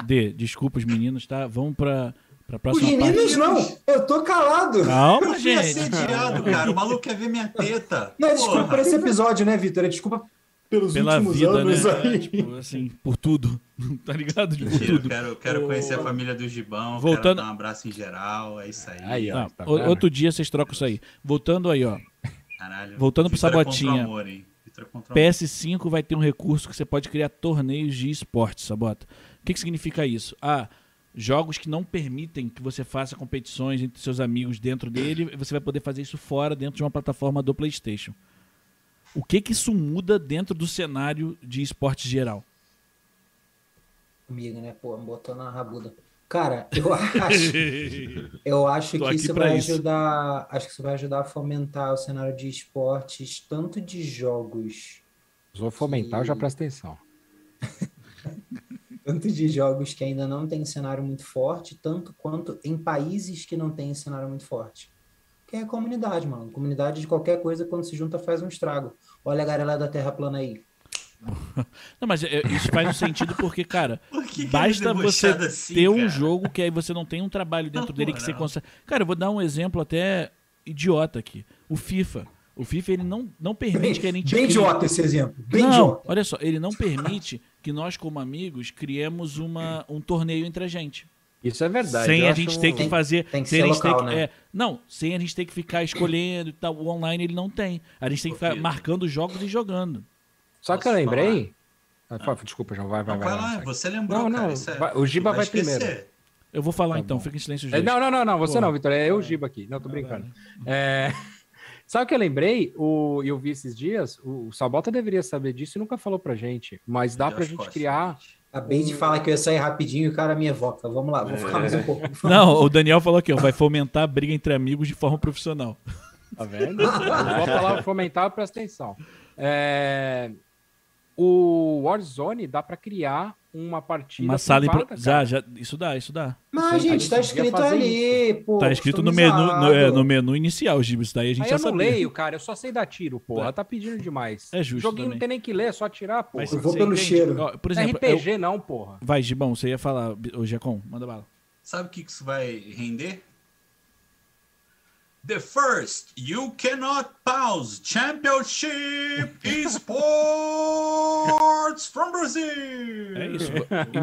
S1: D, desculpa os meninos, tá? Vamos pra, pra próxima parte.
S5: não, eu tô calado.
S1: Calma,
S4: Fui
S1: gente.
S4: assediado, cara. O maluco quer ver minha teta.
S5: Não, é desculpa por
S4: Porra.
S5: esse episódio, né, Vitor? É desculpa pelos
S1: Pela
S5: últimos
S1: vida, né?
S5: anos
S1: É,
S5: aí.
S1: tipo, assim, por tudo. tá ligado? Por
S4: Mentira, eu
S1: tudo.
S4: quero, quero conhecer a família do Gibão, quero
S1: Voltando-
S4: dar um abraço em geral, é isso aí.
S2: Aí, ó.
S1: Não,
S2: tá
S1: o-
S2: vendo?
S1: outro dia vocês trocam isso aí. Voltando aí, ó.
S4: Caralho.
S1: Voltando pro
S4: Vitória contra o
S1: Sabotinha.
S4: amor, hein? Vitória contra o amor.
S1: PS5 vai ter um recurso que você pode criar torneios de esportes, Sabota. O que, que significa isso? Ah, jogos que não permitem que você faça competições entre seus amigos dentro dele, você vai poder fazer isso fora, dentro de uma plataforma do PlayStation. O que, que isso muda dentro do cenário de esportes geral?
S5: Comigo, né? Pô, me botou na rabuda. Cara, eu acho, eu acho
S1: Tô
S5: que
S1: aqui
S5: isso
S1: pra
S5: vai
S1: isso.
S5: ajudar. Acho que isso vai ajudar a fomentar o cenário de esportes, tanto de jogos
S2: Vou fomentar, eu já presta atenção.
S5: tanto de jogos que ainda não tem cenário muito forte, tanto quanto em países que não tem cenário muito forte. Que é a comunidade, mano. Comunidade de qualquer coisa, quando se junta, faz um estrago. Olha a galera da Terra Plana aí.
S1: Não, mas é, isso faz um sentido porque, cara,
S4: Por que que ele é
S1: basta você
S4: debochado assim,
S1: ter um
S4: cara?
S1: jogo que aí você não tem um trabalho dentro
S4: Na
S1: dele que você
S4: moral.
S1: consegue. Cara, eu vou dar um exemplo até idiota aqui. O FIFA. O FIFA ele não, não permite que a gente crie-
S5: esse exemplo.
S1: não, olha só, ele não permite que nós como amigos criemos uma, um torneio entre a gente.
S2: Isso é verdade.
S1: sem
S2: eu
S1: a
S2: acho
S1: gente
S2: um-
S1: ter que
S5: Tem-
S1: fazer,
S5: tem que
S1: sem a
S5: ser
S1: gente ter
S5: local,
S1: que-
S5: né?
S1: é, não, sem a gente ter que ficar escolhendo e tal. O online ele não tem. A gente tem que ficar
S4: Duvido.
S1: marcando jogos e jogando.
S2: Só que eu
S4: Posso
S2: lembrei. Ah, fa- Desculpa, João, vai, vai,
S4: Não,
S2: vai.
S4: vai
S2: vai,
S4: lá,
S2: vai.
S4: você lembrou,
S2: Não,
S4: cara.
S2: não,
S4: isso é-
S2: vai- o Giba
S4: vai
S2: vai primeiro.
S4: esquecer.
S1: Eu vou falar
S2: Tá
S1: então,
S2: bom.
S1: fica em silêncio os
S2: É,
S1: dois.
S2: Não, não, não, não, você
S1: Porra.
S2: não, Vitor, é eu, Giba aqui. Não, tô brincando. É, Sabe o que eu lembrei? O... Eu vi esses dias, o, o Sabota deveria saber disso e nunca falou pra gente, mas dá
S4: Deus
S2: pra gente
S4: Costa,
S2: criar.
S4: gente.
S5: Acabei de falar que eu ia sair rapidinho e o cara me evoca. Vamos lá, vou ficar
S2: É.
S5: mais um pouco.
S1: Não, o Daniel falou aqui, ó, vai fomentar a briga entre amigos de forma profissional.
S2: Tá vendo? Vou falar, fomentar, presta atenção. É, O Warzone dá pra criar uma partida.
S1: Uma sala
S2: privada,
S1: impro-
S2: cara.
S1: já, já, isso dá, isso dá.
S5: Mas,
S2: Sim, a
S5: gente,
S2: gente
S5: tá
S2: podia
S5: escrito
S2: fazer
S5: ali, pô.
S1: tá escrito no menu, no, é, no menu inicial, Giba, isso daí a gente
S2: Aí
S1: já
S2: eu não
S1: sabia.
S2: leio, cara, eu só sei dar tiro, porra. Tá pedindo demais.
S1: É justo
S2: Joguinho
S1: também.
S2: não tem nem que ler, é só atirar, porra.
S1: Mas
S5: Eu vou
S1: você
S5: pelo
S1: entende?
S5: cheiro.
S1: Ó, por
S2: Não é
S1: exemplo, eu-
S2: RPG não, porra.
S1: vai, Gibão, você ia falar, ô Giacom, manda bala.
S4: Sabe o que que isso vai render? The first you cannot pause championship esports from Brazil.
S1: É isso.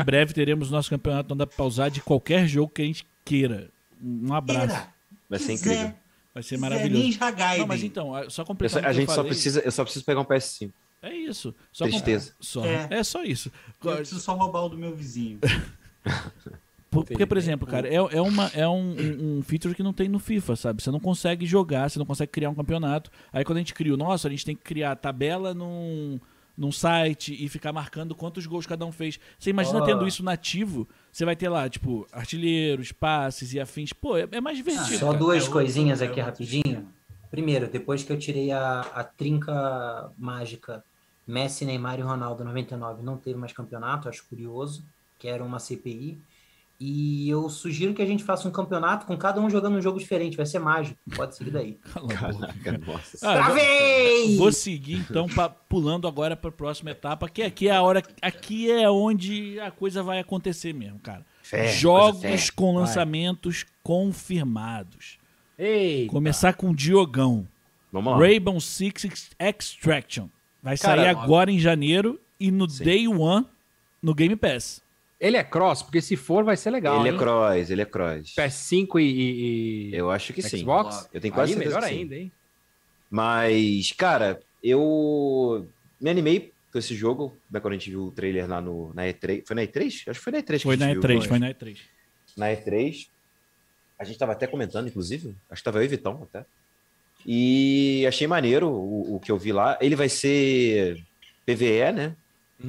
S1: em breve teremos nosso campeonato onda pausar de qualquer jogo que a gente queira. Um abraço.
S4: Era.
S3: Vai ser
S4: Zé-
S3: incrível.
S1: Vai ser
S4: Zé
S1: maravilhoso.
S4: Ninja
S2: é
S4: Gaiden.
S1: Não, mas então, ah, só
S3: Eu só-
S1: completando o que
S3: a
S1: eu
S3: gente só
S1: falei.
S3: precisa, eu só preciso pegar um PS5.
S1: É isso. Só com-
S3: Tristeza.
S1: Só.
S4: É.
S1: É. só isso.
S4: Eu preciso só roubar o do meu vizinho.
S1: Por- Porque, por exemplo, cara, é, é, uma, é um, um- um feature que não tem no FIFA, sabe? Você não consegue jogar, você não consegue criar um campeonato. Aí quando a gente cria o nosso, a gente tem que criar a tabela num, num site e ficar marcando quantos gols cada um fez. Você imagina
S5: Ah.
S1: tendo isso nativo, você vai ter lá, tipo, artilheiros, passes e afins. Pô, é, é mais divertido.
S5: Ah, Só
S1: cara.
S5: duas
S4: outro-
S5: coisinhas
S4: Ah, é
S5: aqui
S4: outro
S5: rapidinho.
S4: esquema.
S5: Primeiro, depois que eu tirei a, a trinca mágica Messi, Neymar e Ronaldo 99, não teve mais campeonato, acho curioso, que era uma CPI. E eu sugiro que a gente faça um campeonato com cada um jogando um jogo diferente, vai ser mágico, pode seguir daí.
S1: Cala a boca.
S3: Caraca, nossa.
S1: Ah,
S5: Travei!
S1: Vou seguir então pra- pulando agora para a próxima etapa, que aqui é a hora, aqui é onde a coisa vai acontecer mesmo, cara.
S3: Fé, É, coisa
S1: Jogos
S3: fé.
S1: com lançamentos confirmados.
S2: Ei!
S1: Começar com o Diogão.
S3: Vamos lá.
S1: Rainbow Six Extraction. Vai
S3: Cara,
S1: sair
S3: ó.
S1: agora em janeiro e no
S3: Sim.
S1: Day One no Game Pass.
S2: Ele é cross, porque se for, vai ser legal.
S3: ele
S2: hein?
S3: é cross, ele é cross.
S2: PS5 e, e- e
S3: Eu acho que sim.
S2: Xbox?
S3: Eu tenho quase
S2: Aí,
S3: certeza
S2: melhor
S3: que sim.
S2: ainda, hein?
S3: Mas, cara, eu me animei com esse jogo, né, quando a gente viu o trailer lá no, na E3. Foi na E3? Acho que foi na E3 que
S1: Foi
S3: a gente
S1: na
S3: viu,
S1: E3,
S3: né?
S1: foi na E3.
S3: na E3. A gente tava até comentando, inclusive. Acho que tava eu e Vitão até. E achei maneiro o, o que eu vi lá. Ele vai ser PVE, né?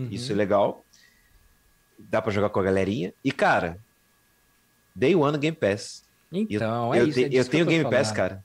S3: Isso é legal. Dá pra jogar com a galerinha. E, cara, Day One no Game Pass.
S2: Então, é
S3: eu
S2: isso.
S3: te-
S2: é disso
S3: eu
S2: que
S3: tenho
S2: tô
S3: Game Pass,
S2: falando.
S3: cara.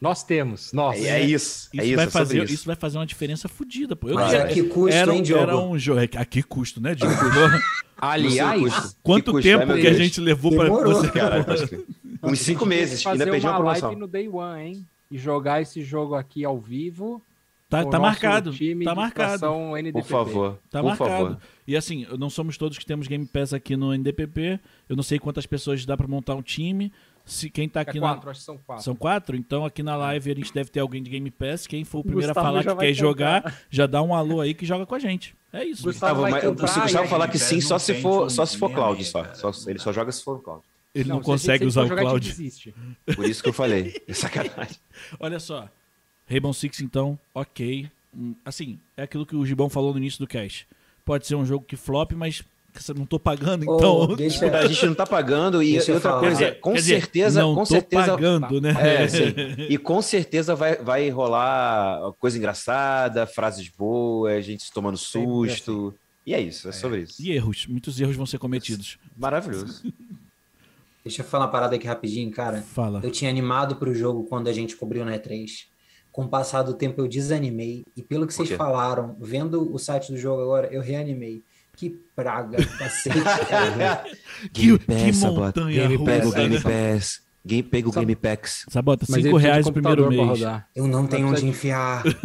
S2: Nós temos.
S3: É,
S2: Nossa.
S3: é isso.
S1: Isso,
S3: é isso.
S1: vai
S3: é sobre
S1: fazer,
S3: isso.
S1: isso. vai fazer uma diferença fodida, pô. Eu
S5: Mas
S1: quero-
S5: a que custo,
S1: era,
S5: hein,
S1: um,
S5: Diogo?
S1: era um jogo. A que custo, né, Diogo?
S3: Não
S2: Aliás,
S3: sei o custo.
S1: Quanto
S3: custo? Ai,
S1: tempo
S3: né, meu
S1: que a
S3: Deus.
S1: gente levou pra
S5: Demorou.
S1: você. Tá,
S3: Cara, pode crer. uns cinco meses.
S2: fazer
S3: Ainda perdi uma
S2: uma
S3: promoção.
S2: live no Day One, hein? E jogar esse jogo aqui ao vivo.
S1: Tá,
S2: com o
S1: tá
S2: nosso
S1: marcado.
S2: time
S1: Tá
S2: de
S1: marcado.
S2: estação NDPP.
S3: Por favor.
S1: Tá
S3: por
S1: marcado.
S3: favor.
S1: E assim, não somos todos que temos Game Pass aqui no NDPP. Eu não sei quantas pessoas dá pra montar um time. Se quem tá
S2: É
S1: aqui na.
S2: quatro, acho que são quatro.
S1: São quatro? Então aqui na live a gente deve ter alguém de Game Pass. Quem for o primeiro
S2: Gustavo
S1: a
S2: já
S1: falar que
S2: vai
S1: quer jogar, já dá um alô aí que joga com a gente. É isso.
S3: Gustavo,
S2: vai
S3: mas o
S2: comprar
S3: Gustavo
S2: e aí-
S3: falar que sim só se
S4: Não
S3: for,
S4: tem
S3: só se for
S4: como,
S3: cloud
S4: né,
S3: só.
S4: cara?
S3: Só- ele só joga se for cloud.
S1: Ele não,
S2: se a gente- se
S1: consegue
S2: ele
S1: usar
S2: for
S1: o
S2: jogar, a gente
S1: Cloud.
S2: desiste.
S3: Por isso que eu falei. É sacanagem.
S1: Olha só. Rainbow Six, então, ok. Hum, Assim, é aquilo que o Gibão falou no início do cast. Pode ser um jogo que flop, mas eu não tô pagando,
S5: Ô,
S1: então.
S5: deixa-
S3: A gente não tá pagando e
S5: É. Deixa eu
S3: outra
S5: falar.
S3: coisa,
S1: Quer
S3: com
S1: dizer,
S3: certeza,
S1: não
S3: com
S1: tô
S3: certeza
S1: pagando, né?
S3: É, sim. E com certeza vai, vai rolar coisa engraçada, frases boas, gente se tomando susto. E é isso, é sobre isso.
S1: E erros, muitos erros vão ser cometidos.
S3: Maravilhoso.
S5: Deixa eu falar uma parada aqui rapidinho,
S2: é
S5: cara.
S1: Fala.
S5: Eu tinha animado pro jogo quando a gente cobriu na E3. Com o passar do tempo eu desanimei. E pelo que
S3: Por
S5: vocês
S3: quê?
S5: falaram, vendo o site do jogo agora, eu reanimei. Que praga, cacete, cara.
S1: Que, que montanha russa, né?
S3: Pass. Game, pega o Game Packs.
S1: Sabota,
S2: Mas ele
S1: 5
S2: precisa de
S1: reais no primeiro
S2: computador pra É.
S1: mês.
S2: rodar.
S5: Eu não tenho
S2: Mas
S5: onde enfiar. Não tenho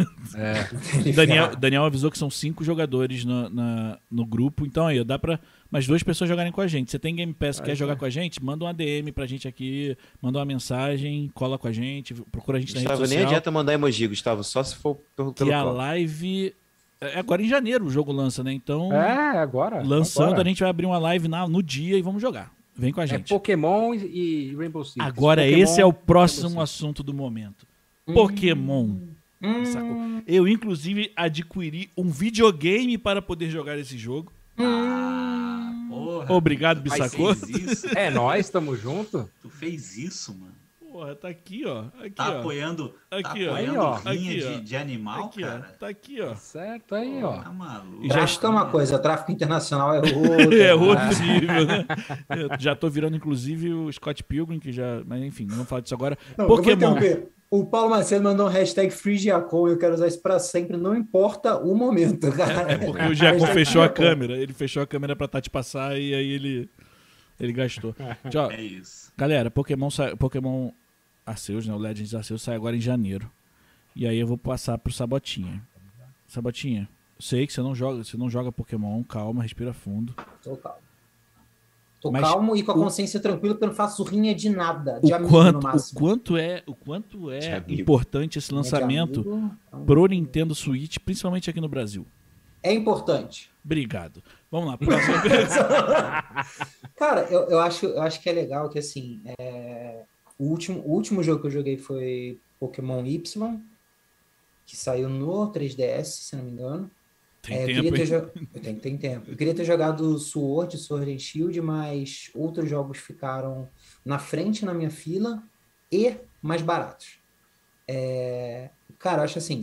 S5: onde
S1: Daniel,
S5: enfiar.
S1: Daniel avisou que são cinco jogadores na- na- no grupo, então aí ó, dá pra mais duas pessoas jogarem com a gente. Você tem Game Pass, quer
S2: é.
S1: jogar com a gente? Manda um ADM pra gente aqui, manda uma mensagem, cola com a gente, procura a gente na rede
S3: Gustavo, nem
S1: social.
S3: adianta mandar emoji, Gustavo, só se for pelo,
S1: Que
S3: pelo
S1: a
S3: copo.
S1: live. É agora em janeiro o jogo lança, né? Então,
S2: É, agora.
S1: lançando,
S2: agora.
S1: a gente vai abrir uma live na- no dia e vamos jogar. Vem com a
S2: É
S1: gente.
S2: Pokémon e e Rainbow Six.
S1: Agora,
S2: Pokémon-
S1: esse é o próximo
S2: Rainbow
S1: assunto do momento. Pokémon.
S5: Hum,
S1: Sacou? Eu, inclusive, adquiri um videogame para poder jogar esse jogo.
S4: Ah, porra.
S1: Obrigado,
S4: tu
S1: Bissacô.
S4: fez isso?
S2: Six. É, nós estamos junto.
S4: Tu fez isso, mano.
S1: Porra, tá aqui, ó. Aqui,
S4: Tá
S1: ó.
S4: apoiando, tá
S1: Aqui, ó.
S2: Aí,
S4: apoiando
S1: ó.
S4: linha
S1: Aqui,
S4: de,
S1: ó.
S4: de animal,
S1: Aqui, ó.
S4: cara.
S1: Tá aqui, ó.
S2: Certo aí, ó.
S4: Tá maluco.
S1: E já
S5: Tráfico é uma coisa, tráfico internacional é outra.
S1: É outro nível, né? Eu já tô virando, inclusive, o Scott Pilgrim, que já. Mas enfim, não vamos falar disso agora.
S5: Não, Eu vou
S1: Pokémon.
S5: interromper. o Paulo Macedo mandou um hashtag FreeGiacom, eu quero usar isso pra sempre, não importa o momento, cara.
S1: É porque o Giacomo fechou a câmera. Ele fechou a câmera pra Tati passar e aí ele. Ele gastou. Tchau.
S4: É isso.
S1: Galera, Pokémon, sai- Pokémon Arceus, né? O Legends Arceus sai agora em janeiro. E aí eu vou passar pro Sabotinha. Sabotinha, eu sei que você não joga, você não joga Pokémon, calma, respira fundo.
S5: Tô calmo. Tô
S1: Mas
S5: calmo e com a consciência tranquila, porque eu não faço rinha de nada, de
S1: O
S5: amigo no
S1: quanto, o
S5: máximo.
S1: quanto é, o quanto
S3: De
S1: é
S3: amigo.
S1: importante esse
S5: Rinha de
S1: lançamento
S5: amigo, então,
S1: pro Nintendo Switch, principalmente aqui no Brasil.
S5: É importante.
S1: Obrigado. Vamos lá,
S5: É,
S1: próximo.
S5: Cara, eu, eu, acho, eu acho que é legal que, assim, é, o, último, o último jogo que eu joguei foi Pokémon Y, que saiu no 3DS, se não me engano.
S1: Tem
S5: É, eu,
S1: tempo,
S5: queria ter
S1: hein?
S5: jo- eu tenho- tem tempo. Eu queria ter jogado Sword, Sword and Shield, mas outros jogos ficaram na frente na minha fila e mais baratos. É, Cara, eu acho assim,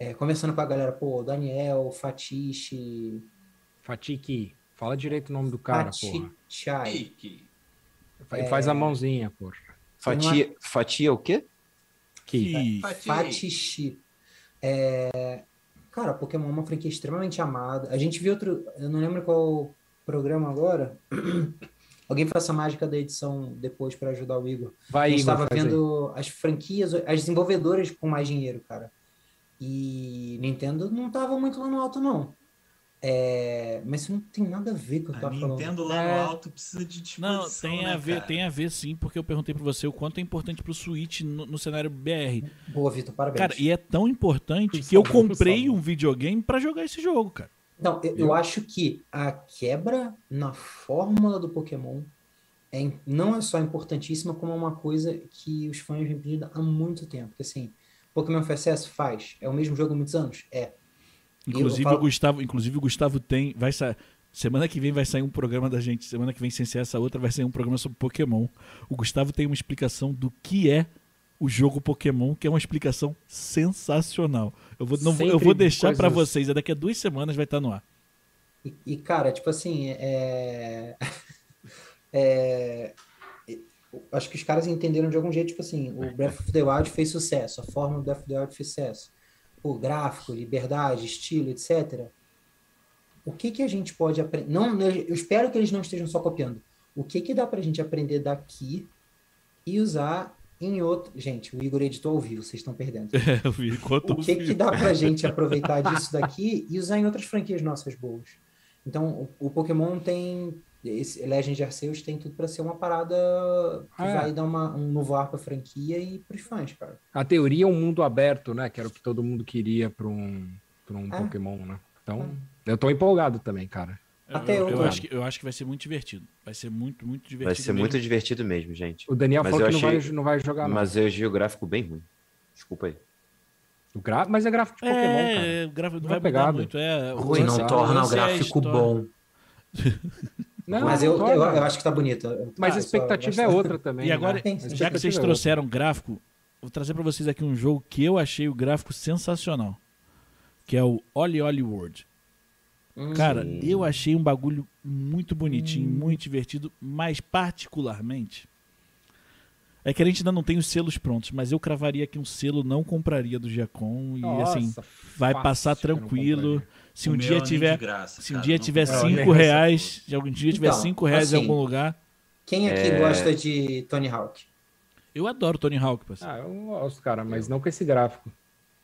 S5: é, conversando com a galera, pô, Daniel, Fatiche,
S2: Fatiki. Fala direito o nome do cara, porra.
S5: Fatichai.
S4: Pique.
S2: Fa-
S5: é.
S2: Faz a mãozinha, porra.
S3: Fatia, fatia o quê?
S2: Ki.
S1: Que-
S5: Fatichi. É... Cara, Pokémon é uma franquia extremamente amada. A gente viu outro. Eu não lembro qual programa agora. Alguém faça a mágica da edição depois para ajudar o Igor. a
S2: Vai,
S5: gente
S2: Igor,
S5: estava
S2: fazer.
S5: vendo as franquias, as desenvolvedoras com mais dinheiro, cara. E Nintendo não tava muito lá no alto, não. É, mas isso não tem nada a ver com o que eu
S2: tá
S4: A
S5: tava falando.
S4: Nintendo lá
S5: É.
S4: no alto precisa de disposição,
S1: Não, tem a
S4: né,
S1: ver,
S4: cara?
S1: tem a ver sim, porque eu perguntei pra você o quanto é importante pro Switch no, no cenário BR.
S5: Boa, Vitor, parabéns.
S1: Cara, e é tão importante
S2: Por
S5: é
S1: que eu
S2: favor, por
S1: comprei
S2: favor.
S1: um videogame pra jogar esse jogo, cara.
S5: Não, Então, eu, eu acho que a quebra na fórmula do Pokémon é, im- não é só importantíssima, como é uma coisa que os fãs vêm pedindo há muito tempo. Porque assim, Pokémon faz sucesso? Faz. É o mesmo jogo há muitos anos? É. E eu
S1: Inclusive,
S5: falo-
S1: o Gustavo, inclusive o Gustavo tem, vai sa... semana que vem vai sair um programa da gente, semana que vem sem ser essa outra vai sair um programa sobre Pokémon. O Gustavo tem uma explicação do que é o jogo Pokémon, que é uma explicação sensacional. Eu vou, não vou- eu
S2: Sempre
S1: vou deixar
S2: coisas-
S1: pra vocês, é daqui a duas semanas vai estar no ar.
S5: E, e, cara, tipo assim, é... é- e- acho que os caras entenderam de algum jeito, tipo assim, o Breath of the Wild fez sucesso, a forma do Breath of the Wild fez sucesso. O gráfico, liberdade, estilo, etc. O que que a gente pode aprender? Não, né, eu espero que eles não estejam só copiando. O que que dá pra gente aprender daqui e usar em outro... Gente, o Igor editou ao vivo, vocês estão perdendo.
S1: É, Eu vi, um enquanto
S5: O que, que dá pra gente aproveitar disso daqui e usar em outras franquias nossas boas? Então, o, o Pokémon tem. Esse Legend Arceus tem tudo pra ser uma parada que
S2: Ah.
S5: vai dar uma- um novo ar pra franquia e pros fãs, cara.
S2: A teoria é um mundo aberto, né? Que era o que todo mundo queria pra um, pra um
S5: É.
S2: Pokémon, né? Então,
S5: Ah.
S2: eu tô empolgado também, cara.
S5: Até
S1: eu,
S5: eu,
S1: eu
S5: cara.
S1: acho que, eu acho que vai ser muito divertido. Vai ser muito, muito divertido.
S3: Vai ser
S1: mesmo.
S3: muito divertido mesmo, gente.
S2: O Daniel
S3: Mas
S2: falou
S3: eu
S2: que não,
S3: achei-
S2: vai, não vai jogar, não.
S3: Mas eu achei o gráfico bem ruim. Desculpa aí.
S2: O gra- Mas é gráfico de Pokémon, cara.
S1: É, o gráfico não
S2: Não
S1: vai mudar
S2: é pegada.
S1: muito. É, o
S5: Ruim
S1: lance-
S5: não torna o
S1: lance é a
S5: gráfico
S1: história.
S5: bom.
S2: Não,
S5: Mas eu,
S2: não
S5: eu,
S2: É, torna.
S5: eu acho que tá bonito. Eu-
S2: Mas a
S5: eu só
S2: expectativa
S5: gosto-
S2: é outra também.
S1: E agora,
S2: né?
S5: Tem,
S2: A
S5: sim.
S1: já que vocês
S2: expectativa é
S1: trouxeram um gráfico, vou trazer pra vocês aqui um jogo que eu achei o gráfico sensacional. Que é o Oli Oli World.
S5: Hum,
S1: Cara,
S3: Sim.
S1: eu achei um bagulho muito bonitinho,
S2: Hum.
S1: muito divertido, mas particularmente. É que a gente ainda não tem os selos prontos, mas eu cravaria que um selo não compraria do Giacom. E
S2: outra.
S1: assim,
S2: Nossa,
S1: vai
S2: fácil
S1: passar
S2: que eu não
S1: tranquilo.
S2: compraria.
S1: Se
S4: O
S1: um
S4: meu
S1: dia
S4: nem de
S1: tiver.
S4: graça,
S1: Se um
S4: cara,
S1: dia
S4: não
S1: tiver
S4: compraria.
S2: nem
S1: 5
S2: essa
S1: reais, se algum dia tiver
S5: Então,
S1: 5 reais em
S5: assim,
S1: algum lugar.
S5: Quem aqui
S3: É.
S5: gosta de Tony Hawk?
S1: Eu adoro Tony Hawk, parceiro.
S2: Ah, eu gosto, cara, mas não com esse gráfico.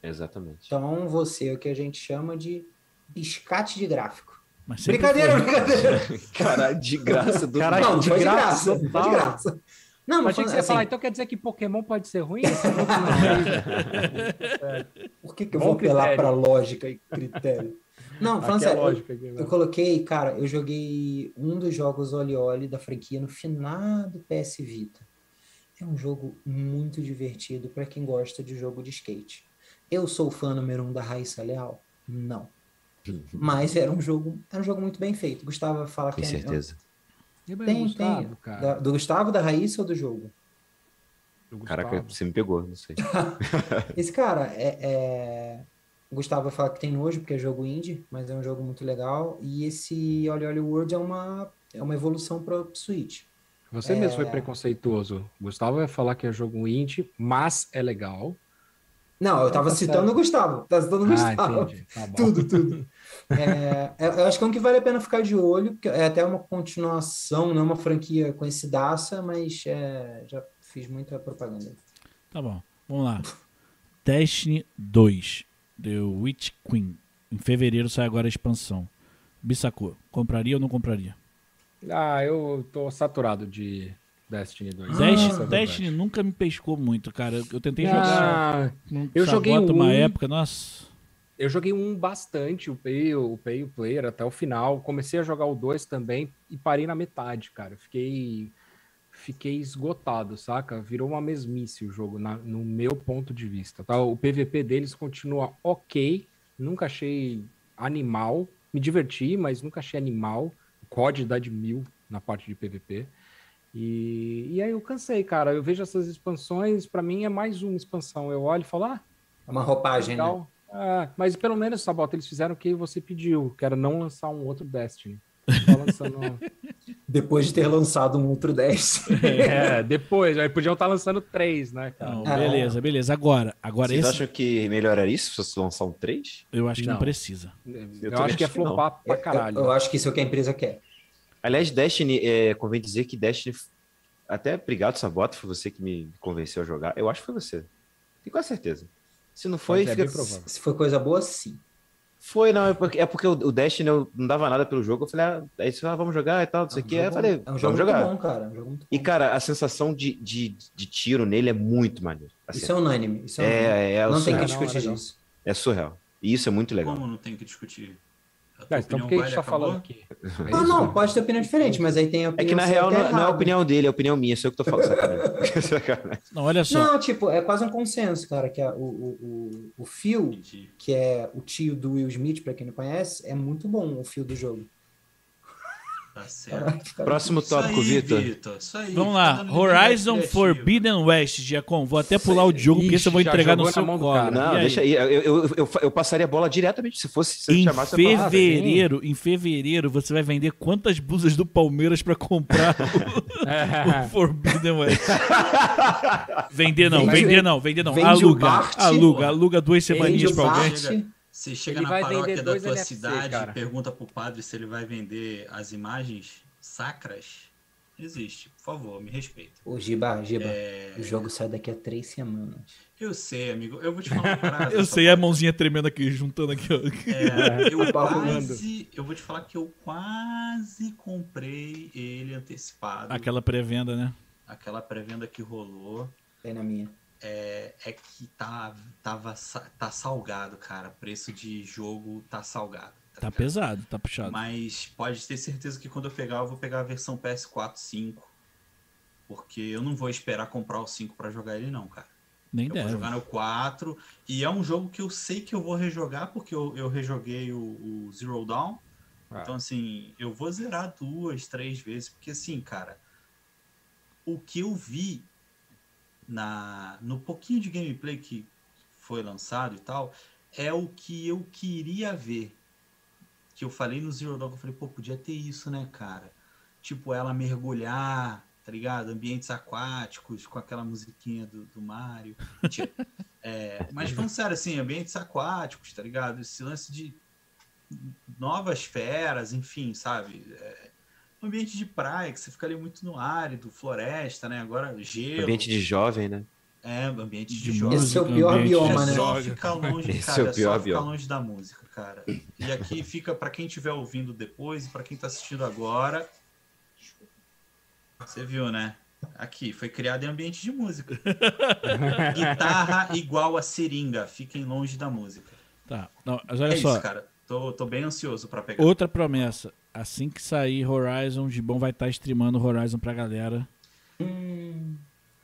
S3: Exatamente.
S5: Então você é o que a gente chama de biscate de gráfico.
S1: Mas sempre
S5: Brincadeira,
S1: foi.
S5: brincadeira.
S3: Caralho, de graça do
S2: Caralho,
S5: não,
S2: de
S5: foi de
S2: graça,
S5: graça. Foi de
S2: total.
S5: graça. Não,
S2: Mas
S5: mas assim,
S2: achei que você ia falar, então quer dizer que Pokémon pode ser ruim? Esse é jogo
S5: Por que, que eu
S2: Bom
S5: vou apelar
S2: critério.
S5: para lógica e critério? Não,
S2: não aqui
S5: falando
S2: é
S5: sério, eu-
S2: lógica. aqui, né?
S5: eu coloquei, cara, eu joguei um dos jogos Oli Oli da franquia no final do PS Vita. É um jogo muito divertido para quem gosta de jogo de skate. Eu sou fã número um da Raíssa Leal? Não. Mas era um jogo, era um jogo muito bem feito. Gustavo fala que
S3: Com
S5: é,
S3: certeza.
S2: Lembra do
S5: Tem,
S2: Gustavo,
S5: tem.
S2: cara?
S5: Da- do Gustavo, da Raíssa ou do jogo?
S2: Do Gustavo.
S3: Caraca, você me pegou, não sei.
S5: Esse cara é, é- o Gustavo vai falar que tem nojo porque é jogo indie, mas é um jogo muito legal. E esse Oli Oli World é uma, é uma evolução para Switch.
S2: Você mesmo
S5: É.
S2: foi preconceituoso. O Gustavo vai falar que é jogo indie, mas é legal.
S5: Não, eu tava
S2: tá
S5: citando
S2: certo.
S5: o Gustavo. Tá citando o Gustavo.
S2: Ah, entendi. Tá bom.
S5: Tudo, tudo. É, eu eu acho que é um que vale a pena ficar de olho, porque é até uma continuação, não é uma franquia conhecidaça, mas é, já fiz muita propaganda.
S1: Tá bom, vamos lá. Destiny 2, The Witch Queen. Em fevereiro sai agora a expansão. Bissacô, compraria ou não compraria?
S2: Ah, eu tô saturado de Destiny 2.
S5: Ah.
S1: Destiny,
S2: Nossa, é
S1: Destiny nunca me pescou muito, cara. Eu- Eu tentei jogar.
S2: Ah,
S1: num
S2: eu joguei
S1: Sabota
S2: um.
S1: uma época, nossa.
S2: eu joguei um bastante, o Pay, o Pay, o Player até o final. Comecei a jogar o 2 também e parei na metade, cara. Eu Fiquei fiquei esgotado, saca? Virou uma mesmice o jogo na- no meu ponto de vista, tá? O PVP deles continua OK, nunca achei animal, me diverti, mas nunca achei animal. O COD dá de mil na parte de PVP. E, e aí eu cansei, cara. Eu vejo essas expansões, pra mim é mais uma expansão. Eu olho e falo, ah,
S5: É uma roupagem, né?
S2: Legal. Ah, mas pelo menos, Sabota, eles fizeram o que você pediu, que era não lançar um outro Destiny. Só lançando... um-
S5: Depois de ter lançado um outro 10.
S2: é, depois, aí podiam estar lançando três, né, cara?
S1: Não,
S5: Ah,
S1: beleza, beleza. Agora, agora
S3: Vocês
S1: esse
S3: acham que melhoraria isso se fosse lançar um 3?
S1: eu acho que não,
S2: Não.
S1: precisa.
S2: Eu,
S3: também
S2: acho que é
S3: acho que não.
S2: flopar pra caralho.
S5: Eu, eu acho que isso é o que a empresa quer.
S3: Aliás, Destiny, é, convém dizer que Destiny. Até obrigado, Sabota, foi você que me convenceu a jogar. Eu acho que foi você. Tenho quase certeza. Se não foi,
S2: Mas é
S3: fica.
S2: bem provável.
S5: Se foi coisa boa, sim.
S3: Foi, não, é porque, é porque o- o Destiny eu não dava nada pelo jogo. Eu falei, ah, aí você ah, vamos jogar e tal, não sei o que. Aí eu
S5: jogo-
S3: falei,
S5: é um jogo
S3: vamos
S5: muito
S3: jogar.
S5: bom, cara. É um jogo muito
S3: E,
S5: bom.
S3: cara, a sensação de, de, de tiro nele é muito maneiro. Assim,
S5: Isso é unânime. Isso é, unânime.
S3: é, é, é,
S5: não tem
S3: surreal.
S5: que
S2: Não,
S5: discutir
S2: não.
S5: isso.
S3: É surreal. E isso é muito legal.
S4: Como não tem que discutir? A
S2: Não,
S4: tua
S2: então por
S4: opinião
S2: que a gente
S4: vale,
S2: tá
S4: acabou?
S2: falando aqui? É
S5: Ah,
S2: isso,
S5: não,
S2: né?
S5: pode ter opinião diferente, mas aí tem a
S3: É
S5: opinião
S3: que na real
S5: certa
S3: não,
S5: e
S3: não é a
S5: errada.
S3: opinião dele, é a opinião minha, sou eu que tô falando. Sacanagem. Sacanagem.
S1: Não, olha só.
S5: Não, tipo, é quase um consenso, cara, que a- o, o, o, o Phil,
S4: Entendi.
S5: que é o tio do Will Smith, pra quem não conhece, é muito bom o fio do jogo.
S4: Tá certo.
S5: Caraca, cara.
S3: Próximo
S4: Isso aí,
S3: tópico, Vitor.
S4: Isso aí.
S1: Vamos
S4: tá
S1: lá.
S4: dando
S1: Horizon
S4: liberdade criativa.
S1: Forbidden West, Giacom. Vou até pular o Diogo, porque
S2: Ixi,
S1: isso eu vou
S2: já
S1: entregar no
S2: jogou na
S1: seu
S2: mão do
S1: colo.
S2: cara.
S1: E
S3: Não,
S1: aí?
S3: deixa aí. Eu, eu, eu, eu passaria a bola diretamente se fosse se
S1: Em
S3: chamasse a palavra.
S1: fevereiro, em fevereiro, você vai vender quantas blusas do Palmeiras pra comprar
S2: É
S1: o Forbidden West? Vender não,
S5: Vende-
S1: vender não, vender não.
S5: vende o
S1: Aluga,
S5: Bart.
S1: aluga, aluga duas
S2: Vende
S1: semaninhas
S5: o
S1: pra alguém.
S5: Bart.
S4: Você chega
S2: Ele
S4: na
S2: vai vender
S4: paróquia da
S2: dois
S4: tua
S2: NFC,
S4: cidade
S2: cara.
S4: e pergunta pro padre se ele vai vender as imagens sacras. Existe, por favor, me respeita.
S5: Ô, Giba, Giba,
S4: É,
S5: o jogo sai daqui a três semanas.
S4: Eu sei, amigo. Eu vou te falar uma parada.
S1: Eu
S4: só
S1: sei, é a
S4: pra-
S1: mãozinha tremendo aqui, juntando aqui. ó.
S4: É, eu
S2: papo
S4: quase. Eu vou te falar que eu quase comprei ele antecipado.
S1: Aquela pré-venda, né?
S4: Aquela pré-venda que rolou.
S5: Aí na minha.
S4: É, é que tá, tava, sa- tá salgado, cara. Preço de jogo tá salgado.
S1: Tá
S4: ligado?
S1: pesado, tá puxado.
S4: Mas pode ter certeza que quando eu pegar, eu vou pegar a versão PS4 5. Porque eu não vou esperar comprar o 5 pra jogar ele, não, cara.
S1: Nem
S4: Eu vou
S1: deve.
S4: jogar no 4. E é um jogo que eu sei que eu vou rejogar, porque eu, eu rejoguei o, o Zero Dawn.
S2: Ah.
S4: Então, assim, eu vou zerar duas, três vezes. Porque, assim, cara, o que eu vi na no pouquinho de gameplay que foi lançado e tal, é o que eu queria ver. Que eu falei no Zero Dawn, que eu falei, pô, podia ter isso, né, cara? Tipo, ela mergulhar, tá ligado? Ambientes aquáticos, com aquela musiquinha do, do Mario. Mentira. É, mas falando sério, assim, ambientes aquáticos, tá ligado? Esse lance de novas feras, enfim, sabe? É, um ambiente de praia, que você fica ali muito no árido, floresta, né? Agora gelo.
S3: Ambiente de jovem, né?
S4: É, ambiente de,
S1: De
S4: jovem.
S5: Esse é o
S1: Música,
S5: pior
S1: ambiente,
S5: bioma,
S4: É
S5: né?
S4: só ficar longe,
S3: Esse
S4: cara.
S3: é o
S4: É,
S3: pior
S4: só ficar
S3: avião.
S4: longe da música, cara. E aqui fica pra quem estiver ouvindo depois e pra quem tá assistindo agora. Você viu, né? Aqui foi criado em ambiente de música. Guitarra igual a seringa. Fiquem longe da música.
S1: Tá. Não, mas olha
S4: é
S1: só,
S4: isso, cara. Tô, tô bem ansioso pra pegar.
S1: outra promessa. Assim que sair Horizon, o Gibão vai estar streamando Horizon pra galera.
S5: Hum,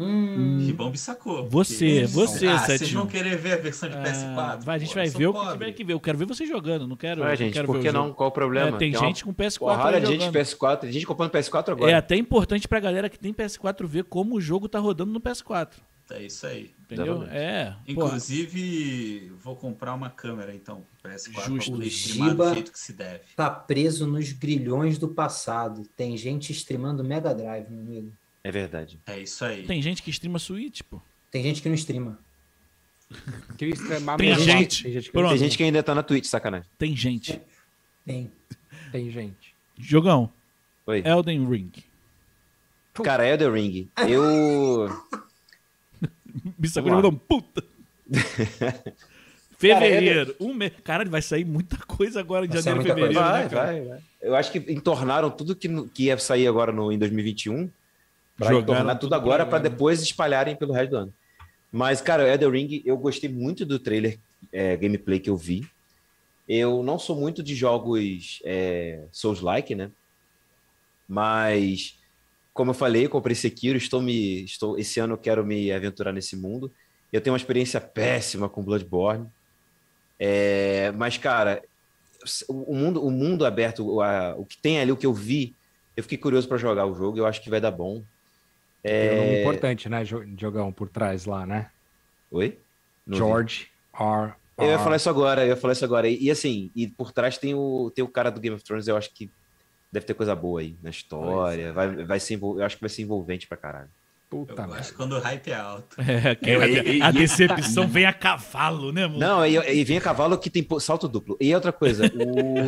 S5: hum.
S4: Gibão me sacou.
S1: Você,
S4: Porque-
S1: você,
S4: ah, Vocês
S1: Setinho.
S4: vão querer ver a versão de
S1: Ah,
S4: PS4?
S1: vai, a gente
S4: pô,
S1: vai
S4: eu sou
S1: ver o que
S4: pobre.
S1: tiver que ver. Eu quero ver você jogando, não quero.
S3: Ué,
S1: não
S3: gente,
S1: quero
S3: por
S1: ver
S3: que
S1: o jogo.
S3: não? Qual o problema? um
S1: É, tem
S3: uma
S1: gente com PS4
S3: Porrada
S1: aí
S3: de gente de
S1: jogando.
S3: PS4, tem gente comprando PS4
S1: É
S3: agora.
S1: até importante pra galera que tem PS4 ver como o jogo tá rodando no PS4.
S4: É isso aí.
S1: Entendeu?
S3: Exatamente.
S1: É. pô,
S4: Inclusive, vou comprar uma câmera, então, pro PS4
S1: Justo.
S4: pra poder streamar do
S5: Giba.
S4: jeito que se deve.
S5: Tá preso nos grilhões do passado. Tem gente streamando Mega Drive, meu amigo.
S3: É verdade.
S4: É isso aí.
S1: tem gente que streama Switch, pô.
S5: Tem gente que não streama.
S2: Queria extremar
S1: Tem
S2: mesmo.
S1: gente.
S2: é, Tem gente. que-
S1: Pronto.
S3: Tem gente que ainda tá na Twitch, sacanagem.
S1: Tem gente.
S5: Tem.
S2: Tem gente.
S1: Jogão,
S3: Oi.
S1: Elden Ring.
S3: Cara, Elden Ring. Eu.
S1: Bissacura não, puta. Fevereiro. Um mês. Caralho, vai sair muita coisa agora em
S5: Vai
S1: janeiro e
S5: sair
S1: fevereiro,
S5: muita
S3: Vai,
S1: né, cara?
S3: vai, vai. Eu acho que entornaram tudo que, no- que ia sair agora no, em 2021. Pra
S1: Jogaram
S3: entornar tudo,
S1: tudo
S3: agora,
S1: pra
S3: pra
S1: agora.
S3: depois espalharem pelo resto do ano. Mas, cara, Elden Ring, eu gostei muito do trailer é, gameplay que eu vi. Eu não sou muito de jogos é, Souls-like, né? Mas, como eu falei, eu comprei Sekiro, estou me, estou, esse ano eu quero me aventurar nesse mundo. Eu tenho uma experiência péssima com Bloodborne. É, mas, cara, o o mundo, o mundo aberto, o, a- o que tem ali, o que eu vi, eu fiquei curioso para jogar o jogo. Eu acho que vai dar bom. É.
S2: Tem um nome importante, né, Jo- Diogão, por trás lá, né?
S3: Oi? Não vi.
S2: George R.
S3: Eu ia
S2: R.
S3: falar isso agora, eu ia falar isso agora. E, e assim, e por trás tem o, tem o cara do Game of Thrones, eu acho que deve ter coisa boa aí na história.
S2: é.
S3: Vai, vai ser, envol- eu acho que vai ser envolvente pra caralho.
S4: Eu
S2: Puta merda.
S4: gosto quando o hype é alto.
S1: É, que a-
S2: e-
S1: a decepção vem a cavalo, né, mano?
S3: Não, e, e vem a cavalo que tem po- salto duplo. E outra coisa,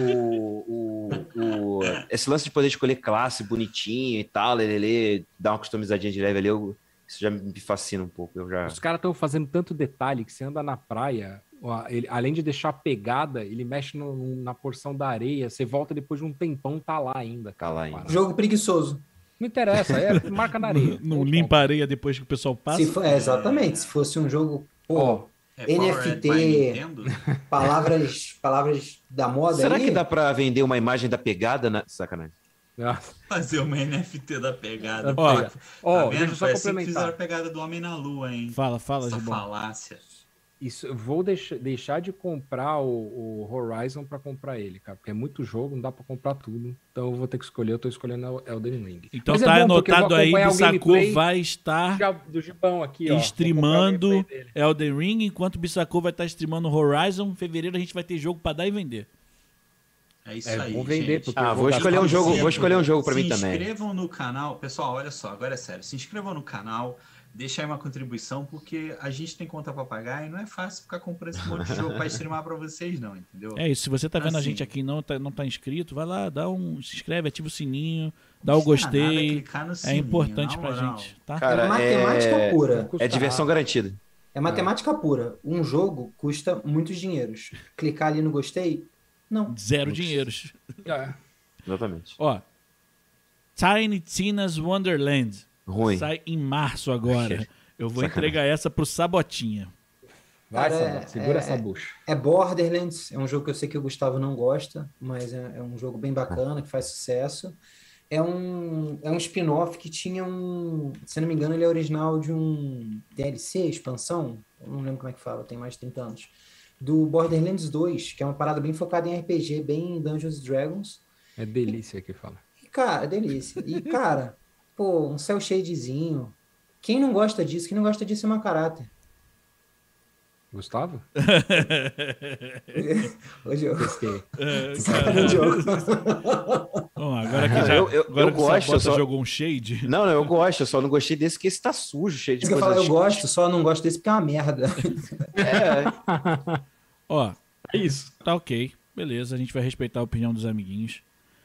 S3: o, o- o- esse lance de poder escolher classe bonitinho e tal, lelele, dar uma customizadinha de leve ali, eu- isso já me fascina um pouco. Eu já.
S2: Os caras estão fazendo tanto detalhe que você anda na praia, ó, ele- além de deixar pegada, ele mexe no- na porção da areia. Você volta depois de um tempão, tá lá ainda. cara,
S3: Tá lá
S2: a
S3: ainda.
S2: parada.
S5: Jogo preguiçoso.
S2: Não interessa, é marca na areia.
S1: Não,
S2: Ponto,
S1: limpa a areia depois que o pessoal passa.
S5: Se for- é, exatamente. Se fosse um jogo,
S2: Ó,
S5: pô,
S4: É
S5: NFT.
S4: Powered by Nintendo?
S5: palavras, palavras da moda
S3: Será
S5: aí,
S3: que dá pra vender uma imagem da pegada na. Sacanagem.
S2: ponto.
S4: Fazer uma NFT da pegada.
S1: Ó,
S4: Tá
S2: Ó,
S4: vendo?
S2: deixa eu só
S4: Foi assim que
S2: complementar.
S4: fizeram a pegada do Homem na Lua, hein?
S1: Fala, fala,
S4: Essa
S1: Gibão.
S4: falácia.
S2: Isso, eu vou deixa- deixar de comprar o, o Horizon pra comprar ele, cara, porque é muito jogo, não dá pra comprar tudo. Então eu vou ter que escolher, eu tô escolhendo o Elden Ring.
S1: Então
S2: Mas é
S1: tá
S2: bom, porque eu vou
S1: anotado aí,
S2: acompanhar o
S1: Bissacô
S2: gameplay
S1: vai estar
S2: Já- do Gibão aqui, ó. Vou comprar o
S1: Streamando.
S2: gameplay dele.
S1: Elden Ring, enquanto o Bissacô vai estar streamando Horizon. Em fevereiro a gente vai ter jogo pra dar e vender.
S4: É isso
S2: É,
S4: aí,
S2: vou vender,
S4: gente.
S2: porque
S3: Ah,
S2: eu
S3: vou
S2: gastar
S3: escolher um jogo, vou escolher um jogo pra
S4: se
S3: mim também.
S4: inscrevam no canal, pessoal, olha só, agora é sério. Se inscrevam no canal, deixem aí uma contribuição, porque a gente tem conta pra pagar e não é fácil ficar comprando esse monte de jogo pra streamar pra vocês, não, entendeu?
S1: É isso. Se você tá vendo a
S4: Assim.
S1: gente aqui e não tá, não tá inscrito, vai lá, dá um. Se inscreve, ativa o sininho, dá o
S4: Não custa nada
S1: gostei.
S4: clicar no
S1: É
S4: sininho,
S1: importante
S4: na
S1: pra
S4: moral.
S1: gente, tá?
S3: Cara,
S5: é matemática
S3: é-
S2: Não
S5: pura.
S2: custa
S3: É diversão
S2: nada.
S3: garantida.
S5: É matemática pura. Um jogo custa muitos dinheiros. Clicar ali no gostei, não.
S1: Zero dinheiros.
S2: É.
S3: Exatamente.
S1: Ó. Tiny Tina's Wonderland.
S3: Ruim.
S1: Sai em março agora. Eu vou
S3: Sacanagem.
S1: entregar essa pro Sabotinha.
S2: Vai,
S5: Cara,
S2: Samuel,
S5: é-
S2: segura
S5: é-
S2: essa bucha.
S5: É Borderlands, é um jogo que eu sei que o Gustavo não gosta, mas é, é um jogo bem bacana, que faz sucesso. É um, é um spin-off que tinha um. Se eu não me engano, ele é original de um DLC, expansão, eu não lembro como é que fala, tem mais de 30 anos. Do Borderlands 2, que é uma parada bem focada em RPG, bem em Dungeons and Dragons.
S2: É delícia que fala.
S5: E, cara, delícia. E, cara, pô, um cel shadezinho. Quem não gosta disso? Quem não gosta disso é mau caráter.
S2: Gustavo?
S5: Hoje eu.
S2: Pesquei.
S1: É,
S5: Sacanagem, Diogo.
S1: Bom, agora que já,
S3: Ah, Eu- eu-
S1: agora
S3: eu
S1: que
S3: gosto,
S1: o Sabota
S3: eu só-
S1: jogou um shade.
S3: Não, não, eu gosto, eu só não gostei desse que esse tá sujo, cheio de
S5: Isso que eu
S3: coisa.
S5: falo, eu gosto, só não gosto desse porque é uma merda.
S3: É,
S1: Ó,
S2: É isso.
S1: tá ok. Beleza, a gente vai respeitar a opinião dos amiguinhos.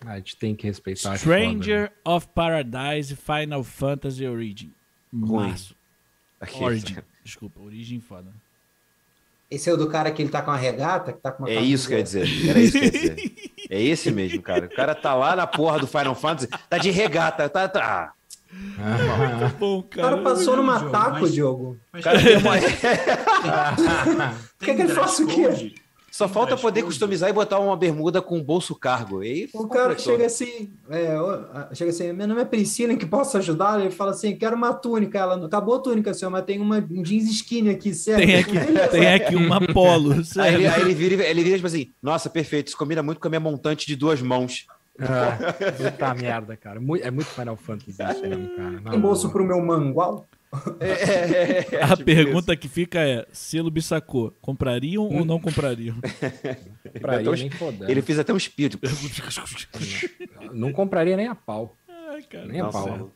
S2: A gente tem que
S3: Tá,
S2: respeitar. é
S1: Stranger
S3: né?
S1: of Paradise Final Fantasy Origin.
S3: Ruim.
S1: Março.
S3: aqui,
S1: Origin. Desculpa, Origin foda.
S5: Esse é o do cara que ele tá com uma regata, que tá com uma
S3: É
S5: camisa-
S3: isso que eu ia dizer. Era isso que eu ia dizer. É esse mesmo, cara. O cara tá lá na porra do Final Fantasy, tá de regata, tá. tá.
S2: foda.
S1: Bom,
S5: O cara passou
S4: eu
S5: num
S4: não jogo,
S5: ataco,
S4: mas-
S5: Diogo.
S3: O
S4: Mas
S3: cara tem uma-
S5: Quer que ele faça o quê?
S3: Só falta
S5: tá
S3: poder customizar e botar uma bermuda com bolso cargo. É E aí,
S5: O cara
S3: completou.
S5: chega assim, é, ô, ah, chega assim, meu nome é Priscila, que posso ajudar? Ele fala assim, quero uma túnica. Ela, acabou a túnica, senhor, mas tem uma um jeans skinny aqui, certo?
S1: Tem aqui, tem aqui uma polo.
S5: assim,
S3: Aí
S1: sério.
S5: né?
S3: ele, aí ele vira, ele vira tipo assim: Nossa, perfeito, isso combina muito com a minha montante de duas mãos.
S2: Ah, puta merda, cara. Mu- É muito Final Fantasy isso mesmo, cara. Na
S5: Tem bolso
S2: boa.
S5: pro meu mangual?
S3: É, é, é, é,
S1: A
S3: tipo
S1: pergunta que fica é: selo Bissacô, comprariam ou não comprariam?
S2: Pra
S3: Então,
S2: ele, é nem
S3: isso.
S2: fodendo.
S3: Ele fez até um espírito.
S2: Não compraria nem a pau.
S1: Ai, cara.
S2: Nem a
S3: Nossa,
S2: pau.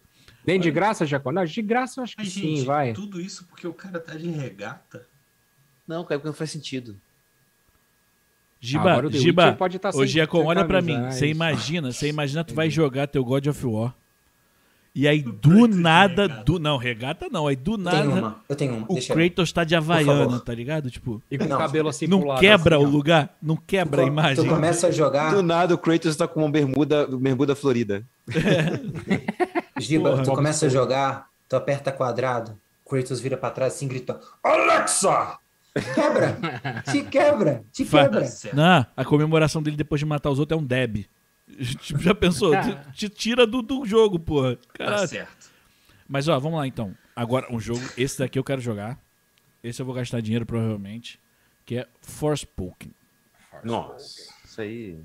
S2: Nem de graça, Jacó? Não, de graça eu acho que
S4: Mas,
S2: sim,
S4: gente,
S2: vai.
S4: tudo isso porque o cara tá de regata.
S3: Não, cara, porque não faz sentido.
S1: Giba,
S2: o The
S1: Giba,
S2: Witcher pode estar sem-
S1: Ô, Giacom,
S2: sem
S1: olha pra
S2: camisa,
S1: mim.
S2: né?
S1: Você
S2: Isso.
S1: imagina, você imagina, tu vai jogar teu God of War. E aí, do
S4: de
S1: nada,
S4: regata.
S1: do. Não, regata não. Aí do
S5: Eu tenho
S1: nada,
S5: uma, eu tenho uma.
S1: o
S5: deixa eu-
S1: Kratos tá de Havaiana,
S5: favor.
S1: tá ligado? Tipo,
S2: E com
S5: Não,
S2: o cabelo assim pro
S1: não
S2: lado,
S1: quebra
S2: assim,
S1: o
S2: ó.
S1: lugar, não quebra a
S5: Tu
S1: imagem.
S5: começa a jogar,
S3: Do nada o Kratos tá com uma bermuda, bermuda florida.
S5: Giba,
S1: Porra,
S5: tu começa a jogar, tu aperta quadrado, Kratos vira pra trás assim, grita: Alexa! Quebra! Te quebra! Te
S1: Fa-
S5: quebra!
S4: Certo.
S1: Não, a comemoração dele depois de matar os outros é um deb. Tipo, já pensou?
S2: Tá.
S1: Te- Te tira do, do jogo, porra.
S4: Tá
S1: Caralho.
S4: certo.
S1: Mas ó, vamos lá então. Agora, um jogo. Esse daqui eu quero jogar. Esse eu vou gastar dinheiro provavelmente. Que é Forspoken.
S3: Nossa, isso aí.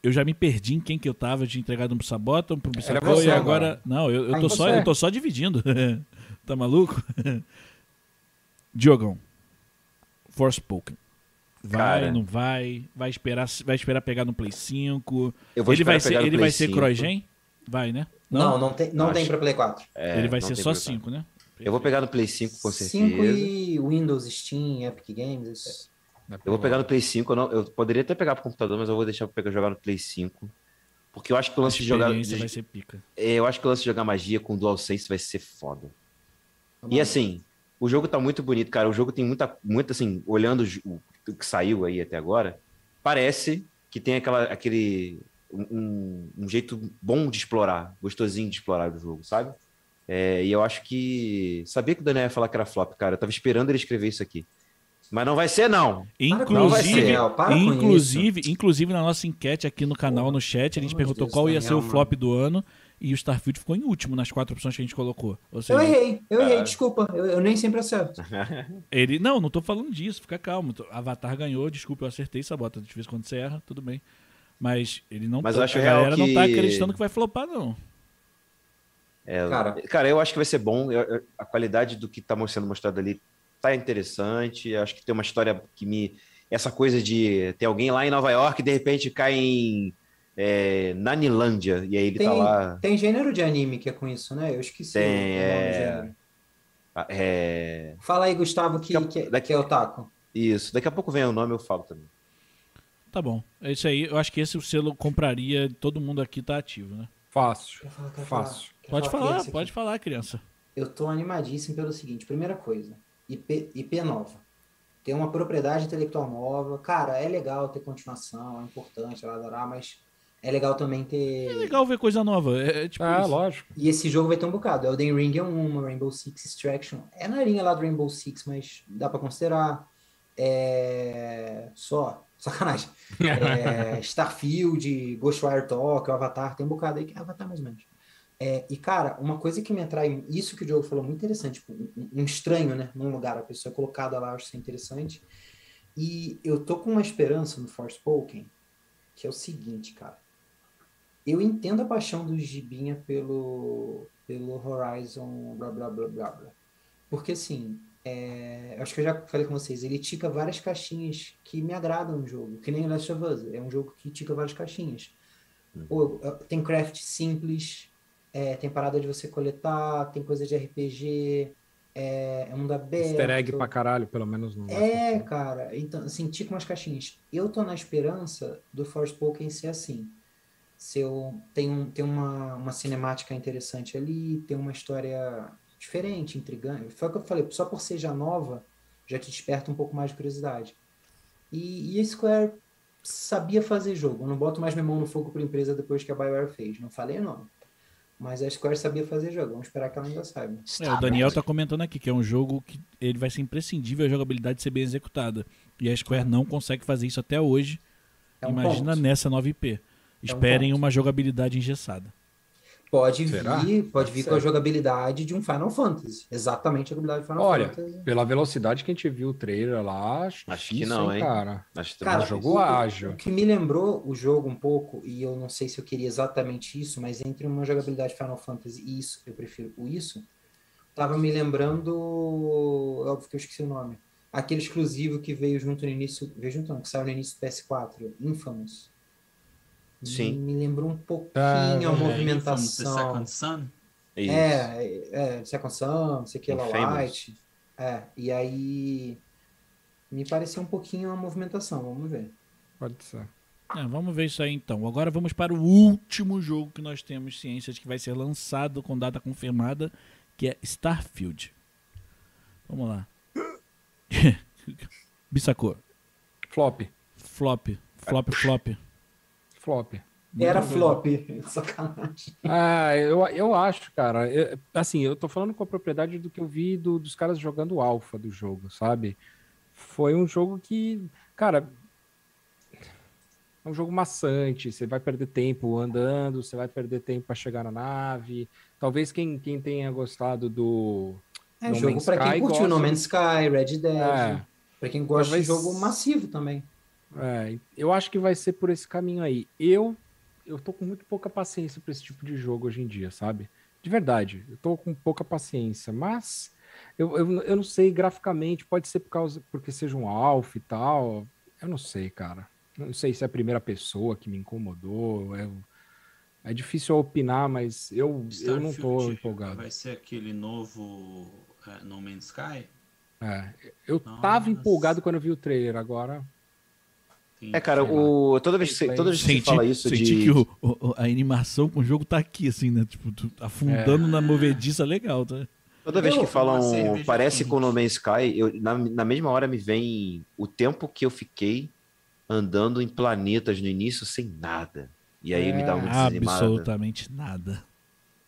S1: Eu já me perdi em quem que eu tava. Eu tinha entregado um pro Sabota, um pro Bissacô
S2: você
S1: e agora. Não, eu, eu
S5: Ah,
S1: tô
S5: em
S1: só,
S5: você.
S1: eu tô só dividindo. tá maluco? Diogão. Forspoken. Vai,
S3: Cara.
S1: não vai. Vai esperar, vai esperar pegar no Play 5.
S3: Eu vou
S1: ele vai
S3: esperar
S1: ser,
S3: pegar no
S1: ele
S3: Play
S1: vai ser
S3: 5.
S1: cross-gen? Vai, né?
S5: Não, não tem, não tem pra Play 4.
S3: É,
S1: ele vai
S3: não
S1: ser
S3: tem
S1: só
S3: problema.
S1: 5, né?
S3: Eu vou pegar no Play 5, com certeza. É.
S5: 5 e Windows, Steam, Epic Games. é isso.
S3: Eu vou pegar no Play 5. Eu, não- eu poderia até pegar pro computador, mas eu vou deixar pra pegar, jogar no Play 5. Porque eu acho que o
S1: A
S3: lance de jogar.
S1: experiência
S3: de-
S1: vai ser pica.
S3: é, Eu acho que o lance de jogar magia com DualSense vai ser foda.
S5: Tá bom.
S3: E assim, o jogo tá muito bonito, cara. O jogo tem muita. muita assim, olhando o ju- o do que saiu aí até agora, parece que tem aquela, aquele um, um jeito bom de explorar, gostosinho de explorar o jogo, sabe? É, e eu acho que. Sabia que o Daniel ia falar que era flop, cara. Eu tava esperando ele escrever isso aqui. Mas não vai ser, não. não
S1: Inclusive,
S3: vai ser, é,
S5: Daniel, para com
S1: inclusive, inclusive na nossa enquete aqui no canal, no chat, a gente
S5: pelo
S1: perguntou
S5: amor de Deus, tá
S1: qual ia ser o
S5: Daniel,
S1: flop do ano e o Starfield ficou em último nas quatro opções que a gente colocou. Ou
S5: Eu
S1: seja,
S5: errei, eu errei,
S3: Caralho.
S5: desculpa. Eu, eu nem sempre acerto.
S1: ele. Não, não tô falando disso, fica calmo. Tô- Avatar ganhou, desculpa, eu acertei, sabota. De vez em quando você erra, tudo bem. Mas ele não
S3: Mas
S1: tá,
S3: eu acho
S1: a
S3: real
S1: galera não tá
S3: que-
S1: acreditando que vai flopar, não.
S3: É,
S5: Cara.
S3: cara. eu acho que vai ser bom. Eu- eu- a qualidade do que está sendo mostrado ali tá interessante. Eu acho que tem uma história que me. Essa coisa de ter alguém lá em Nova York e de repente cai em é, Nanilândia. E aí ele
S5: Tem,
S3: tá lá.
S5: tem gênero de anime que é com isso, né? Eu esqueci
S3: Tem,
S5: o nome do
S3: é.
S5: gênero.
S3: É,
S5: Fala aí, Gustavo, que,
S3: Daqui a-
S5: que,
S3: daqui-
S5: que é o taco.
S3: isso. Daqui a pouco vem o nome eu falo também.
S1: Tá bom. É isso aí. Eu acho que esse o selo compraria, todo mundo aqui tá ativo, né?
S2: Fácil.
S5: Quer falar, quer falar?
S2: Fácil.
S5: Quer
S1: Pode
S5: falar,
S1: falar,
S5: criança,
S1: pode
S5: aqui?
S1: falar, criança.
S5: Eu tô animadíssimo pelo seguinte: primeira coisa, IP, IP nova. Tem uma propriedade intelectual nova. Cara, é legal ter continuação, é importante, lá, lá, lá, mas é legal também ter.
S1: É legal ver coisa nova. É, é tipo
S2: Ah,
S1: isso.
S2: lógico.
S5: E esse jogo vai ter um bocado. Elden Ring é uma, Rainbow Six Extraction. É na linha lá do Rainbow Six, mas dá pra considerar. É... Só. Sacanagem. É, Starfield, Ghostwire Tokyo, Avatar, tem um bocado aí. que- Avatar mais ou menos. É, e, cara, uma coisa que me atrai, isso que o Diogo falou, muito interessante, tipo, um, um estranho, né, num lugar, a pessoa é colocada lá, eu acho isso interessante. E eu tô com uma esperança no Forspoken, que é o seguinte, cara. Eu entendo a paixão do Gibinha pelo, pelo Horizon, blá, blá, blá, blá, blá. Porque, assim, é, acho que eu já falei com vocês, ele tica várias caixinhas que me agradam no jogo, que nem Last of Us, é um jogo que tica várias caixinhas.
S2: Uhum.
S5: Pô, tem craft simples, é, tem parada de você coletar, tem coisa de RPG, é, é mundo aberto.
S2: Easter egg pra caralho, pelo menos não.
S5: É, cara. Então, assim, tipo umas caixinhas. Eu tô na esperança do Forspoken ser assim. Se eu tem, um, tem uma, uma cinemática interessante ali, tem uma história diferente, intrigante. Foi o que eu falei, só por ser já nova, já te desperta um pouco mais de curiosidade. E, e a Square sabia fazer jogo. Eu não boto mais minha mão no fogo por empresa depois que a BioWare fez. Não falei o nome. Mas a Square sabia fazer jogo. Vamos esperar que ela ainda saiba.
S1: É, o Daniel tá comentando aqui que é um jogo que ele vai ser imprescindível a jogabilidade ser bem executada. E a Square não consegue fazer isso até hoje.
S5: É um
S1: Imagina
S5: ponto. É um
S1: nessa 9P. Esperem uma jogabilidade engessada.
S5: Pode
S2: Será?
S5: vir, pode vir com a
S2: Sério?
S5: jogabilidade de um Final Fantasy. Exatamente a jogabilidade de Final
S2: Olha,
S5: Fantasy.
S2: Pela velocidade que a gente viu o trailer lá, acho,
S3: Acho que
S2: difícil,
S3: não, hein?
S2: Cara.
S3: Acho que
S5: Cara,
S3: também-
S2: um jogo
S5: o- o-
S2: ágil.
S5: O que me lembrou o jogo um pouco, e eu não sei se eu queria exatamente isso, mas entre uma jogabilidade Final Fantasy e isso, eu prefiro o isso, tava me lembrando. Óbvio que eu esqueci o nome. Aquele exclusivo que veio junto no início. Veio junto, não, que saiu no início do PS4, Infamous.
S3: Sim.
S5: Me lembrou um pouquinho
S2: Ah,
S5: a
S2: é,
S5: movimentação.
S4: então, Second Sun.
S3: Isso.
S5: É, é, é, Second Sun, não sei o que, lá,
S3: Infamous.
S5: Light. É, e aí me pareceu um pouquinho a movimentação, vamos ver.
S2: Pode ser.
S1: É, vamos ver isso aí então. Agora vamos para o último jogo que nós temos ciência de que vai ser lançado com data confirmada, que é Starfield. Vamos lá. Bissacô.
S2: Flop.
S1: Flop. Flop, flop.
S2: Flop.
S5: Era flop, sacanagem.
S2: Ah, eu, eu acho, cara. eu- assim, eu tô falando com a propriedade do que eu vi do- dos caras jogando o alfa do jogo, sabe? Foi um jogo que, cara, é um jogo maçante. Você vai perder tempo andando, você vai perder tempo pra chegar na nave. Talvez quem, quem tenha gostado do.
S5: É
S2: No
S5: jogo
S2: Man's
S5: pra quem
S2: Sky
S5: curtiu No
S2: gosta. né?
S5: Man's Sky, Red Dead,
S2: É.
S5: pra quem gosta
S2: Talvez-
S5: de jogo massivo também.
S2: É, eu acho que vai ser por esse caminho aí. Eu eu tô com muito pouca paciência pra esse tipo de jogo hoje em dia, sabe? De verdade, eu tô com pouca paciência, mas eu, eu, eu não sei graficamente, pode ser por causa porque seja um alpha e tal. Eu não sei, cara. Eu não sei se é a primeira pessoa que me incomodou. eu- é difícil opinar, mas eu, eu não tô
S4: Starfield
S2: empolgado.
S4: Vai ser aquele novo é, No Man's Sky?
S2: É, eu
S4: Nossa.
S2: tava empolgado quando eu vi o trailer, agora.
S4: Tem-
S3: É, cara,
S2: Sei
S3: o, toda vez que você,
S2: Gameplay.
S3: toda vez que você
S1: Senti,
S3: fala isso
S1: senti
S3: de.
S1: que o-
S2: É.
S1: o- o- a animação com o jogo tá aqui, assim, né? Tipo, tu- afundando na movediça legal, tá?
S3: Toda vez que
S5: Eu-
S3: falam
S4: uma cerveja
S3: parece
S2: assim.
S4: com
S3: com No Man's Sky, eu, na, na mesma hora me vem o tempo que eu fiquei andando em planetas no início sem nada. E aí me
S2: É,
S3: dá uma desanimada.
S1: Absolutamente nada.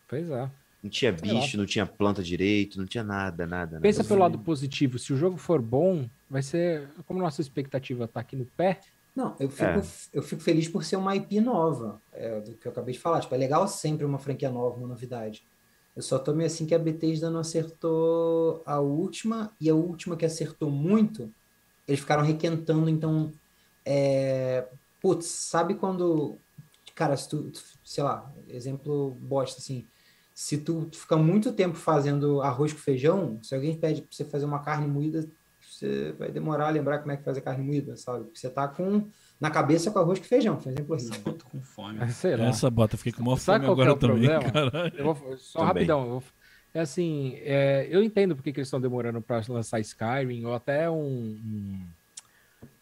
S2: Pois é.
S3: Não tinha
S2: Sei lá.
S3: bicho, não tinha planta direito, não tinha nada, nada.
S2: Pensa
S3: nada.
S2: pelo lado positivo. Se o jogo for bom, vai ser. Como nossa expectativa tá aqui no pé,
S5: Não, eu fico,
S3: É.
S5: eu fico feliz por ser uma IP nova, é, do que eu acabei de falar. Tipo, é legal sempre uma franquia nova, uma novidade. Eu só tô meio assim que a Bethesda não acertou a última, e a última que acertou muito, eles ficaram requentando, então... É... Putz, sabe quando... Cara, se tu, tu- sei lá, exemplo bosta, assim, se tu, tu fica muito tempo fazendo arroz com feijão, se alguém pede pra você fazer uma carne moída, você vai demorar a lembrar como é que faz a carne moída, sabe? Porque você tá com na cabeça com arroz com feijão, por exemplo assim.
S4: Eu tô com fome.
S2: sei lá.
S1: Essa bota, eu fiquei com maior
S2: Sabe
S1: fome
S2: qual que é
S1: agora
S2: o
S1: também,
S2: problema?
S1: caralho.
S2: Eu vou- só
S3: Também.
S2: rapidão. eu vou- é assim, é, eu entendo porque que eles estão demorando pra lançar Skyrim ou até um,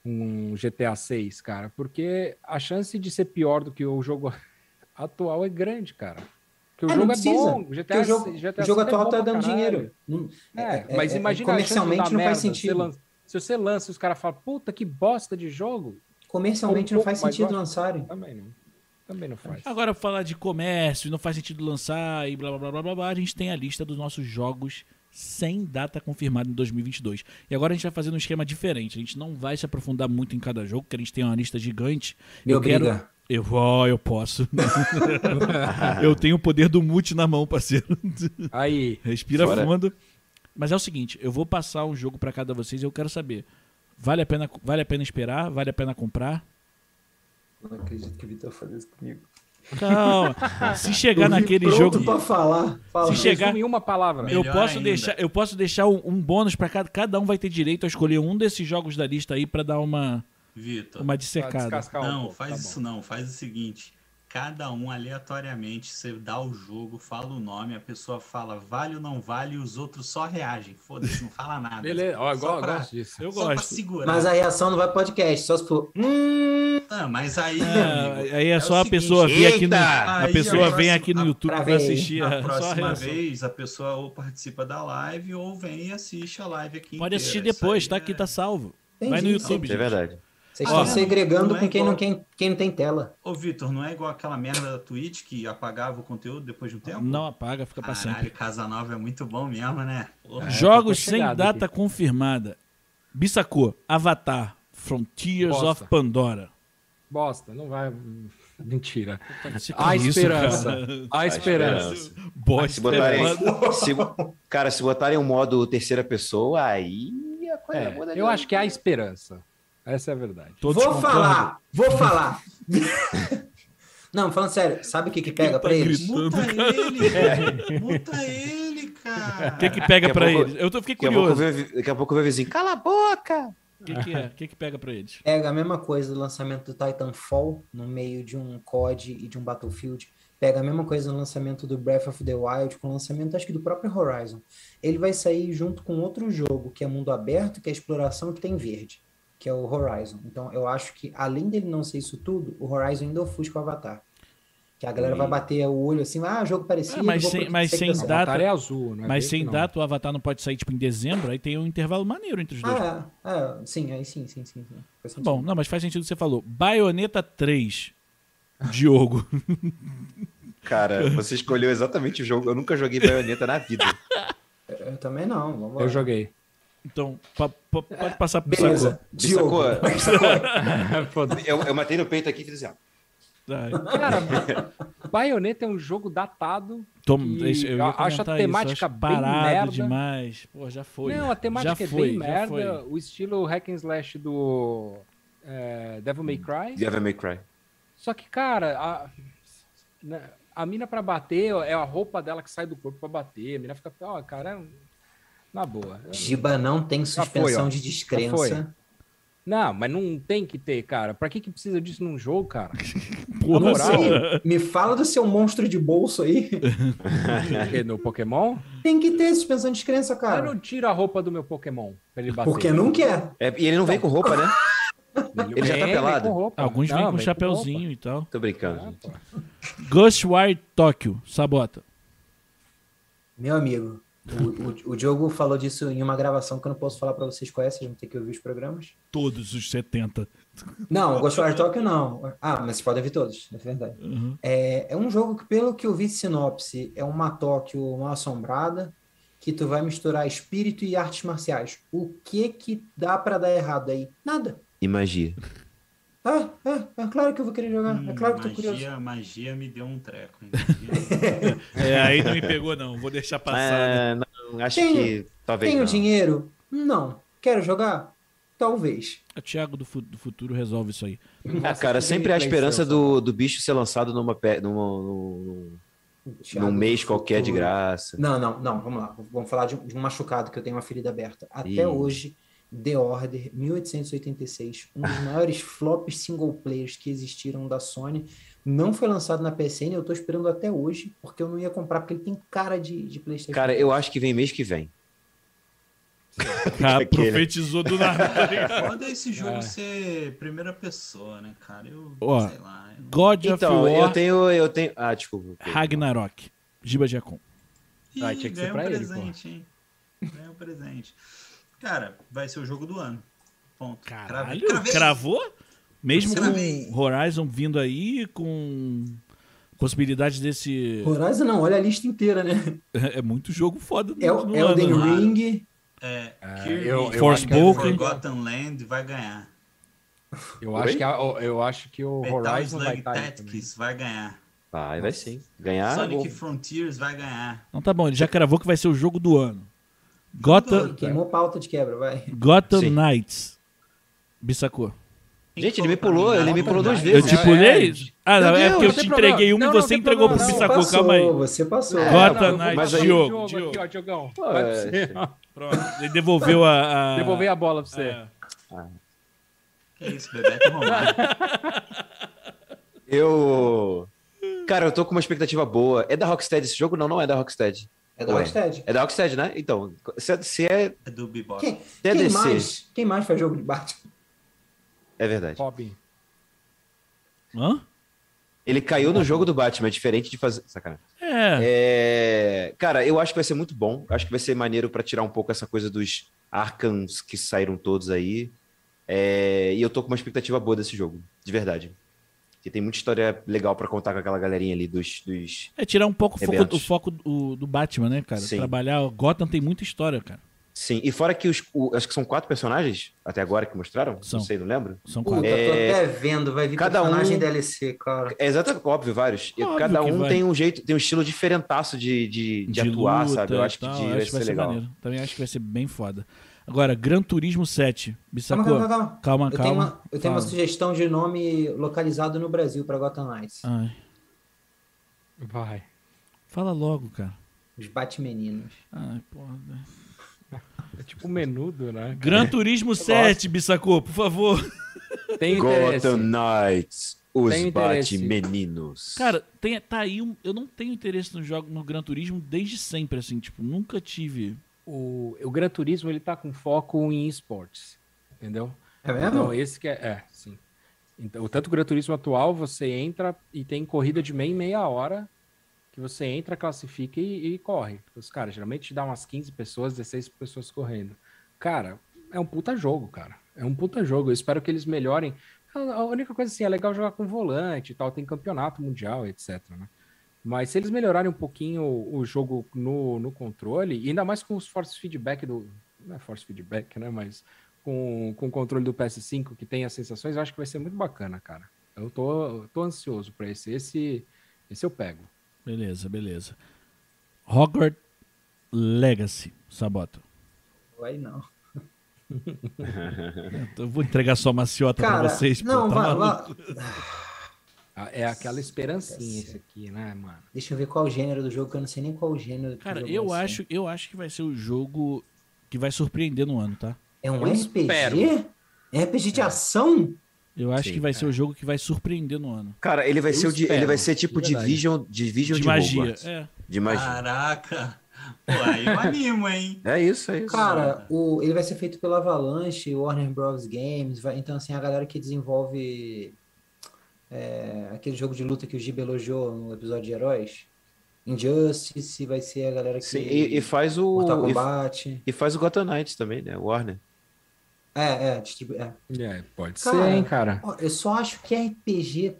S2: um, um GTA 6, cara. Porque a chance de ser pior do que o jogo atual é grande, cara. Porque o
S5: É, não
S2: jogo é
S5: precisa,
S2: bom. o GTA,
S5: Porque o jogo,
S2: GTA
S5: o jogo
S2: é
S5: atual
S2: bom
S5: tá
S2: pra
S5: dando
S2: caralho.
S5: dinheiro. Não-
S2: É,
S5: é-
S2: mas
S5: é-
S2: imagina a chance de dar
S5: comercialmente não faz
S2: merda, se
S5: sentido.
S2: lan- Se você lança e os caras falam, puta que bosta de jogo,
S5: Comercialmente
S2: Um
S5: não
S2: pouco
S5: faz
S2: mais
S5: sentido
S2: baixo.
S5: lançarem.
S2: também não. Também não faz.
S1: Agora, falar de comércio, não faz sentido lançar e blá blá blá blá blá, blá, a gente tem a lista dos nossos jogos sem data confirmada em 2022. E agora a gente vai fazer um esquema diferente. A gente não vai se aprofundar muito em cada jogo, porque a gente tem uma lista gigante.
S5: Me
S1: eu quero-
S5: obriga.
S1: Eu vou, eu posso. eu tenho o poder do mute na mão, parceiro.
S2: Aí,
S1: Respira
S3: Fora.
S1: fundo. Mas é o seguinte, eu vou passar um jogo pra cada vocês e eu quero saber. Vale a pena, vale a pena esperar? Vale a pena comprar?
S5: Não acredito que o Vitor faz isso comigo.
S1: Calma. Se chegar naquele
S5: pronto
S1: jogo,
S5: pra falar. Fala.
S1: Se chegar-
S2: resume em uma palavra. né?
S1: eu
S4: Melhor
S1: posso
S4: ainda.
S1: deixar, eu posso deixar um, um bônus pra cada cada um vai ter direito a escolher um desses jogos da lista aí pra dar uma
S4: Vitor.
S1: uma
S2: Pra
S1: dissecada.
S2: descascar um
S4: não,
S2: pouco,
S4: faz
S2: tá bom.
S4: isso não. Faz o seguinte. Cada um aleatoriamente, você dá o jogo, fala o nome, a pessoa fala vale ou não vale, e os outros só reagem. Foda-se, não fala nada.
S2: Beleza, ó, eu
S4: Só
S2: go-
S4: pra-
S2: gosto disso.
S1: Eu
S4: Só pra
S1: gosto.
S4: segurar.
S5: Mas a reação não vai pro podcast, só se for. Hum,
S4: Ah, mas aí,
S1: Ah,
S4: amigo,
S1: aí é,
S4: o
S1: só a
S4: seguinte,
S1: pessoa vir aqui no,
S3: Eita!
S1: a
S4: Aí,
S1: pessoa vem
S4: ó, próximo-
S1: aqui no
S4: a-
S1: YouTube
S5: pra
S1: pra
S5: ver aí.
S1: assistir
S4: Na
S1: a, é, só a
S4: próxima
S1: reação.
S4: vez, a pessoa ou participa da live ou vem e assiste a live aqui.
S1: Pode
S4: inteira.
S1: assistir
S4: Isso
S1: depois,
S4: aí
S1: tá
S4: é-
S1: aqui, tá salvo.
S5: entendi.
S1: Vai no YouTube,
S3: É
S1: gente.
S3: verdade.
S5: Vocês
S4: Ah,
S5: estão
S4: é?
S5: segregando
S4: Não é
S5: com quem não,
S4: igual.
S5: quem, quem não tem tela.
S4: Ô, Vitor, não é igual aquela merda da Twitch que apagava o conteúdo depois de um tempo?
S1: Não apaga, fica pra sempre.
S4: Caralho, Casanova é muito bom mesmo, né? Porra.
S1: Jogos
S2: tô
S1: sem
S2: chegado
S1: data confirmada. Bissacô, Avatar, Frontiers
S2: Bosta.
S1: of Pandora.
S2: Bosta, não vai. Mentira.
S1: com
S2: A
S1: isso,
S2: esperança.
S1: cara.
S2: A esperança.
S1: Bosta.
S3: Se botarem,
S1: é foda.
S3: se, cara, se botarem um modo terceira pessoa, aí a coisa
S2: É,
S3: muda.
S2: eu acho que é a esperança. Essa é a verdade.
S1: Todos
S5: vou
S1: concordam?
S5: falar, vou falar. não, falando sério, sabe o que, que pega
S1: Quem tá
S5: pra eles?
S1: gritando?
S4: Muta ele, velho. Muta ele, cara.
S1: O que que pega
S3: Daqui a
S1: pra
S3: pouco-
S1: eles? Eu tô, fiquei
S3: Daqui a pouco
S1: curioso.
S3: eu vi- daqui a pouco eu vi o vizinho, cala a boca!
S1: O que, que é? O que, que pega pra eles?
S5: Pega a mesma coisa do lançamento do Titanfall no meio de um COD e de um Battlefield. Pega a mesma coisa no lançamento do Breath of the Wild, com o lançamento, acho que do próprio Horizon. Ele vai sair junto com outro jogo, que é mundo aberto, que é exploração, que tem verde, que é o Horizon. Então, eu acho que, além dele não ser isso tudo, o Horizon ainda ofusca o Avatar. Que a galera vai bater o olho assim, ah, jogo parecido.
S1: Ah, mas
S5: vou
S1: sem-
S5: pro-
S1: mas sem
S5: pesquisar."
S2: O
S1: data-
S2: Avatar é azul, né?
S1: Mas
S2: Verde
S1: sem
S2: não.
S1: data, o Avatar não pode sair, tipo, em dezembro, aí tem um intervalo maneiro entre os dois.
S5: Ah, é, é, sim, aí sim, sim, sim. sim. Faz
S1: Tá
S5: sentido.
S1: Bom, não, mas faz sentido o que você falou. Baioneta 3, Diogo.
S3: Cara, você escolheu exatamente o jogo. Eu nunca joguei baioneta na vida.
S5: Eu também não, vamos
S2: Eu joguei.
S1: Então, pa- pa- pode passar pro
S5: Beleza,
S3: Me
S5: Diogo.
S3: sacou?
S2: Foda-se.
S3: Eu, eu matei no peito aqui e fiz assim, ó.
S1: Sacô. Ai,
S2: Cara, Bayonetta é um jogo datado.
S1: Tom,
S2: E
S1: deixa- eu ia
S2: a- acho a
S1: comentar isso,
S2: temática bem
S1: parado
S2: merda.
S1: demais. Pô, já foi.
S2: não, a temática
S1: já
S2: é
S1: foi, já
S2: bem merda.
S1: foi.
S2: O estilo hack and slash do é, Devil May Cry.
S3: Devil May Cry.
S2: Só que, cara, a, né, a mina pra bater, ó, é a roupa dela que sai do corpo pra bater. A mina fica, ó, cara, é um, na boa.
S5: Giba não tem
S2: Já foi,
S5: suspensão
S2: ó.
S5: de
S2: Já
S5: descrença.
S2: Não, mas não tem que ter, cara. Pra que que precisa disso num jogo, cara?
S1: Porra,
S2: Na moral.
S5: Sim, me fala do seu monstro de bolso aí.
S2: Porque no Pokémon?
S5: Tem que ter suspensão de descrença,
S2: Eu
S5: cara.
S2: não tiro a roupa do meu Pokémon pra ele bater.
S5: Porque não quer.
S3: É, e ele não vem com roupa, né? Ele já
S2: Vem,
S3: tá
S2: vem
S3: pelado?
S2: com roupa.
S1: Alguns
S2: Não,
S1: vêm com
S2: vem
S1: chapeuzinho e tal.
S2: roupa.
S3: Tô brincando.
S2: Ah, pô.
S1: Ghostwire Tokyo, sabota.
S5: Meu amigo, O, o, o Diogo falou disso em uma gravação que eu não posso falar pra vocês qual é, vocês vão ter que ouvir os programas.
S1: Todos os 70.
S5: Não, o Ghostwire Tokyo não. Ah, mas vocês podem ouvir todos, é verdade.
S1: Uhum.
S5: É, é um jogo que, pelo que eu vi de sinopse, é uma Tóquio mal assombrada, que tu vai misturar espírito e artes marciais. O que que dá pra dar errado aí? Nada.
S3: E magia.
S5: Ah, é, é claro que eu vou querer jogar.
S4: Hum,
S5: É claro que eu tô
S4: magia,
S5: curioso.
S4: magia me deu um treco. entendeu?
S1: É, aí não me pegou, não. Vou deixar passar.
S3: É, não, acho
S5: Tem-
S3: que talvez
S5: Tenho
S3: não.
S5: dinheiro? Não. Quero jogar? Talvez.
S2: É.
S1: O Thiago do, fu- do futuro resolve isso aí.
S3: Ah, cara, sempre há a esperança do, do bicho ser lançado numa, pe- numa, num, num mês qualquer de
S5: graça.
S3: graça.
S5: Não, não, não, vamos lá. Vamos falar de um, de um machucado que eu tenho uma ferida aberta. Até
S3: Ih.
S5: hoje, The Order 1886, um dos maiores flops single players que existiram da Sony, não foi lançado na PSN. Eu tô esperando até hoje, porque eu não ia comprar, porque ele tem cara de, de PlayStation.
S3: Cara, eu acho que vem mês que vem.
S1: Cara,
S3: Aquele.
S1: Tá, profetizou do nada. tá ligado?
S4: Foda esse jogo
S2: É.
S4: ser primeira pessoa, né, cara? Eu
S1: Ó,
S4: sei lá. eu-
S1: God of
S3: Então, eu
S1: War,
S3: tenho, eu tenho. Ah, desculpa.
S1: Ragnarok. Giba Giacom.
S2: Ah,
S4: Ih,
S2: tinha que ser
S4: ganhou
S2: pra
S4: um
S2: ele,
S4: presente, hein? Ganhou um presente. Cara, vai ser o jogo do ano. Ponto.
S1: Caralho,
S4: Cravei.
S1: cravou? Mesmo
S4: Cravei.
S1: com Horizon vindo aí, com possibilidade desse.
S5: Horizon não, olha a lista inteira, né?
S1: É muito jogo foda no,
S2: É
S5: El,
S1: no
S5: Elden
S1: ano. né?
S4: né?
S5: Ring,
S4: É,
S2: Ah,
S4: Kirby,
S2: eu- eu
S1: Force
S2: acho que é-
S1: Spoken. Boken.
S4: Forgotten Land vai ganhar.
S2: Eu
S3: Oi?
S2: acho, que a- eu acho que o
S4: Metal
S2: Horizon vai
S4: Slug
S2: estar aí também. Ah,
S4: Tactics vai ganhar.
S3: Vai, vai sim. Ganhar.
S4: Sonic
S3: bom.
S4: Frontiers vai ganhar.
S1: Então tá bom, ele já cravou que vai ser o jogo do ano. Gotham,
S5: queimou pauta de quebra, vai.
S1: Gotham
S3: Sim.
S1: Knights. Bissacô.
S3: Gente, ele me pulou, ele me pulou duas
S1: Eu
S3: vezes.
S1: te
S2: é,
S1: pulei?
S2: é.
S1: Ah, não,
S2: Não,
S1: é
S2: não,
S1: porque eu
S2: não
S1: te
S2: tem
S1: entreguei
S2: problema.
S1: uma e
S2: Não, não
S1: você
S2: tem
S1: entregou pro
S2: problema, não.
S1: Bissacô. Calma aí.
S5: você passou.
S2: É,
S1: Gota
S2: não, eu vou
S1: Knight,
S2: passar o
S1: Diogo,
S2: Diogo
S1: Diogo.
S2: Aqui, ó, Diogão.
S3: Pô,
S2: Vai pra
S3: é,
S2: você.
S1: Pronto, ele devolveu a. a...
S2: Devolver a bola pra você.
S1: a-
S4: Que isso, é Bebeto Romano.
S3: Eu. Cara, eu tô com uma expectativa boa. É da Rocksteady esse jogo? Não, não é da Rocksteady.
S5: É da
S3: Ué.
S5: Rocksteady.
S3: É da Rocksteady, né? Então, se é, se é,
S4: É do Bebop.
S5: Quem,
S3: se é
S5: quem
S3: DC.
S5: mais? Quem mais faz jogo de Batman?
S3: É verdade.
S2: Robin.
S1: Hã?
S3: Ele caiu no jogo do Batman, é diferente de fazer. Sacanagem.
S1: É.
S3: É, Cara, eu acho que vai ser muito bom. Acho que vai ser maneiro pra tirar um pouco essa coisa dos Arkans que saíram todos aí. É, E eu tô com uma expectativa boa desse jogo, de verdade. Porque tem muita história legal pra contar com aquela galerinha ali dos. dos...
S1: É tirar um pouco o foco,
S3: Eventos.
S1: o foco do, do Batman, né, cara?
S3: Sim.
S1: Trabalhar. o Gotham tem muita história, cara.
S3: Sim, e fora que os. o- Acho que são quatro personagens até agora que mostraram.
S1: São.
S3: Não sei, não lembro.
S1: São
S5: Puta,
S1: quatro.
S5: tô
S3: É,
S5: até vendo, vai vir
S3: cada
S5: personagem
S3: um-
S5: DLC, cara.
S3: É exatamente, óbvio, vários. E
S1: Óbvio
S3: cada
S1: que
S3: um
S1: vai.
S3: tem um jeito, tem um estilo diferentaço de, é, de, de, atuar,
S1: luta
S3: sabe? Eu
S1: e
S3: acho que
S1: tal,
S3: de- vai ser legal.
S1: maneiro. Também acho que vai ser bem foda. Agora, Gran Turismo 7.
S5: Calma,
S1: Bissacô.
S5: calma, calma.
S1: Calma,
S5: Eu tenho,
S1: calma.
S5: uma, eu tenho uma
S1: Fala.
S5: sugestão de nome localizado no Brasil para Gotham Knights.
S1: Ai,
S2: Vai.
S1: fala logo, cara.
S5: Os Batmeninos.
S1: Ai, porra.
S2: É tipo menudo, né?
S1: Gran Turismo 7, Bissacô, por favor.
S2: Tem interesse.
S3: Gotham Knights,
S2: Tem
S3: os
S2: interesse.
S3: Batmeninos.
S1: Cara, tem, tá aí. um- eu não tenho interesse no jogo no Gran Turismo desde sempre, assim. Tipo, nunca tive.
S2: O, o Gran Turismo, ele tá com foco em esportes, entendeu?
S5: É
S2: Então, esse que é... É, sim. Então, tanto o Gran Turismo atual, você entra e tem corrida de meia e meia hora, que você entra, classifica e, e corre. Os caras, geralmente dá umas 15 pessoas, 16 pessoas correndo. Cara, é um puta jogo, cara. É um puta jogo. Eu espero que eles melhorem. A a única coisa, assim, é legal jogar com volante e tal. Tem campeonato mundial, etc, né? Mas se eles melhorarem um pouquinho o jogo no, no controle, e ainda mais com os force feedback do... Não é force feedback, né? Mas com, com o controle do PS5 que tem as sensações, eu acho que vai ser muito bacana, cara. Eu tô, eu tô ansioso pra esse. Esse esse eu pego.
S1: Beleza, beleza. Hogwarts Legacy, Sabato.
S5: Vai não.
S1: Eu vou entregar só maciota
S5: Cara,
S1: pra vocês. pô,
S5: não,
S1: tá
S5: vai,
S1: maluco?
S5: vai.
S2: Ah, É aquela esperancinha
S5: Sim.
S2: esse aqui, né, mano?
S5: Deixa eu ver qual o gênero do jogo, que eu não sei nem qual o gênero. que o
S1: Cara,
S5: jogo
S1: eu
S5: vai ser.
S1: acho, eu acho que vai ser o jogo que vai surpreender no ano, tá?
S5: É um
S2: eu
S5: RPG?
S2: espero.
S5: É RPG de ação?
S1: Eu acho
S3: Sim,
S1: que vai
S5: é.
S1: ser o jogo que vai surpreender no ano.
S3: Cara, ele vai,
S2: Eu
S3: ser, o de,
S2: espero,
S3: ele vai ser tipo
S2: de verdade.
S3: Division, Division
S1: De
S3: de,
S1: magia.
S3: Hogwarts.
S1: É.
S3: De magia.
S4: Caraca. Pô, aí eu animo, hein?
S3: É isso, é isso.
S5: Cara, o, ele vai ser feito pela Avalanche, Warner Bros. Games, vai- então assim, a galera que desenvolve é, aquele jogo de luta que o Giba elogiou no episódio de Heróis, Injustice, vai ser a galera que
S3: Sim, e, e faz o.
S5: Mortal
S3: e-
S5: Kombat.
S3: E, faz o Gotham Knights também, né? Warner.
S5: É, é, distribu... é.
S2: É, pode
S5: Cara,
S2: ser, hein, cara.
S5: Ó, Eu só acho que é RPG,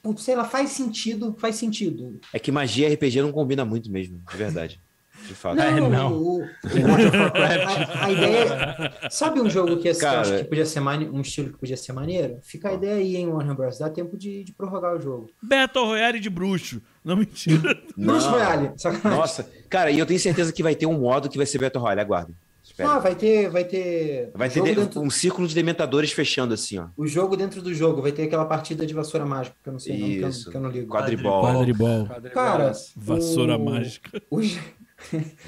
S5: putz, sei lá, faz sentido, faz sentido.
S3: É que magia e RPG não combina muito mesmo, de verdade. De fato.
S2: É, não. É
S5: o- o- a, a ideia. Sabe um jogo que, esse- eu acho
S3: Cara.
S5: que podia ser mane... um estilo que podia ser maneiro? Fica a ideia aí, hein, Warner Bros. Dá tempo de, de prorrogar o jogo.
S1: Battle Royale de bruxo. Não mentira.
S3: Não.
S5: Bruce Royale, sacanagem.
S3: Nossa, cara, e eu tenho certeza que vai ter um modo que vai ser Battle Royale, aguardem. Espera.
S5: Ah, vai ter, vai ter.
S3: Vai ter
S5: jogo
S3: de-
S5: dentro-
S3: um círculo de dementadores fechando assim, ó.
S5: O jogo dentro do jogo, vai ter aquela partida de vassoura mágica, que eu não sei o nome, que eu,
S3: Isso.
S5: que eu não ligo.
S3: Quadribol.
S1: Quadribol.
S5: Cara,
S1: Vassoura
S5: o-
S1: mágica.
S5: O, gê-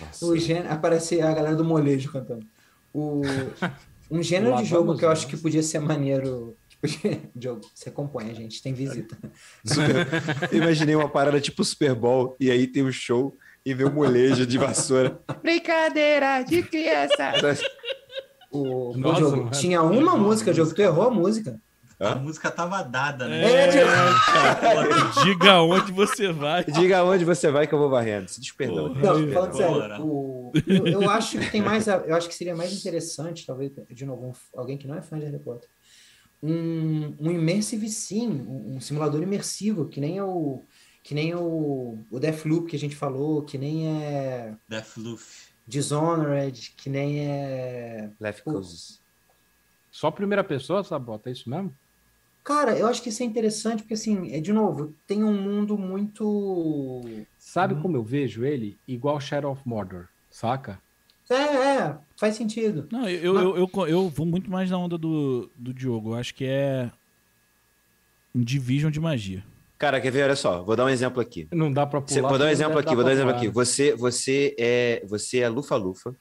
S3: Nossa.
S5: o gênero. Aparece a galera do molejo cantando. O, um gênero
S2: Lá
S5: de jogo
S2: vamos
S5: que eu
S2: nós.
S5: acho que podia ser maneiro. que podia- Diogo, você compõe, a gente tem visita.
S3: Super- Eu Imaginei uma parada tipo Super Bowl e aí tem um show e vê um molejo de vassoura.
S6: Brincadeira de criança.
S5: O, o
S2: Nossa,
S5: jogo
S2: mano.
S5: tinha uma música, Diogo, tu errou a música.
S4: A música tava dada, né?
S5: É, Diogo.
S1: Diga onde você vai.
S3: Diga aonde você vai que eu vou varrendo. Se desperdão.
S1: Porra.
S5: Não, falando
S4: Bora.
S5: sério, o- eu, eu acho que tem mais. a- Eu acho que seria mais interessante, talvez, de novo, um f- alguém que não é fã de Harry Potter. Um, um immersive sim, um, um simulador imersivo, que nem é o. Que nem o, o Deathloop que a gente falou, que nem é
S4: Deathloop.
S5: Dishonored, que nem é.
S3: Left Coast.
S2: Só a primeira pessoa, Sabota, é isso mesmo?
S5: Cara, eu acho que isso é interessante, porque assim, é de novo, tem um mundo muito. Uhum.
S2: Sabe como eu vejo ele? Igual Shadow of Mordor, saca?
S5: É, é, faz sentido.
S1: Não, eu, eu, eu, eu, eu vou muito mais na onda do, do Diogo. Eu acho que é um Division de magia.
S3: Cara, quer ver? Olha só, vou dar um exemplo aqui.
S2: Não dá pra pular.
S3: Cê- vou
S2: porque
S3: dar um
S2: não
S3: exemplo
S2: dá
S3: aqui,
S2: pra
S3: vou dar um exemplo
S2: pular.
S3: aqui. Você, você é, você é lufa-lufa.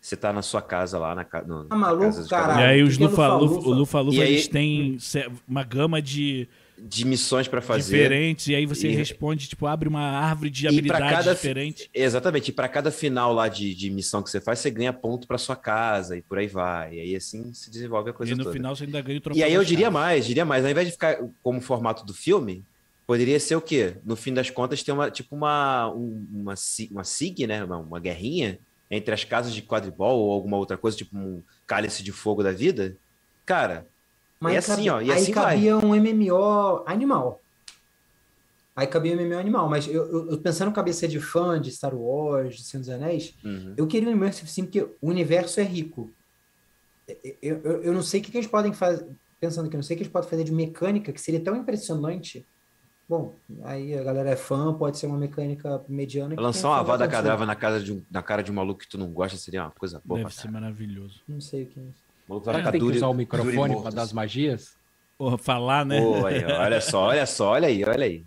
S3: Você tá na sua casa lá, na, ca- no,
S5: Tá
S3: na
S5: maluco,
S3: casa dos caras.
S5: caralho?
S1: e
S5: Ah,
S1: aí os
S5: pequeno
S1: Lufa,
S5: Lufa-Lufa.
S1: Lufa, Lufa, Lufa,
S3: E aí-
S1: eles têm se- uma gama de
S3: De missões pra fazer.
S1: diferentes, e aí você
S3: E-
S1: responde, tipo, abre uma árvore de
S3: pra
S1: habilidades
S3: cada-
S1: diferentes.
S3: Exatamente, e para cada final lá de, de missão que você faz, você ganha ponto pra sua casa e por aí vai. E aí assim se desenvolve a coisa
S1: E no
S3: toda.
S1: final você ainda ganha o troféu.
S3: E aí eu
S1: das
S3: diria
S1: caras.
S3: mais, diria mais, ao invés de ficar como formato do filme, poderia ser o quê? No fim das contas, tem uma tipo uma um- uma si- uma sig, né, uma, uma guerrinha entre as casas de quadribol ou alguma outra coisa, tipo um cálice de fogo da vida. Cara, E assim,
S5: cabe-
S3: ó, e
S5: aí
S3: assim vai.
S5: cabia um MMO animal. Aí cabia um MMO animal, mas eu, eu, eu pensando cabeça de fã de Star Wars, de Senhor dos Anéis,
S3: uhum.
S5: eu queria um Immersive Sim, porque o universo é rico. Eu, eu, eu não sei o que, que eles podem fazer, pensando que eu não sei o que eles podem fazer de mecânica, que seria tão impressionante. Bom, aí a galera é fã, pode ser uma mecânica mediana. que
S3: lançar
S5: tem
S3: uma
S5: que
S3: vada
S5: acontecer.
S3: cadrava na casa de um- na cara de um maluco que tu não gosta seria uma coisa boa. pra
S1: Deve ser
S3: caralho.
S1: maravilhoso.
S5: Não sei o que é isso.
S3: O maluco
S2: Será
S3: vai
S2: que
S3: ficar
S2: tem que
S3: duro e-
S2: usar o
S3: duro e
S2: microfone
S3: morto,
S2: pra dar as
S3: assim.
S2: magias?
S1: Porra, falar, né?
S3: Pô, aí, ó, olha só, olha só, olha aí, olha aí.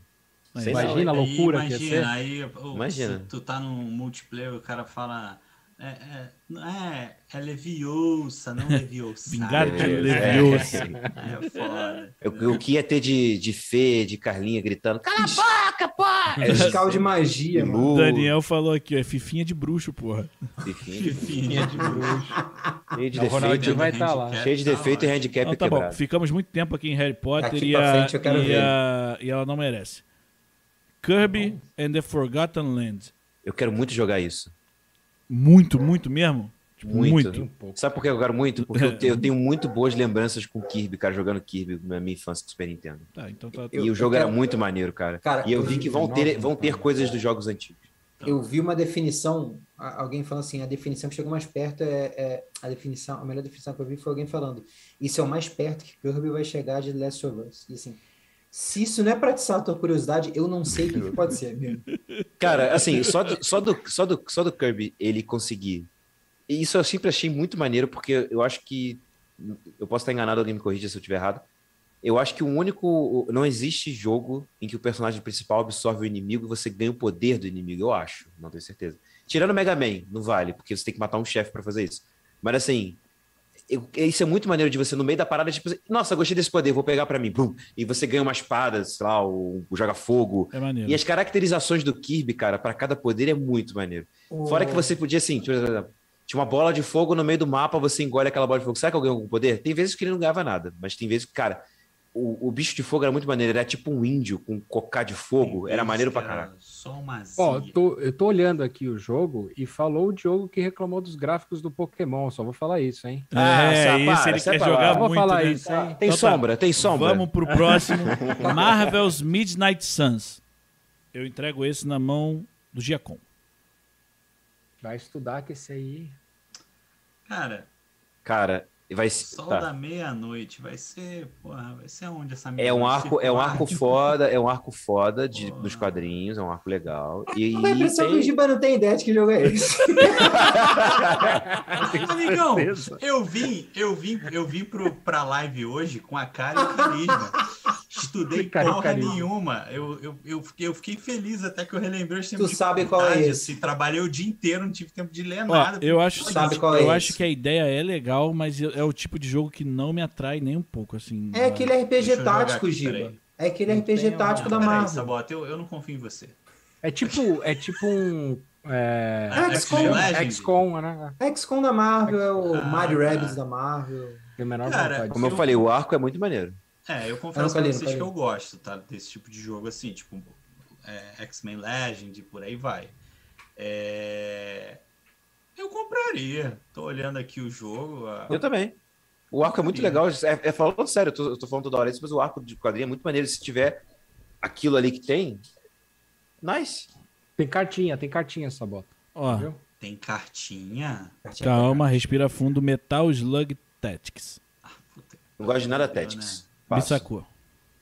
S1: Mas-
S3: Sei lá.
S2: Imagina a loucura que ia ser.
S4: imagina, aí, ô,
S3: Imagina.
S4: se Tu tá num multiplayer, o cara fala. É, é, não é, é Leviosa, não Leviosa.
S1: Vingar de
S3: É,
S1: Leviosa.
S4: É foda.
S3: O, o que ia ter de, de Fê, de Carlinha gritando. Cala
S6: Boca, pô!
S3: É,
S5: É Fiscal de magia, mano.
S3: Uh.
S1: O Daniel falou aqui, ó, é fifinha de bruxo, porra.
S4: Que filha de bruxo.
S3: Cheio de
S2: Não, o Ronaldinho
S3: defeito,
S2: vai estar lá.
S4: handicap,
S3: cheio de
S4: tá
S3: defeito e
S4: ótimo.
S3: handicap
S1: Então tá bom,
S3: quebrado.
S1: ficamos muito tempo aqui em Harry Potter
S5: Daqui
S1: e,
S5: pra
S1: a-
S5: frente eu quero
S1: e
S5: ver.
S1: a- e ela não merece.
S3: Tá
S1: Kirby and the Forgotten Land.
S3: Eu quero muito jogar isso.
S1: Muito, muito mesmo? Tipo,
S3: Muito.
S2: Tem
S1: muito.
S2: um pouco.
S3: Sabe por que eu quero muito? Porque eu, te- eu tenho muito boas lembranças com Kirby, cara, jogando Kirby na minha infância com Super Nintendo.
S1: Tá, então tá.
S5: Eu-
S3: e o jogo
S5: eu
S3: era
S5: quero-
S3: muito maneiro, cara.
S5: Cara,
S3: E eu
S5: eu
S3: vi
S5: vi
S3: que vão
S2: que
S3: ter,
S2: nove,
S3: vão ter
S2: cara.
S3: coisas dos jogos antigos.
S4: Então.
S5: Eu vi uma definição, a- alguém falando assim, a definição que chegou mais perto é, é- a definição, a melhor definição que eu vi foi alguém falando, isso é o mais perto que Kirby vai chegar de Last of Us. E assim, se isso não é pra atiçar a tua curiosidade, eu não sei o que, que pode ser. amigo.
S3: Cara, assim, só do, só, do, só, do, só do Kirby ele conseguir. E isso eu sempre achei muito maneiro, porque eu acho que. Eu posso estar enganado, alguém me corrija se eu estiver errado. Eu acho que o único. Não existe jogo em que o personagem principal absorve o inimigo e você ganha o poder do inimigo, eu acho. Não tenho certeza. Tirando o Mega Man, não vale, porque você tem que matar um chefe pra fazer isso. Mas assim. eu- isso é muito maneiro de você, no meio da parada, tipo, nossa, gostei desse poder, vou pegar pra mim. Bum, e você ganha uma espada, sei lá, o, o joga-fogo.
S1: É maneiro.
S3: E as caracterizações do Kirby, cara, pra cada poder é muito maneiro. Fora que você podia, assim, tipo, tinha uma bola de fogo no meio do mapa, você engole aquela bola de fogo. Será que eu ganho algum poder? Tem vezes que ele não ganhava nada, mas tem vezes que, cara, o- o, o bicho de fogo era muito maneiro. Ele era tipo um índio com cocá de fogo. Era maneiro pra
S4: Era
S3: caralho.
S4: Só uma
S2: Ó,
S4: zinha.
S2: eu tô, eu tô olhando aqui o jogo e falou o Diogo que reclamou dos gráficos do Pokémon. Só vou falar isso, hein?
S1: é,
S3: Ah, essa-
S1: esse
S3: para,
S1: ele
S3: essa
S1: quer
S3: é pra lá.
S1: jogar
S2: Só vou
S1: muito,
S2: falar
S1: né?
S2: isso, hein?
S1: Então
S3: Tem
S1: tá.
S3: sombra, tem sombra.
S1: Vamos pro próximo. Marvel's Midnight Suns. Eu entrego esse na mão do Giacom.
S2: Vai estudar que esse aí.
S4: Cara,
S3: Cara, vai ser.
S4: sol
S3: tá.
S4: da meia-noite vai ser. Porra, vai ser onde essa
S3: É um
S4: meia-noite?
S3: arco, é um arco foda, é um arco foda de,
S4: Porra.
S3: dos quadrinhos, é um arco legal. E,
S5: Não dá a é impressão que o
S3: tem-
S5: Giba não tem ideia de que jogo é esse.
S4: Amigão, eu vim, eu vim, eu vim pro, pra live hoje com a cara e carisma. Estudei
S2: Cara e
S4: porra
S2: carisma.
S4: nenhuma. Eu, eu, eu, fiquei, eu fiquei feliz até que eu relembrei os tempos
S5: Tu sabe qual é
S4: faculdade,
S5: esse.
S4: assim, trabalhei o dia inteiro, não tive tempo de ler
S1: Ó,
S4: nada.
S1: eu acho,
S5: Tu é sabe qual é
S1: eu
S5: esse.
S1: acho que a ideia é legal, mas eu- é o tipo de jogo que não me atrai nem um pouco, assim.
S5: É aquele
S4: Deixa eu
S5: RPG
S4: jogar
S5: tático,
S4: aqui,
S5: Giba.
S4: peraí. um
S5: É aquele
S2: Não
S5: RPG
S2: tem
S5: tático
S2: uma-
S5: da
S4: Peraí,
S5: Marvel.
S4: Sabota, eu, eu não confio em você.
S2: É tipo, é tipo um. É...
S5: Ah, XCOM.
S2: como é que chama?
S4: Legend.
S2: XCOM, né?
S5: XCOM da Marvel, é o
S4: Ah,
S5: Mario
S4: tá.
S5: Rabbids da Marvel.
S2: Tem a menor
S4: Cara,
S2: vontade.
S3: Como eu falei, o arco é muito maneiro.
S4: É, eu
S5: Eu
S4: confesso
S5: nunca
S4: pra
S5: li,
S4: vocês
S5: nunca
S4: que
S5: li.
S4: eu gosto, tá? Desse tipo de jogo assim, tipo é, X-Men Legend, por aí vai. É, Eu compraria. Tô olhando aqui o jogo. a-
S3: Eu também. O arco é muito
S4: Sim.
S3: legal. É, é falando sério, eu tô, eu tô falando toda hora isso, mas o arco de quadrinho é muito maneiro. Se tiver aquilo ali que tem, nice.
S2: Tem cartinha, tem cartinha, Sabota.
S1: Ó,
S2: Viu?
S4: Tem cartinha.
S1: calma, respira fundo. Metal Slug Tactics.
S4: Ah, puta que
S3: Não gosto de nada
S4: pariu,
S3: Tactics.
S4: né?
S1: Me
S3: Passo.
S1: sacou.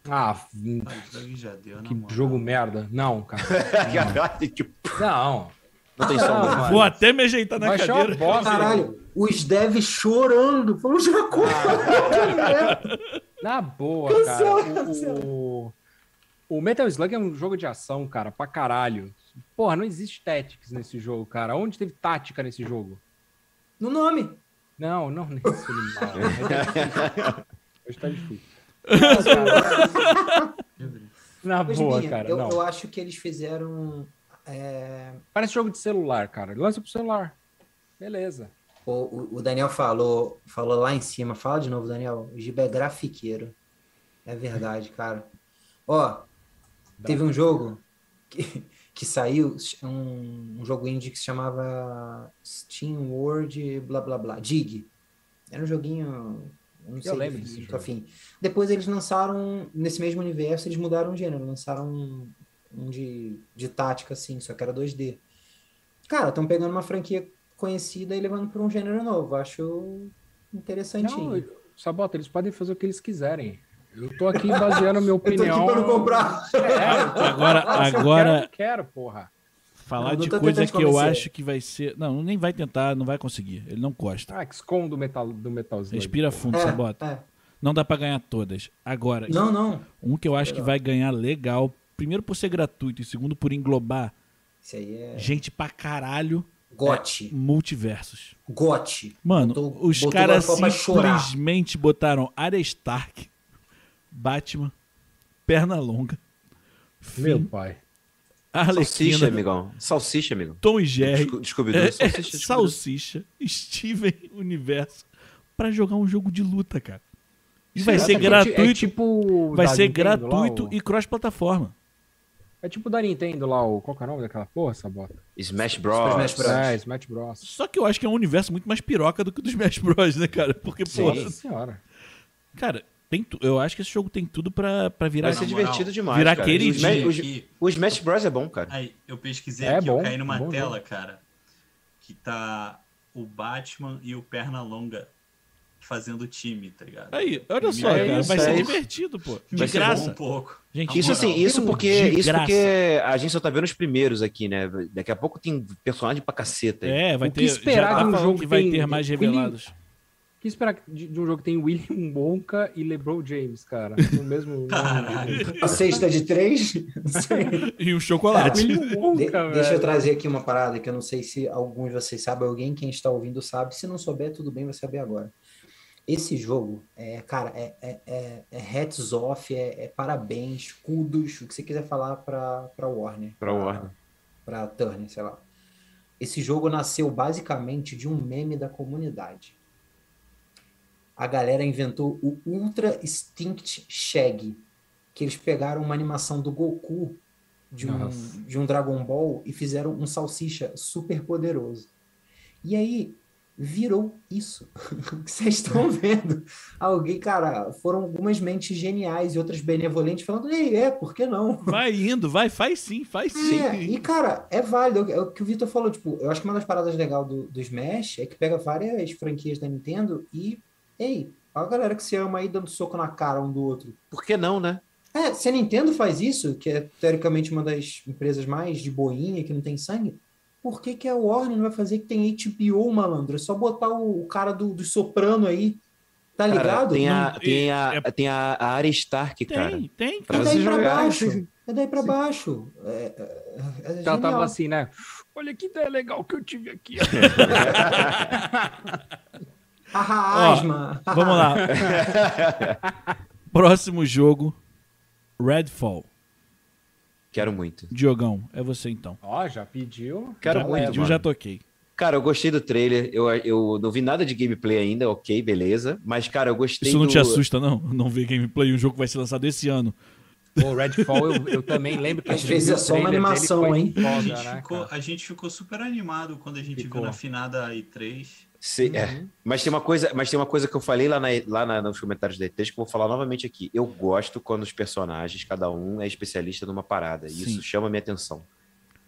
S2: Ah,
S4: Ah, isso daí já deu, na
S2: que
S4: moral.
S2: jogo merda. Não, cara.
S3: Tipo,
S2: Não.
S3: não tem né?
S2: Ah,
S3: sombra.
S2: mano.
S1: Vou até me ajeitar na
S2: Vai achar uma
S1: cadeira.
S2: bosta.
S5: Caralho, os devs chorando. Falou, já
S4: Ah.
S5: compra.
S2: Na boa,
S5: Cancela,
S2: cara.
S5: cancela.
S2: O, o, o Metal Slug é um jogo de ação, cara, pra caralho. Porra, não existe Tactics nesse jogo, cara. Onde teve tática nesse jogo?
S5: no nome.
S2: Não, não nesse animal. Hoje tá é difícil. Não, cara. Na
S5: Mas,
S2: Tá boa,
S5: Binha,
S2: cara.
S5: eu,
S2: não.
S5: eu acho que eles fizeram. é,
S2: Parece jogo de celular, cara. Lança pro celular. Beleza.
S5: o- O, o Daniel falou, falou lá em cima. Fala de novo, Daniel. O Giba é grafiqueiro. É verdade, cara. Ó, teve um jogo que, que saiu, um, um jogo indie que se chamava Steam World, blá blá blá, Dig. Era um joguinho. eu Não sei,
S2: lembro desse
S5: do
S2: jogo.
S5: fim. Depois eles lançaram, nesse mesmo universo, eles mudaram o gênero, lançaram um, um de, de tática, assim, só que era 2D. Cara, estão pegando uma franquia conhecida e levando para um gênero novo. Acho interessantinho.
S2: Não, eu- Sabota, eles podem fazer o que eles quiserem. Eu tô aqui baseando a minha opinião.
S5: comprar.
S2: É, eu tô-
S1: Agora-
S2: Ah, se eu
S1: agora-
S2: quero, eu quero, porra.
S1: Falar
S5: um Não,
S1: de
S5: eu tô
S1: coisa
S5: tentando
S1: que eu
S5: convencer.
S1: acho que vai ser. Não, nem vai tentar, não vai conseguir. Ele não gosta.
S2: Ah, XCOM do Metal, do metal Slug.
S1: Respira fundo, sabota.
S5: É, é.
S1: Não dá pra ganhar todas. Agora,
S5: Não, não.
S1: um que eu acho que vai ganhar legal, primeiro por ser gratuito e segundo por englobar
S5: Isso aí é.
S1: gente pra caralho,
S5: Gote.
S1: multiversos.
S5: Gote.
S1: Mano,
S5: Botou-
S1: os
S5: botou
S1: caras
S5: agora pra chorar.
S1: simplesmente botaram Arya Stark, Batman, Perna Longa,
S2: Meu pai.
S3: Salsicha,
S1: Arlequina,
S3: amigão. Salsicha, amigão.
S1: Tom e Jerry,
S3: Desco- Descobridor.
S1: é, é,
S3: Salsicha. Descobridor.
S1: Salsicha, Steven Universo, pra jogar um jogo de luta, cara. E vai ser
S2: Exatamente,
S1: gratuito,
S2: É tipo.
S1: vai
S2: da
S1: ser
S2: Nintendo lá,
S1: gratuito
S2: o-
S1: e cross-plataforma.
S2: É tipo da Nintendo lá, o... qual que é o nome daquela porra, Sabota?
S3: Smash Bros.
S5: Smash Bros.
S2: É, Smash Bros.
S1: Só que eu acho que é um universo muito mais piroca do que o dos Smash Bros, né, cara? Porque, pô,
S2: Nossa senhora.
S1: cara, tem tu- eu acho que esse jogo tem tudo pra, pra virar.
S3: Vai ser
S4: Na
S3: divertido
S4: moral.
S3: demais.
S1: Virar
S3: cara.
S1: queridinho.
S3: O Smash-
S4: Pesquisei
S3: o Smash,
S4: aqui.
S3: o Smash Bros é bom, cara.
S4: Aí, eu pesquisei
S2: É
S4: aqui,
S2: bom,
S4: eu caí numa
S2: bom
S4: tela, cara, que tá o Batman e o Pernalonga fazendo o time, tá ligado?
S1: Aí, olha só,
S3: É
S1: cara,
S3: isso,
S1: vai
S3: é
S1: ser
S3: isso.
S1: divertido, pô. De
S4: Vai ser bom
S1: graça.
S4: um pouco.
S1: Gente,
S3: Isso
S4: Na
S3: assim,
S4: moral.
S3: isso porque,
S1: De
S3: isso
S1: graça.
S3: porque a gente só tá vendo os primeiros aqui, né? Daqui a pouco tem personagem pra caceta. aí.
S1: É, vai
S2: O que
S1: ter.
S2: esperar
S1: já tá
S2: de um
S1: falando
S2: jogo
S1: que
S2: que
S1: vai
S2: tem
S1: ter mais
S2: William-
S1: revelados.
S2: O que esperar de, de um jogo que tem William Wonka e LeBron James, cara? No mesmo.
S4: Caralho.
S5: A sexta de três? Não sei.
S1: E um chocolate.
S2: William
S5: De-
S2: Wonka, velho.
S5: deixa eu trazer aqui uma parada que eu não sei se alguns de vocês sabem, alguém quem está ouvindo sabe. Se não souber, tudo bem, vai saber agora. Esse jogo, é, cara, é, é, é, é hats off, é, é parabéns, kudos, o que você quiser falar pra, pra Warner.
S3: Pra Warner.
S5: Pra Turner, sei lá. Esse jogo nasceu basicamente de um meme da comunidade. a galera inventou o Ultra Instinct Shag, que eles pegaram uma animação do Goku de um,
S2: Nossa.
S5: de um Dragon Ball e fizeram um salsicha super poderoso. E aí virou isso que vocês estão vendo. Alguém, cara, foram algumas mentes geniais e outras benevolentes falando, ei, é, por que não?
S1: Vai indo, vai, faz sim, faz sim.
S5: É, e cara, é válido. É o que o Vitor falou, tipo, eu acho que uma das paradas legais do, do Smash é que pega várias franquias da Nintendo e, ei, a galera que se ama aí dando soco na cara um do outro.
S3: Por que não, né?
S5: É, se a Nintendo faz isso, que é teoricamente uma das empresas mais de boinha, que não tem sangue, por que, que a Warner não vai fazer que tem HBO, malandro? É só botar o, o cara do, do Soprano aí, tá
S3: Cara,
S5: ligado?
S3: tem a,
S1: Não,
S3: tem a,
S1: é-
S3: tem a, a Arya Stark, cara.
S1: Tem, tem.
S5: É
S3: pra
S5: daí
S3: você
S5: pra
S3: jogar.
S5: baixo. É daí pra baixo. É, é, é
S3: Então,
S2: Ela
S3: tá
S5: genial.
S2: tava assim, né? Olha que ideia legal que eu tive aqui.
S5: Haha,
S1: Ó,
S5: asma.
S1: Vamos lá. Próximo jogo, Redfall.
S3: Quero muito.
S1: Diogão, é você então.
S2: Ó, já pediu.
S3: Quero
S1: já
S3: muito,
S1: pediu,
S3: mano.
S1: já toquei.
S3: Cara, eu gostei do trailer. Eu, eu não vi nada de gameplay ainda, ok, beleza. Mas, cara, eu gostei
S1: Isso não
S3: do...
S1: te assusta, não? Não ver gameplay, um jogo que vai ser lançado esse ano.
S2: O Redfall, eu, eu também lembro que
S5: Às
S2: eu
S5: vezes
S2: vi
S5: é
S2: o
S5: só uma
S2: trailer dele,
S5: animação,
S2: foi
S5: hein?
S4: A
S2: Foda,
S4: gente,
S2: né,
S4: ficou,
S2: cara?
S4: a gente ficou super animado quando a gente
S2: Ficou.
S4: viu na finada E3.
S3: Se- é. Mas tem uma coisa, mas tem uma coisa que eu falei lá, na, lá na- nos comentários da E3 que eu vou falar novamente aqui. Eu gosto quando os personagens, cada um é especialista numa parada. E
S1: Sim.
S3: isso chama minha atenção.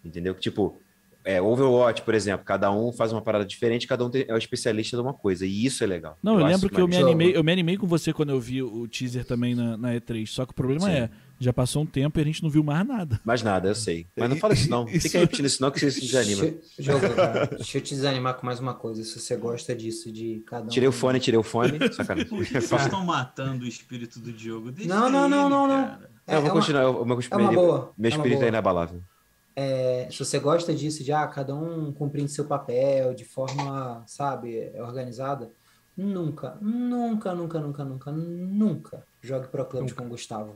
S3: Entendeu? Que Tipo, é, Overwatch, por exemplo, cada um faz uma parada diferente, cada um tem- é o especialista numa coisa. E isso é legal.
S1: Não, eu,
S3: acho
S1: lembro
S3: isso
S1: que eu me,
S3: maneiro.
S1: animei,
S5: maneiro.
S1: eu me animei com você quando eu vi o teaser também na, na E3. Só que o problema
S3: Sim.
S1: é, já passou um tempo e a gente não viu mais nada.
S3: Mais nada, eu sei. Mas não fala isso não.
S1: Isso-
S3: Fica repetindo isso não que isso desanima.
S5: Deixa, Diogo, cara, deixa eu te desanimar com mais uma coisa. Se você gosta disso, de cada um.
S3: Tirei o fone, tirei o fone.
S4: Por que
S3: Sacanagem. É
S4: vocês estão matando o espírito do Diogo? Deixa
S5: Não, não, não,
S4: ele,
S5: não, não.
S4: cara.
S5: É,
S3: eu vou
S5: é uma-
S3: continuar. eu- meu
S5: É uma
S3: espírito,
S5: boa.
S3: meu
S5: é uma
S3: espírito é
S5: boa.
S3: inabalável.
S5: É, se você gosta disso, de ah, cada um cumprindo seu papel de forma, sabe, é organizada, nunca, nunca, nunca, nunca, nunca, nunca jogue Pro Clubs com o Gustavo.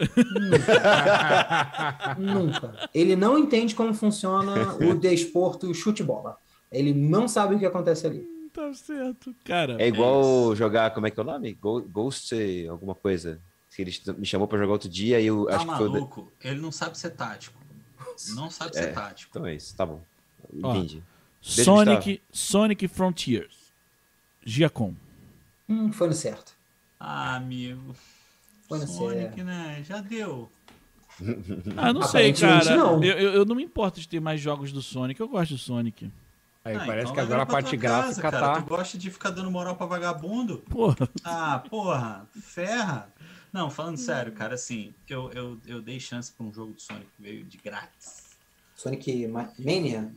S5: Nunca. nunca. Ele não entende como funciona o desporto chute-bola. Ele não sabe o que acontece ali.
S1: Tá certo. Cara,
S3: É igual jogar, como é que é o nome? Go- Ghost, eh, alguma coisa. Que ele me chamou pra jogar outro dia e eu
S4: Tá
S3: acho que foi. o-
S4: maluco? Ele não sabe ser tático. Não sabe ser tático.
S3: Então é isso, tá bom.
S1: Ó.
S3: Entendi. deixa eu
S1: Sonic, Sonic Frontiers. Giacom.
S5: Hum, foi no certo.
S4: Ah, amigo.
S5: Foi no
S4: Sonic,
S5: certo.
S4: né? Já deu.
S1: Ah, não sei,
S5: Aparentemente
S1: cara.
S5: não.
S1: Eu, eu, eu não me importo de ter mais jogos do Sonic. Eu gosto do Sonic.
S2: Aí
S4: Ah,
S2: parece
S4: então
S2: que
S4: leva
S2: agora a
S4: pra
S2: parte
S4: tua casa,
S2: gráfica
S4: cara.
S2: tá.
S4: Tu gosta de ficar dando moral pra vagabundo?
S1: Porra.
S4: Ah, porra, ferra. Não, falando sério, cara, assim, eu, eu, eu dei chance pra um jogo do Sonic que veio de grátis.
S5: Sonic Ma- Mania?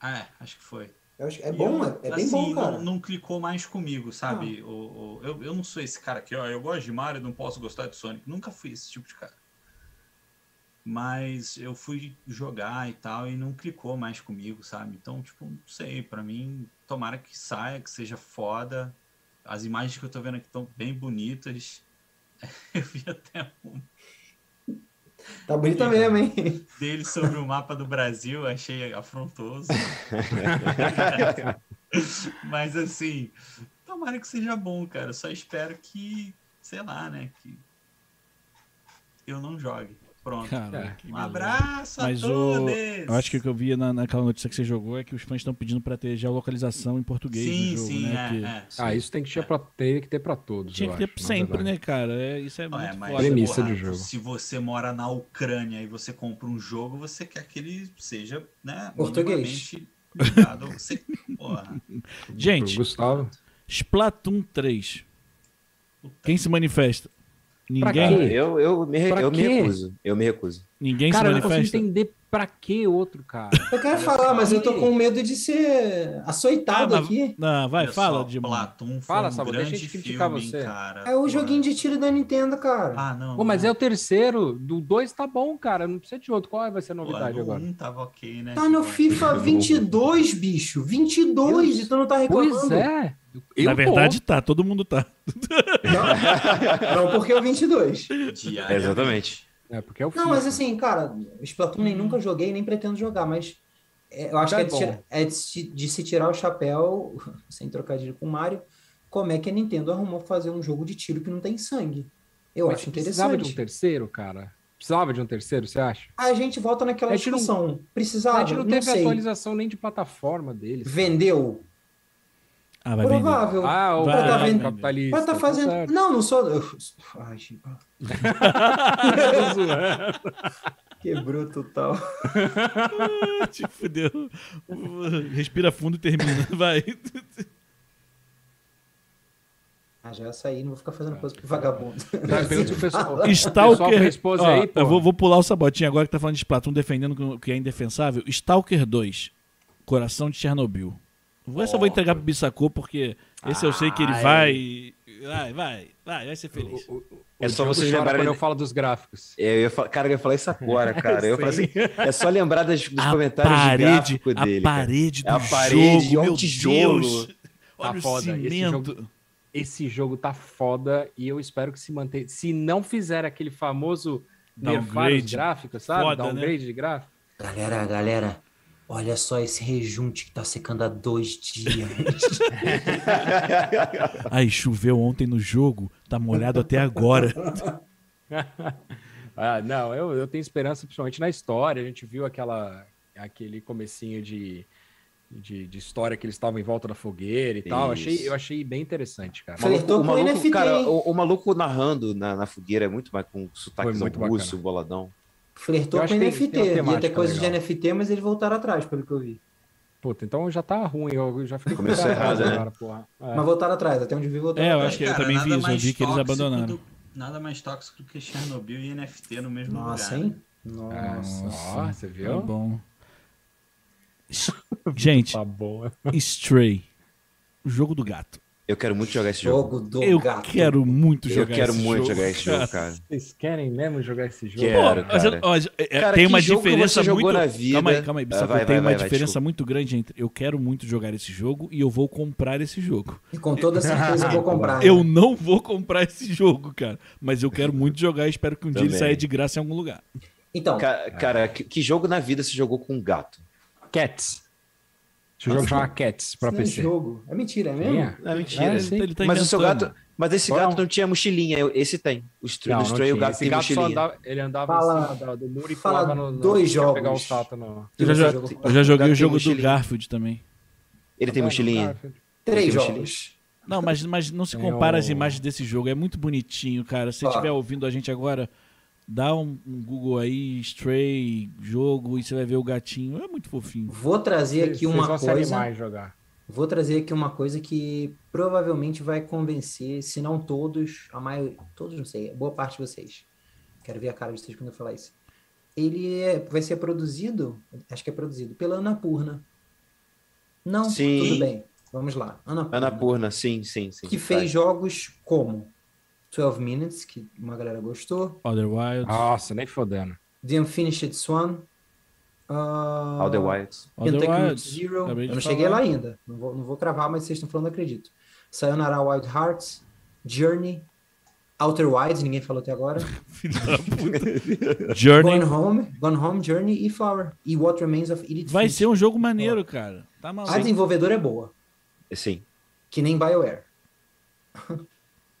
S4: Ah, é, acho que foi.
S5: Eu acho- é
S4: E eu,
S5: bom, é, é bem
S4: assim,
S5: bom, cara. Ah.
S4: Não, não clicou mais comigo, sabe? O- o- eu, eu não sou esse cara que, ó, eu gosto de Mario, não posso gostar de Sonic. Nunca fui esse tipo de cara. Mas eu fui jogar e tal e não clicou mais comigo, sabe? Então, tipo, não sei, pra mim, tomara que saia, que seja foda. As imagens que eu tô vendo aqui estão bem bonitas. Eu vi até um
S5: Tá bonita mesmo, hein?
S4: dele sobre o mapa do Brasil, achei afrontoso. Mas assim, tomara que seja bom, cara. Só espero que, sei lá, né? Que eu não jogue. Pronto.
S1: Cara,
S2: É.
S1: que
S4: Um
S1: beleza.
S4: abraço
S1: Mas
S4: a
S1: o-
S4: todos!
S1: Eu acho que o que eu vi na, naquela notícia que você jogou é que os fãs estão pedindo pra ter já localização em português
S4: Sim,
S1: no jogo,
S4: sim,
S1: né? que...
S4: é, é.
S2: Ah, isso tem que ter pra, teria que ter pra todos.
S1: Tinha
S2: eu
S1: que ter
S2: acho, na
S1: sempre,
S2: verdade.
S1: né, cara? É, isso é
S4: Não,
S1: muito
S4: é, mas,
S1: foda.
S2: Premissa de jogo.
S4: Se você mora na Ucrânia e você compra um jogo, você quer que ele seja, né?
S5: Português.
S4: minimamente ligado ao que Você... Porra,
S1: né, Gente,
S2: Pro Gustavo.
S1: Splatoon 3.
S4: puta
S1: Quem se manifesta?
S3: Cara,
S1: Ninguém,
S2: quê?
S3: eu, eu, me, re-
S2: Pra
S3: eu me
S2: quê?
S3: recuso. Eu me recuso.
S1: ninguém
S2: Cara, eu
S1: se
S2: não consigo
S1: manifesta.
S2: entender pra que outro, cara.
S5: Eu quero falar, mas eu tô com medo de ser açoitado
S1: Ah, mas-
S5: aqui.
S1: Não, vai,
S4: Olha
S1: fala,
S4: só,
S1: Dimo.
S4: Platum foi
S2: Fala,
S4: um
S2: Sabo,
S4: grande
S2: deixa eu te criticar
S4: filme, hein,
S2: você.
S4: cara.
S5: É o
S4: Porra.
S5: joguinho de tiro da Nintendo, cara.
S4: Ah, não.
S2: Pô, mas é
S4: não.
S2: o terceiro. Do dois tá bom, cara. Não precisa de outro. Qual é vai ser a
S4: Pô,
S2: novidade
S4: no
S2: agora?
S4: um tava ok, né?
S5: Tá no
S4: Tipo,
S5: FIFA 22, bicho. 22 e tu não tá reclamando.
S2: Pois é.
S1: Na verdade, tá, todo mundo tá.
S5: Não, não porque é o 22.
S4: diariamente.
S3: Exatamente.
S2: Tô. É, porque é o
S5: Não, mas assim, cara, Splatoon nem nunca joguei, nem pretendo jogar, mas é, eu acho
S2: Tá
S5: que é, de,
S2: bom.
S5: tirar- é de se- de se tirar o chapéu, sem trocadilho com o Mario, como é que a Nintendo arrumou fazer um jogo de tiro que não tem sangue. Eu
S2: Mas
S5: acho
S2: Precisava de
S5: interessante.
S2: um terceiro, cara. Precisava de um terceiro, você acha?
S5: A gente volta naquela
S2: A gente não-
S5: discussão.
S2: a
S5: Precisava,
S2: gente não
S5: não,
S2: teve
S5: sei.
S2: atualização nem de plataforma deles.
S5: Vendeu?
S1: Ah, vai vender.
S5: Provável.
S2: Ah, o
S1: Vai,
S5: vai, vai.
S2: capitalista.
S5: Ela tá fazendo.
S2: certo.
S5: Não, não sou. eu- Ai, gente.
S2: Tô zoando.
S5: Quebrou total.
S1: Te fudeu. Respira fundo e termina. Vai.
S5: Ah, já saí, não vou ficar fazendo coisa que vagabundo.
S2: Tá, pergunta pro pessoal. Pessoal
S1: Stalker.
S2: pra esposa
S1: Ó,
S2: aí, pô.
S1: eu vou, vou pular o sabotinho agora que tá falando de Splatoon defendendo que- o que é indefensável. Stalker 2, Coração de Chernobyl. Vou, essa eu vou entregar pro Bissacô, porque esse eu sei que ele
S2: Ai.
S1: vai. Vai, vai, vai, vai ser feliz.
S2: O- o- o
S3: É só
S2: Diogo
S3: vocês
S2: chora
S3: lembrarem- É,
S2: Quando eu falo dos gráficos.
S3: Eu ia falar, cara, eu ia falar isso agora, cara. Eu ia falar assim, é só lembrar das- dos comentários de
S1: parede,
S3: gráfico
S1: a
S3: dele. cara.
S1: parede do
S3: É a parede,
S1: jogo,
S3: olha o
S1: meu
S3: tijolo.
S1: Deus. Olha o
S2: foda, esse
S1: cimento.
S2: Esse jogo tá foda e eu espero que se mantenha. Se não fizer aquele famoso nerfar os
S1: Downgrade.
S2: gráficos, sabe?
S1: Foda, né?
S2: Downgrade de gráfico.
S5: Galera, galera, olha só esse rejunte que tá secando há dois dias.
S1: Aí choveu ontem no jogo, tá molhado até agora.
S2: Ah, não, eu, eu tenho esperança, principalmente na história. A gente viu aquela, aquele comecinho de, de, de história que eles estavam em volta da fogueira e tal.
S3: Isso.
S2: Achei, eu achei bem interessante, cara.
S3: O maluco-
S5: Flertou
S3: o
S5: com
S3: maluco,
S5: NFT,
S3: cara,
S5: hein?
S3: o, o maluco narrando na, na fogueira é muito mais com sotaque
S2: Foi muito
S3: russo, boladão.
S5: Flertou
S2: Eu
S5: com
S2: acho que tem-
S5: NFT.
S2: tem uma
S5: Ia ter
S2: temática
S5: coisa de
S2: legal.
S5: NFT, mas eles voltaram atrás, pelo que eu vi.
S2: Puta, então já tá ruim, eu já fiquei
S3: Começou
S2: preocupado
S3: errado, né?
S2: agora, porra. É.
S5: Mas voltaram atrás, até onde vi voltaram
S1: É, eu
S5: atrás.
S1: acho que eu
S4: Cara,
S1: também vi
S4: nada
S1: isso, eu
S4: mais
S1: vi que eles
S4: tóxico
S1: abandonaram.
S4: do- nada mais tóxico que Chernobyl e NFT no mesmo
S5: Nossa,
S4: lugar. né?
S5: hein?
S2: Ah,
S5: Nossa.
S2: ó, você
S1: Tá
S2: viu?
S1: bom. Gente,
S2: Tá bom.
S1: Stray. O jogo do gato.
S3: Eu quero muito jogar esse jogo.
S5: Jogo do
S1: eu
S5: gato.
S1: quero muito
S3: Eu
S1: jogar
S3: quero
S1: esse
S3: muito
S1: jogo.
S3: jogar esse jogo, cara.
S2: Vocês querem mesmo jogar esse jogo?
S3: Quero.
S1: Pô, mas eu-
S3: cara.
S1: ó, é-
S3: Cara,
S1: tem
S3: que
S1: uma
S3: jogo que
S1: diferença
S3: você jogou
S1: muito.
S3: na vida?
S1: Calma aí, calma aí.
S3: Ah,
S1: Bissacô,
S3: vai,
S1: tem
S3: vai,
S1: uma
S3: vai, vai,
S1: diferença
S3: desculpa.
S1: muito grande entre eu quero muito jogar esse jogo e eu vou comprar esse jogo.
S5: E com toda certeza eu vou
S3: Ah.
S5: comprar.
S1: Eu não vou comprar esse jogo, cara. Mas eu quero muito jogar e espero que um dia ele
S3: Também.
S1: saia de graça em algum lugar.
S5: Então,
S3: Ca- cara, que, que jogo na vida você jogou com um gato?
S2: Cats. Esse jogo chama Cats pra
S5: isso não é
S2: PC.
S5: jogo. É mentira, é mesmo?
S2: Tinha?
S3: É
S2: É,
S3: mentira.
S2: sim.
S1: Ele tá
S3: mas o seu
S1: inventando.
S3: gato. Mas esse
S2: Qual?
S3: gato não tinha mochilinha. eu- Esse tem. O Stray,
S2: Não,
S3: no
S2: não
S3: Stray, o
S2: tinha.
S3: gato
S2: Esse
S3: tem
S2: gato só
S3: mochilinha.
S2: andava, ele andava
S5: Fala-
S2: em cima da- do muro e
S5: fala
S2: pulava no, no
S5: dois
S2: pra pegar o
S5: jogos.
S2: salto no...
S1: Eu já, jo-
S5: Você jogou com-
S1: eu já joguei
S3: Gato
S1: o jogo
S3: tem um
S1: do
S3: mochilinha.
S1: Garfield também.
S3: Ele tem mochilinha.
S5: Três
S3: Tem um
S5: jogos.
S1: Não, mas, mas não se
S2: Tem um
S1: compara
S2: o-
S1: as imagens desse jogo. É muito bonitinho, cara. Se você
S5: Ó.
S1: estiver ouvindo a gente agora, dá um, um Google aí, Stray, jogo, e você vai ver o gatinho. É muito fofinho.
S5: Vou trazer aqui
S2: Vocês
S5: uma
S2: vão se
S5: coisa.
S2: animar em jogar.
S5: Vou trazer aqui uma coisa que provavelmente vai convencer, se não todos, a maioria, todos não sei, boa parte de vocês. Quero ver a cara de vocês quando eu falar isso. Ele é- vai ser produzido, acho que é produzido, pela Anapurna. Não,
S3: Sim.
S5: tudo bem. Vamos lá. Anapurna.
S3: Anapurna, sim, sim, sim.
S5: Que
S3: Vai.
S5: fez jogos como 12 Minutes, que uma galera gostou,
S1: Other Wilds.
S2: Nossa, nem fodendo.
S5: The Unfinished Swan, ah,
S3: All the Wilds.
S1: Other
S5: Kentucky Route
S1: Wilds.
S5: Zero.
S1: Acabei
S5: Eu
S1: de
S5: não
S1: falar.
S5: cheguei lá ainda. Não vou, não vou cravar, mas vocês estão falando, eu acredito. Sayonara Wild Hearts, Journey, Outer Wilds, ninguém falou até agora.
S1: Filho da puta. Journey.
S5: Gone Home, Gone Home, Journey e Flower. E What Remains of Edith
S1: Vai
S5: Finch.
S1: ser um jogo maneiro, cara. Tá maluco.
S5: A desenvolvedora é boa,
S3: eh, Sim.
S5: que nem BioWare.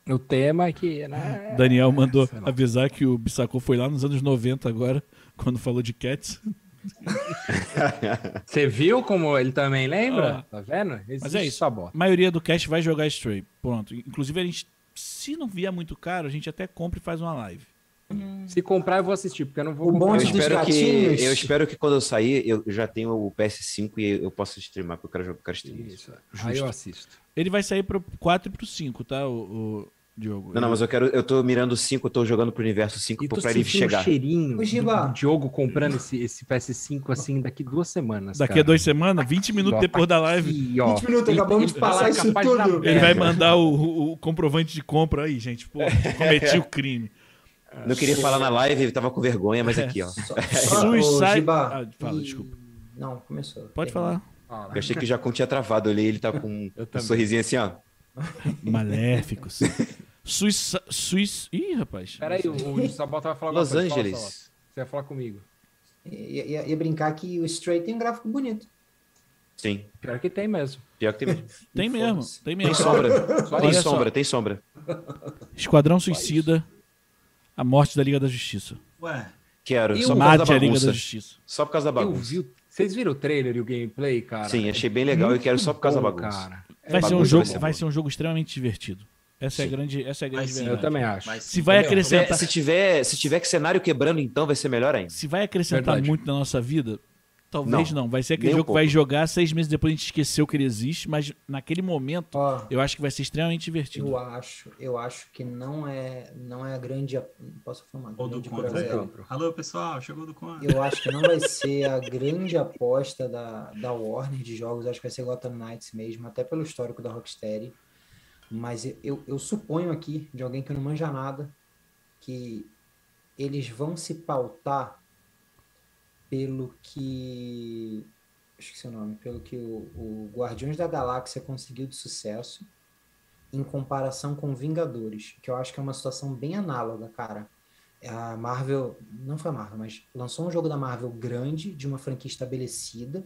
S2: O tema é que... Né?
S1: Daniel mandou
S2: Sei lá.
S1: avisar que o Bissacô foi lá nos anos 90 agora, quando falou de Cats.
S2: Você viu como ele também lembra?
S1: Ah.
S2: Tá vendo? Existe
S1: Mas é isso.
S2: sabota.
S1: A maioria do cast vai jogar Stray. Pronto. Inclusive, a gente, se não vier muito caro, a gente até compra e faz uma live.
S2: Se comprar, eu vou assistir, porque eu não vou
S5: O
S2: comprar.
S5: bom
S3: Eu
S5: Antes
S2: não.
S5: dos
S3: espero, que,
S5: gatinhos.
S3: eu espero que quando eu sair, eu já tenho o PS5 e eu posso streamar, porque eu quero jogar eu quero streamar.
S2: Isso, Aí eu assisto.
S1: Ele vai sair pro 4 e pro 5, tá, o, o Diogo?
S2: Tipo,
S3: Não, não, mas eu quero. Eu tô mirando o 5, eu tô jogando pro universo 5
S2: E tô
S3: pra ele
S2: sentindo o
S3: chegar.
S2: um cheirinho
S5: Ô, Giba.
S2: do Diogo comprando esse, esse PS5 assim daqui duas semanas,
S1: Daqui
S2: cara.
S1: a duas semanas, 20 minutos
S2: Ó,
S1: depois
S2: tá
S1: da live,
S2: aqui, ó.
S5: 20 minutos,
S2: Ele-
S5: acabamos
S2: ele
S5: de falar
S2: é
S5: isso
S2: capaz de dar
S5: tudo.
S2: merda.
S1: ele vai mandar o, o- o comprovante de compra aí, gente. Pô, cometi o crime.
S3: Não queria falar
S2: É.
S3: na live, eu tava com vergonha, mas aqui, ó.
S5: Só,
S1: Suicide-
S5: ô, Giba,
S1: Ah, fala,
S5: e-
S1: desculpa.
S5: Não, começou.
S1: Pode falar.
S2: Fala.
S3: Eu achei que o Jacon tinha travado, eu olhei, ele tá com
S2: Eu
S3: um
S2: também.
S3: sorrisinho assim, ó.
S1: Maléficos. Suiça. Suiça. Ih, rapaz.
S2: Peraí, o, o Sabota vai falar
S3: Los
S2: agora, fala, Sabota.
S3: Angeles.
S2: Você vai falar comigo.
S5: Ia, ia- ia brincar que o Stray tem um gráfico bonito.
S3: Sim.
S2: Pior que tem mesmo.
S3: Pior que tem mesmo.
S1: Tem mesmo, tem
S3: Tem
S1: mesmo.
S3: sombra.
S2: Só
S3: Tem
S1: Olha
S2: isso.
S1: só.
S3: sombra, tem sombra.
S1: Esquadrão Suicida, a morte da Liga da Justiça.
S4: Ué,
S3: Quero.
S2: E
S3: Só
S2: o
S3: por causa da
S1: Mate a Liga da
S3: bagunça.
S1: Justiça.
S3: Só por causa da
S2: Eu
S3: bagunça.
S2: vi o- Vocês viram o trailer e o gameplay, cara?
S3: Sim, achei bem legal e quero só por causa da
S2: Bom,
S3: bagunça.
S2: cara.
S1: Vai ser um
S3: bagunça
S1: jogo,
S3: vai ser
S1: vai
S3: bom.
S1: ser um jogo extremamente divertido. Essa é a
S3: Sim.
S1: grande, essa é a
S4: vai
S1: grande
S4: sim.
S1: verdade.
S2: Eu também acho.
S4: Vai sim.
S1: Se vai
S4: Entendeu?
S3: Se tiver-
S1: acrescentar,
S3: se tiver, se tiver que cenário quebrando, então vai ser melhor ainda.
S1: se vai acrescentar
S2: Verdade.
S1: muito na nossa vida, talvez não.
S3: Não,
S1: Vai ser aquele
S3: nem um
S1: jogo que vai
S3: pouco.
S1: jogar seis meses depois a gente esqueceu que ele existe, mas naquele momento
S5: Ó,
S1: eu acho que vai ser extremamente divertido.
S5: eu acho, eu acho que não é, não é a grande, não posso falar,
S4: Ou do
S5: grande
S4: contra.
S5: groselha.
S2: Compro.
S4: Alô, pessoal, chegou do contra.
S5: Eu acho que não vai ser a grande aposta da, da Warner de jogos, acho que vai ser Gotham Knights mesmo, até pelo histórico da Rocksteady. Mas eu, eu, eu suponho aqui, de alguém que não manja nada, que eles vão se pautar pelo que. Esqueci o nome, pelo que o, o Guardiões da Galáxia conseguiu de sucesso em comparação com Vingadores, que eu acho que é uma situação bem análoga, cara a Marvel, não foi a Marvel, mas lançou um jogo da Marvel grande, de uma franquia estabelecida,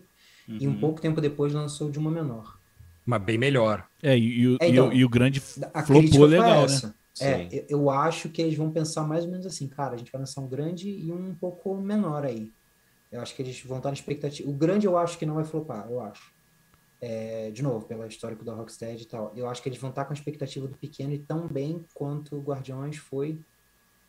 S5: e
S1: Uhum.
S4: Uhum.
S5: um pouco tempo depois lançou de uma menor.
S2: Mas bem melhor.
S1: É, e, e o-
S5: É,
S1: e
S5: então.
S1: o- e o grande
S5: A
S1: Flopou
S5: crítica foi
S1: legal, né?
S5: essa. É,
S3: Sim.
S5: eu, eu acho que eles vão pensar mais ou menos assim, cara, a gente vai lançar um grande e um pouco menor aí. Eu acho que eles vão estar na expectativa. O grande eu acho que não vai flopar, eu acho. É, de novo, pela histórico da Rocksteady e tal. Eu acho que eles vão estar com a expectativa do pequeno e tão bem quanto o Guardiões foi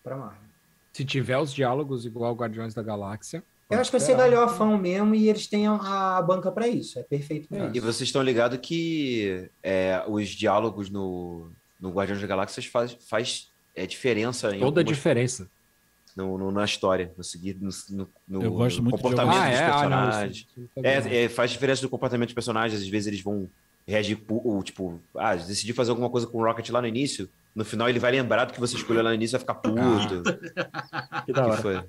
S5: pra Marvel.
S2: Se tiver os diálogos igual Guardiões da Galáxia.
S5: Eu acho que vai ser galhofão mesmo e eles têm a, a banca pra isso. É perfeito pra
S3: E
S5: isso.
S3: vocês estão ligados que é, os diálogos no, no Guardiões da Galáxias faz, faz é, diferença em
S2: Toda a
S3: algumas-
S2: diferença.
S3: no, no- na história, no, seguir, no, no- no-
S1: Eu gosto
S3: no
S1: muito de
S3: comportamento
S2: Ah,
S1: jogar.
S3: dos Tá personagens.
S2: é? isso- isso tá bem.
S3: Ah, É, é, faz diferença do comportamento dos personagens. Às vezes eles vão reagir, pu- ou, tipo, ah, decidi fazer alguma coisa com o Rocket lá no início. No final ele vai lembrar do que você escolheu lá no início e vai ficar
S1: Ah.
S3: puto.
S2: Que da
S3: que
S1: Tá.
S2: hora.
S3: foi?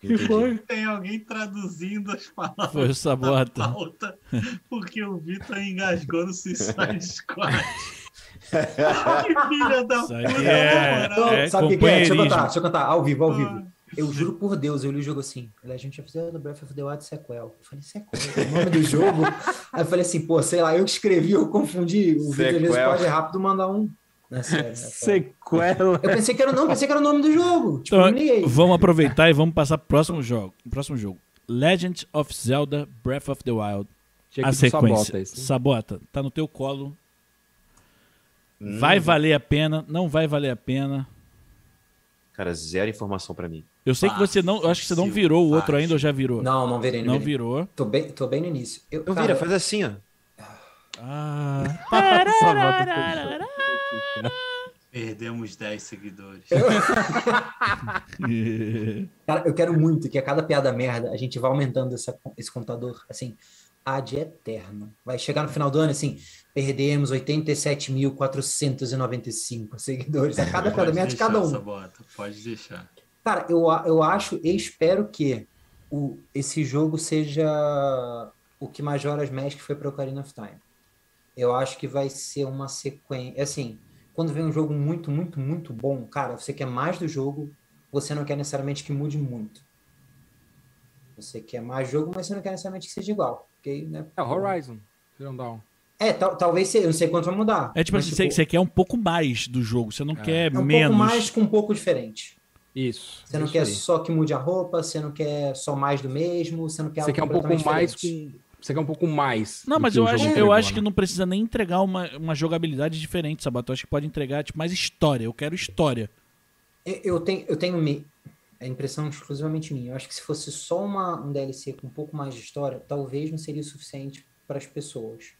S2: Que foi?
S4: Tem alguém traduzindo as palavras
S1: foi o
S4: da
S1: Sabota.
S4: pauta, porque o Vitor engasgou no Suicide Squad. que filha da
S1: Isso
S4: puta,
S1: aí é-
S4: na moral.
S5: Então,
S1: é
S5: sabe o que que é? Deixa eu
S1: companheirismo.
S5: cantar, deixa eu cantar, ao vivo, ao vivo.
S4: Ah,
S5: Eu juro por Deus, eu li o jogo assim. A gente ia fazer do Breath of the Wild sequel. Eu falei, sequel, é o nome do jogo? Aí eu falei assim, pô, sei lá, eu que escrevi, eu confundi. O vídeo às vezes
S3: Sequel.
S5: pode rápido mandar um. É sério, é sério.
S2: Sequela.
S5: Eu pensei que era não, pensei que era o nome do jogo. Tipo,
S1: Então,
S5: eu me liguei.
S1: Vamos aproveitar e vamos passar pro próximo jogo. Próximo jogo. Legend of Zelda Breath of the Wild.
S2: Tinha
S1: a
S2: que ir
S1: sequência.
S2: pro Sabota é isso.
S1: Sabota, tá no teu colo. Vai valer a pena, não vai valer a pena.
S3: Cara, zero informação pra mim.
S1: Eu sei que
S4: Fácil,
S1: você não. Eu acho que você não
S4: Silvio,
S1: virou o outro
S4: fácil.
S1: ainda ou já virou?
S5: Não, não virei, não,
S1: Não
S5: virei.
S1: virou.
S5: Tô bem, tô bem no início. Eu,
S3: Não
S5: cara,
S3: vira, faz assim, ó.
S1: Ah,
S2: Sabota
S4: Perdemos 10 seguidores.
S5: Cara, eu quero muito que a cada piada merda a gente vá aumentando essa- esse computador, assim, ad eterno. Vai chegar no final do ano, assim, perdemos 87.495 seguidores. A cada piada
S4: Pode
S5: merda de cada
S4: deixar,
S5: um.
S4: Sabota, pode deixar.
S5: Cara, eu, a- eu acho e espero que o, esse jogo seja o que Majora's Mask foi para Ocarina of Time. Eu acho que vai ser uma sequência. Assim, quando vem um jogo muito, muito, muito bom, cara, você quer mais do jogo, você não quer necessariamente que mude muito. Você quer mais jogo, mas você não quer necessariamente que seja igual. Porque, né?
S2: É Horizon. Zero Dawn.
S5: É, tal- talvez seja, eu não sei quanto vai mudar.
S1: É tipo
S5: mas,
S1: assim, você, você quer um pouco mais do jogo, você não quer
S5: é um
S1: menos.
S5: pouco mais com um pouco diferente.
S2: Isso.
S5: Você não
S2: É isso
S5: quer
S2: aí.
S5: só que mude a roupa, você não quer só mais do mesmo, você não quer
S2: Você
S5: algo
S2: quer um pouco
S5: completamente
S2: mais
S5: diferente.
S2: com. Você quer um pouco mais.
S1: Não,
S2: do
S1: mas
S2: que
S1: eu
S2: o
S1: acho,
S2: jogo
S1: eu
S2: entregou,
S1: acho que
S2: né?
S1: não precisa nem entregar uma, uma jogabilidade diferente, Sabato. Eu acho que pode entregar tipo, mais história. Eu quero história.
S5: É, Eu eu tenho, eu tenho me... a impressão exclusivamente minha. Eu acho que se fosse só uma, um DLC com um pouco mais de história, talvez não seria o suficiente para as pessoas.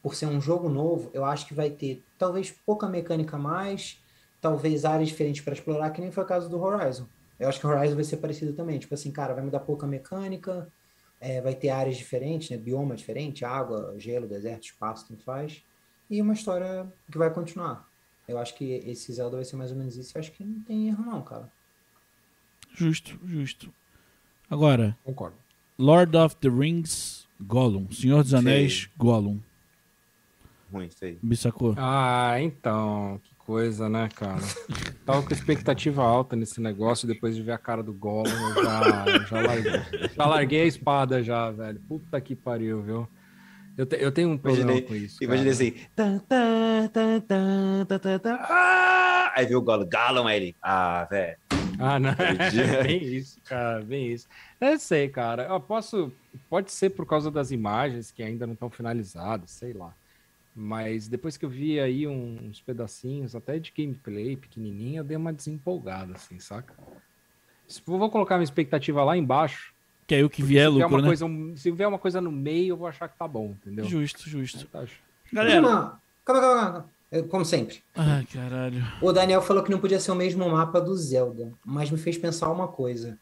S5: Por ser um jogo novo, eu acho que vai ter talvez pouca mecânica a mais, talvez áreas diferentes para explorar, que nem foi o caso do Horizon. Eu acho que o Horizon vai ser parecido também. Tipo assim, cara, vai mudar pouca mecânica, é, vai ter áreas diferentes, né? bioma diferente, água, gelo, deserto, espaço, tanto faz. E uma história que vai continuar. Eu acho que esse Zelda vai ser mais ou menos isso. Eu acho que não tem erro, não, cara.
S1: Justo, justo. Agora,
S2: Concordo.
S1: Lord of the Rings, Gollum. Senhor dos Anéis, Gollum.
S3: Ruim, feio.
S1: Me sacou?
S2: Ah, então. Que coisa, né, cara? Tava com expectativa alta nesse negócio, depois de ver a cara do Gollum, eu já, eu já, larguei, já larguei a espada já, velho. Puta que pariu, viu? Eu, te- eu tenho um problema
S3: Imaginei-
S2: com isso,
S3: Imagina
S2: cara.
S3: assim. tan, tan, tan, tan, tan, tan, tan, ah! Aí viu o Gollum, Gollum, aí ele. Ah, velho.
S2: Ah, não.
S3: Entendi.
S2: bem isso, cara, bem isso. Eu sei, cara. Eu posso, pode ser por causa das imagens que ainda não estão finalizadas, sei lá. Mas depois que eu vi aí um- uns pedacinhos, até de gameplay pequenininha, eu dei uma desempolgada, assim, saca? Se- eu Vou colocar minha expectativa lá embaixo.
S1: Que aí o que vier é
S2: se, vier
S1: lucro,
S2: uma
S1: né?
S2: coisa, um, se vier uma coisa no meio, eu vou achar que tá bom, entendeu?
S1: Justo, justo.
S2: Tá-
S1: Galera.
S5: Calma, calma, calma, calma. É, Como sempre.
S1: Ai, caralho.
S5: O Daniel falou que não podia ser o mesmo mapa do Zelda, mas me fez pensar uma coisa.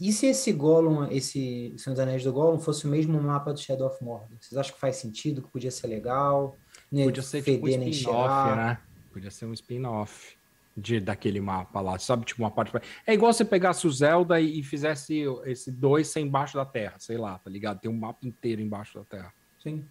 S5: E se esse Gollum, esse Senhor dos Anéis do Gollum, fosse o mesmo mapa do Shadow of Mordor? Vocês acham que faz sentido, que podia ser legal? Nem
S2: Podia ser tipo um
S5: feder, nem
S2: spin-off,
S5: cheirar?
S2: né? Podia ser um spin-off de, daquele mapa lá, sabe? Tipo uma parte. É igual você pegasse o Zelda e, e fizesse esse 2 sem embaixo da terra, sei lá, tá ligado? Tem um mapa inteiro embaixo da terra.
S5: Sim.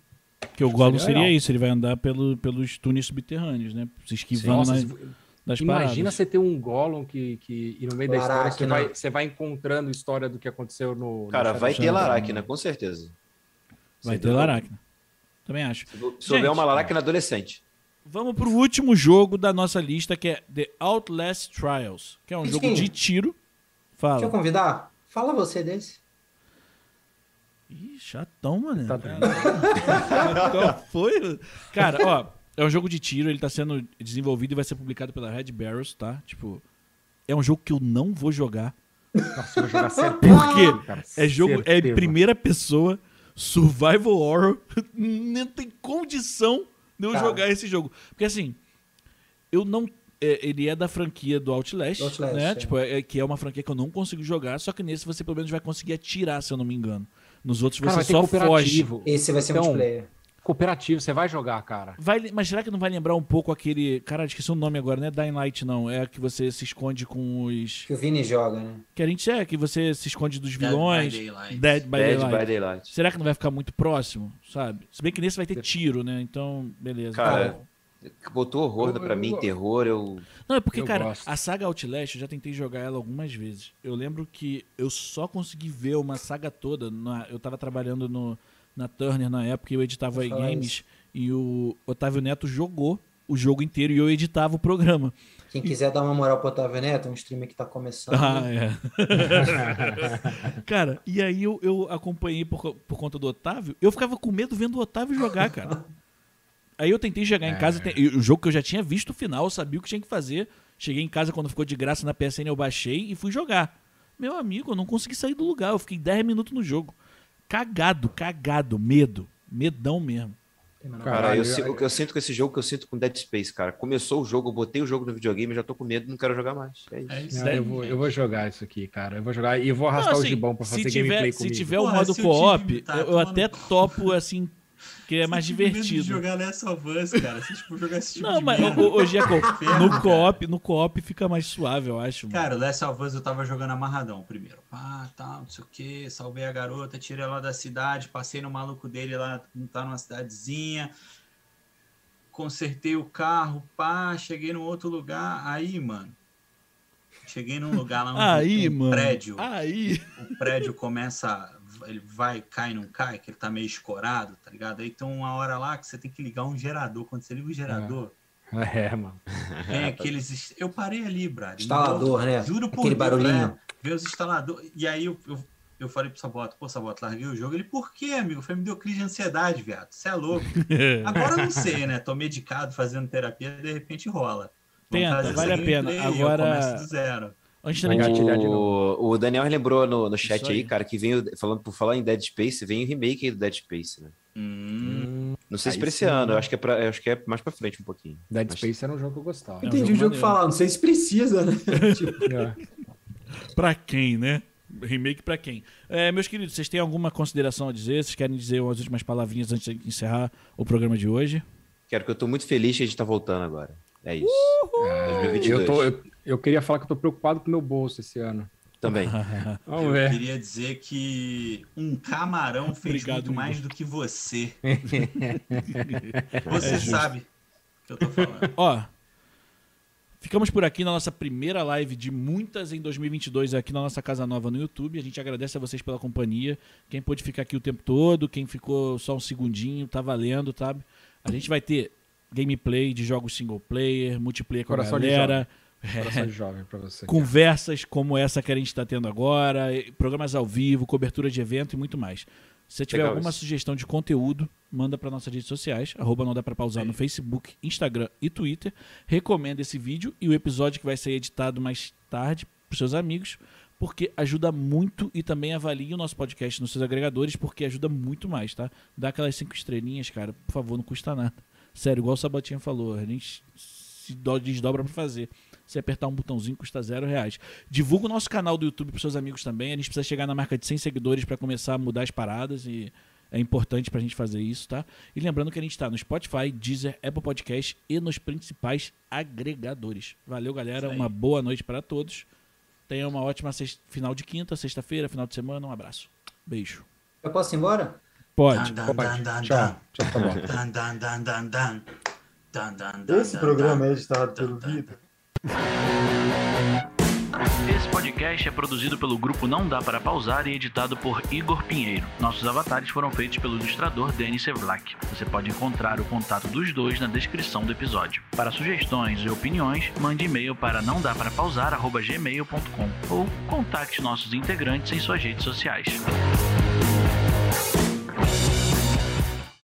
S1: Que o Gollum
S2: seria
S1: seria
S2: é legal.
S1: isso, ele vai andar pelo- pelos túneis subterrâneos, né? Se esquivando
S2: Nossa,
S1: nas,
S2: se-
S1: das
S2: imagina
S1: paradas.
S2: você ter um Gollum que, que e no meio da história você
S5: Laracna.
S2: vai, você vai encontrando história do que aconteceu no. no
S3: Cara,
S2: Shadow
S3: vai
S2: of
S3: ter
S2: Mordor.
S3: Laracna, com certeza.
S1: Vai
S2: Sim,
S1: ter
S2: né?
S1: Laracna. Também acho.
S3: Se houver uma Laracna adolescente.
S1: Vamos pro último jogo da nossa lista, que é The Outlast Trials, que é um
S5: Sim.
S1: jogo de tiro.
S5: Deixa eu
S1: Fala.
S5: convidar? Fala você desse.
S1: Ih, chatão, mano.
S2: Tá
S1: Qual foi? Cara, ó, é um jogo de tiro, ele tá sendo desenvolvido e vai ser publicado pela Red Barrels, tá? Tipo, é um jogo que eu não vou jogar.
S2: Nossa, eu vou jogar
S5: Ah!
S1: Por quê?
S2: certeza, cara,
S1: É jogo, é
S2: certeza.
S1: primeira pessoa, survival horror, nem tem condição de eu
S5: Cara.
S1: jogar esse jogo. Porque assim, eu não é, ele é da franquia do Outlast,
S5: Do Outlast,
S1: né?
S5: é.
S1: Tipo, é, é que é uma franquia que eu não consigo jogar, só que nesse você pelo menos vai conseguir atirar, se eu não me engano. Nos outros
S2: Cara, vai
S1: você
S2: ter
S1: só foge.
S2: cooperativo.
S5: Esse vai ser
S2: Então,
S5: multiplayer.
S2: Cooperativo, você vai jogar, cara.
S1: Vai- mas será que não vai lembrar um pouco aquele. Cara, esqueci o nome agora, não é Dying Light, não. É a que você se esconde com os.
S5: Que o Vini joga, né?
S1: Que a gente é, que você se esconde dos
S4: Dead by
S1: vilões.
S4: Daylight.
S1: Dead by
S3: Dead
S1: Daylight.
S3: by Daylight.
S1: Será que não vai ficar muito próximo, sabe? Se bem que nesse vai ter tiro, né? Então, beleza.
S3: Cara,
S1: Tá bom.
S3: Botou horror pra mim, terror, eu.
S1: não, é porque,
S2: eu
S1: cara,
S2: gosto.
S1: a saga Outlast, eu já tentei jogar ela algumas vezes. Eu lembro que eu só consegui ver uma saga toda. na- eu tava trabalhando no, na Turner na época e eu editava
S5: Vou falar
S1: games. E o Otávio Neto jogou o jogo inteiro e eu editava o programa.
S5: Quem quiser dar uma moral pro Otávio Neto, um streamer que tá começando.
S1: Ah,
S2: né?
S1: é. Ah, cara, e aí eu, eu acompanhei por, co- por conta do Otávio. Eu ficava com medo vendo o Otávio jogar, cara. Aí eu tentei chegar
S2: É.
S1: em casa, te- e o jogo que eu já tinha visto o final, eu sabia o que tinha que fazer. Cheguei em casa quando ficou de graça na PSN, eu baixei e fui jogar. Meu amigo, eu não consegui sair do lugar, eu fiquei 10 minutos no jogo. Cagado, cagado, medo, medão mesmo.
S5: Tem menor-
S2: Cara,
S3: Cara, eu,
S2: Caralho,
S3: si- o que eu sinto com esse jogo que eu sinto com Dead Space, cara. Começou o jogo, eu botei o jogo no videogame, já tô com medo, não quero jogar mais. É isso.
S4: É isso
S2: Não,
S4: aí,
S2: eu, vou,
S4: gente.
S2: eu vou jogar isso aqui, cara. Eu vou jogar e vou
S1: Não,
S2: arrastar
S1: assim,
S2: o gibão pra fazer
S1: se tiver,
S2: gameplay
S1: se
S2: comigo.
S1: tiver o
S4: Porra,
S1: modo
S4: se o time
S1: co-op,
S4: tá
S1: eu, eu até
S4: tomando-
S1: topo, assim, que é mais
S4: Eu tive medo de
S1: divertido.
S4: jogar Last of Us, cara. Se tipo, jogar esse tipo
S1: Não,
S4: de
S1: mas
S4: merda.
S1: hoje é
S4: Inferno,
S1: no co-op, no co-op fica mais suave, eu acho. mano.
S4: Cara, o Last of Us eu tava jogando amarradão primeiro. Pá, tá, não sei o que, salvei a garota, tirei ela da cidade, passei no maluco dele lá, tá numa cidadezinha. Consertei o carro, pá, cheguei num outro lugar. Aí, mano. Cheguei num lugar lá onde
S1: aí,
S4: um
S1: mano. Ah,
S4: prédio.
S1: Aí.
S4: o prédio começa, ele vai, cai, não cai, que ele tá meio escorado, tá ligado? Aí tem uma hora lá que você tem que ligar um gerador. Quando você liga o gerador,
S2: É, mano.
S4: tem aqueles. est- Eu parei ali, Brad.
S5: Instalador, né?
S4: Juro por
S5: Aquele
S4: Deus,
S5: barulhinho.
S4: é, ver os instaladores. E aí eu, eu, eu falei pro Saboto, pô, Saboto, larguei o jogo. Ele, por quê, amigo? Eu falei, me deu crise de ansiedade, viado. Você é louco. Agora eu não sei, né? Tô medicado fazendo terapia, de repente rola. Vamos
S1: Tenta,
S4: fazer essa
S1: vale a pena.
S4: gameplay, eu
S1: Agora-
S4: começo do zero.
S1: Antes da
S2: Vai
S1: gente-
S2: engatilhar de
S3: O, o Daniel lembrou no, no chat
S1: Isso
S3: aí,
S1: aí.
S3: cara, que vem, o- falando, por falar em Dead Space, vem o remake aí do Dead Space, né?
S4: Hum,
S3: Não sei se
S2: Aí
S3: pra esse
S2: sim,
S3: ano,
S2: né?
S3: eu acho que é, pra- eu acho que é mais pra frente um pouquinho.
S2: Dead
S3: Mas-
S2: Space era um jogo que eu gostava.
S1: É um
S5: Entendi
S1: jogo
S5: o jogo
S1: maneiro.
S5: que falar, não sei se precisa, né? tipo,
S2: É.
S1: Pra quem, né? Remake pra quem? É, meus queridos, vocês têm alguma consideração a dizer? Vocês querem dizer umas últimas palavrinhas antes de encerrar o programa de hoje?
S3: Quero que eu tô muito feliz que a gente tá voltando agora. É isso.
S2: Eu,
S3: 2022.
S2: tô, eu, eu queria falar que eu tô preocupado com o meu bolso esse ano.
S3: Também.
S2: Vamos
S4: Eu
S2: ver.
S4: queria dizer que um camarão fez
S1: Obrigado,
S4: muito
S1: Igor.
S4: mais do que
S1: É
S4: você. Você sabe o que eu tô falando.
S1: Ó, Ficamos por aqui na nossa primeira live de muitas em 2022 aqui na nossa casa nova no YouTube. A gente agradece a vocês pela companhia. Quem pôde ficar aqui o tempo todo, quem ficou só um segundinho, tá valendo, sabe? A gente vai ter gameplay de jogos single player, multiplayer com
S2: Coração
S1: a
S2: de
S1: galera.
S2: um Coração de jovem pra você.
S1: conversas como essa que a gente está tendo agora, e programas ao vivo, cobertura de evento e muito mais. Se você tiver
S3: Legal
S1: alguma
S3: isso.
S1: sugestão de conteúdo, manda para nossas redes sociais, arroba não dá para pausar no Facebook, Instagram e Twitter. Recomenda esse vídeo e o episódio que vai ser editado mais tarde para seus amigos, porque ajuda muito e também avalie o nosso podcast nos seus agregadores, porque ajuda muito mais, tá? Dá aquelas cinco estrelinhas, cara, por favor, não custa nada. Sério, igual o Sabatinha falou, a gente se do- desdobra para fazer. Se apertar um botãozinho custa zero reais. Divulga o nosso canal do YouTube para seus amigos também. A gente precisa chegar na marca de 100 seguidores para começar a mudar as paradas e é importante para a gente fazer isso, tá? E lembrando que a gente está no Spotify, Deezer, Apple Podcast e nos principais agregadores. Valeu, galera.
S4: Isso aí.
S1: Uma boa noite para todos. Tenha uma ótima sexta- final de quinta, sexta-feira, final de semana. Um abraço. Beijo.
S5: Eu posso ir embora?
S1: Pode.
S4: Dan, dan, dan,
S7: Tchau.
S2: Tchau, tá bom.
S4: dan, dan, dan, dan, dan. Dan, dan, dan,
S7: Esse
S4: dan,
S7: programa
S4: dan.
S7: é editado pelo Vitor.
S1: Esse podcast é produzido pelo grupo Não Dá Para Pausar e editado por Igor Pinheiro. Nossos avatares foram feitos pelo ilustrador Denis Sevlak. Você pode encontrar o contato dos dois na descrição do episódio. Para sugestões e opiniões, mande e-mail para não dá para pausar@gmail.com ou contacte nossos integrantes em suas redes sociais.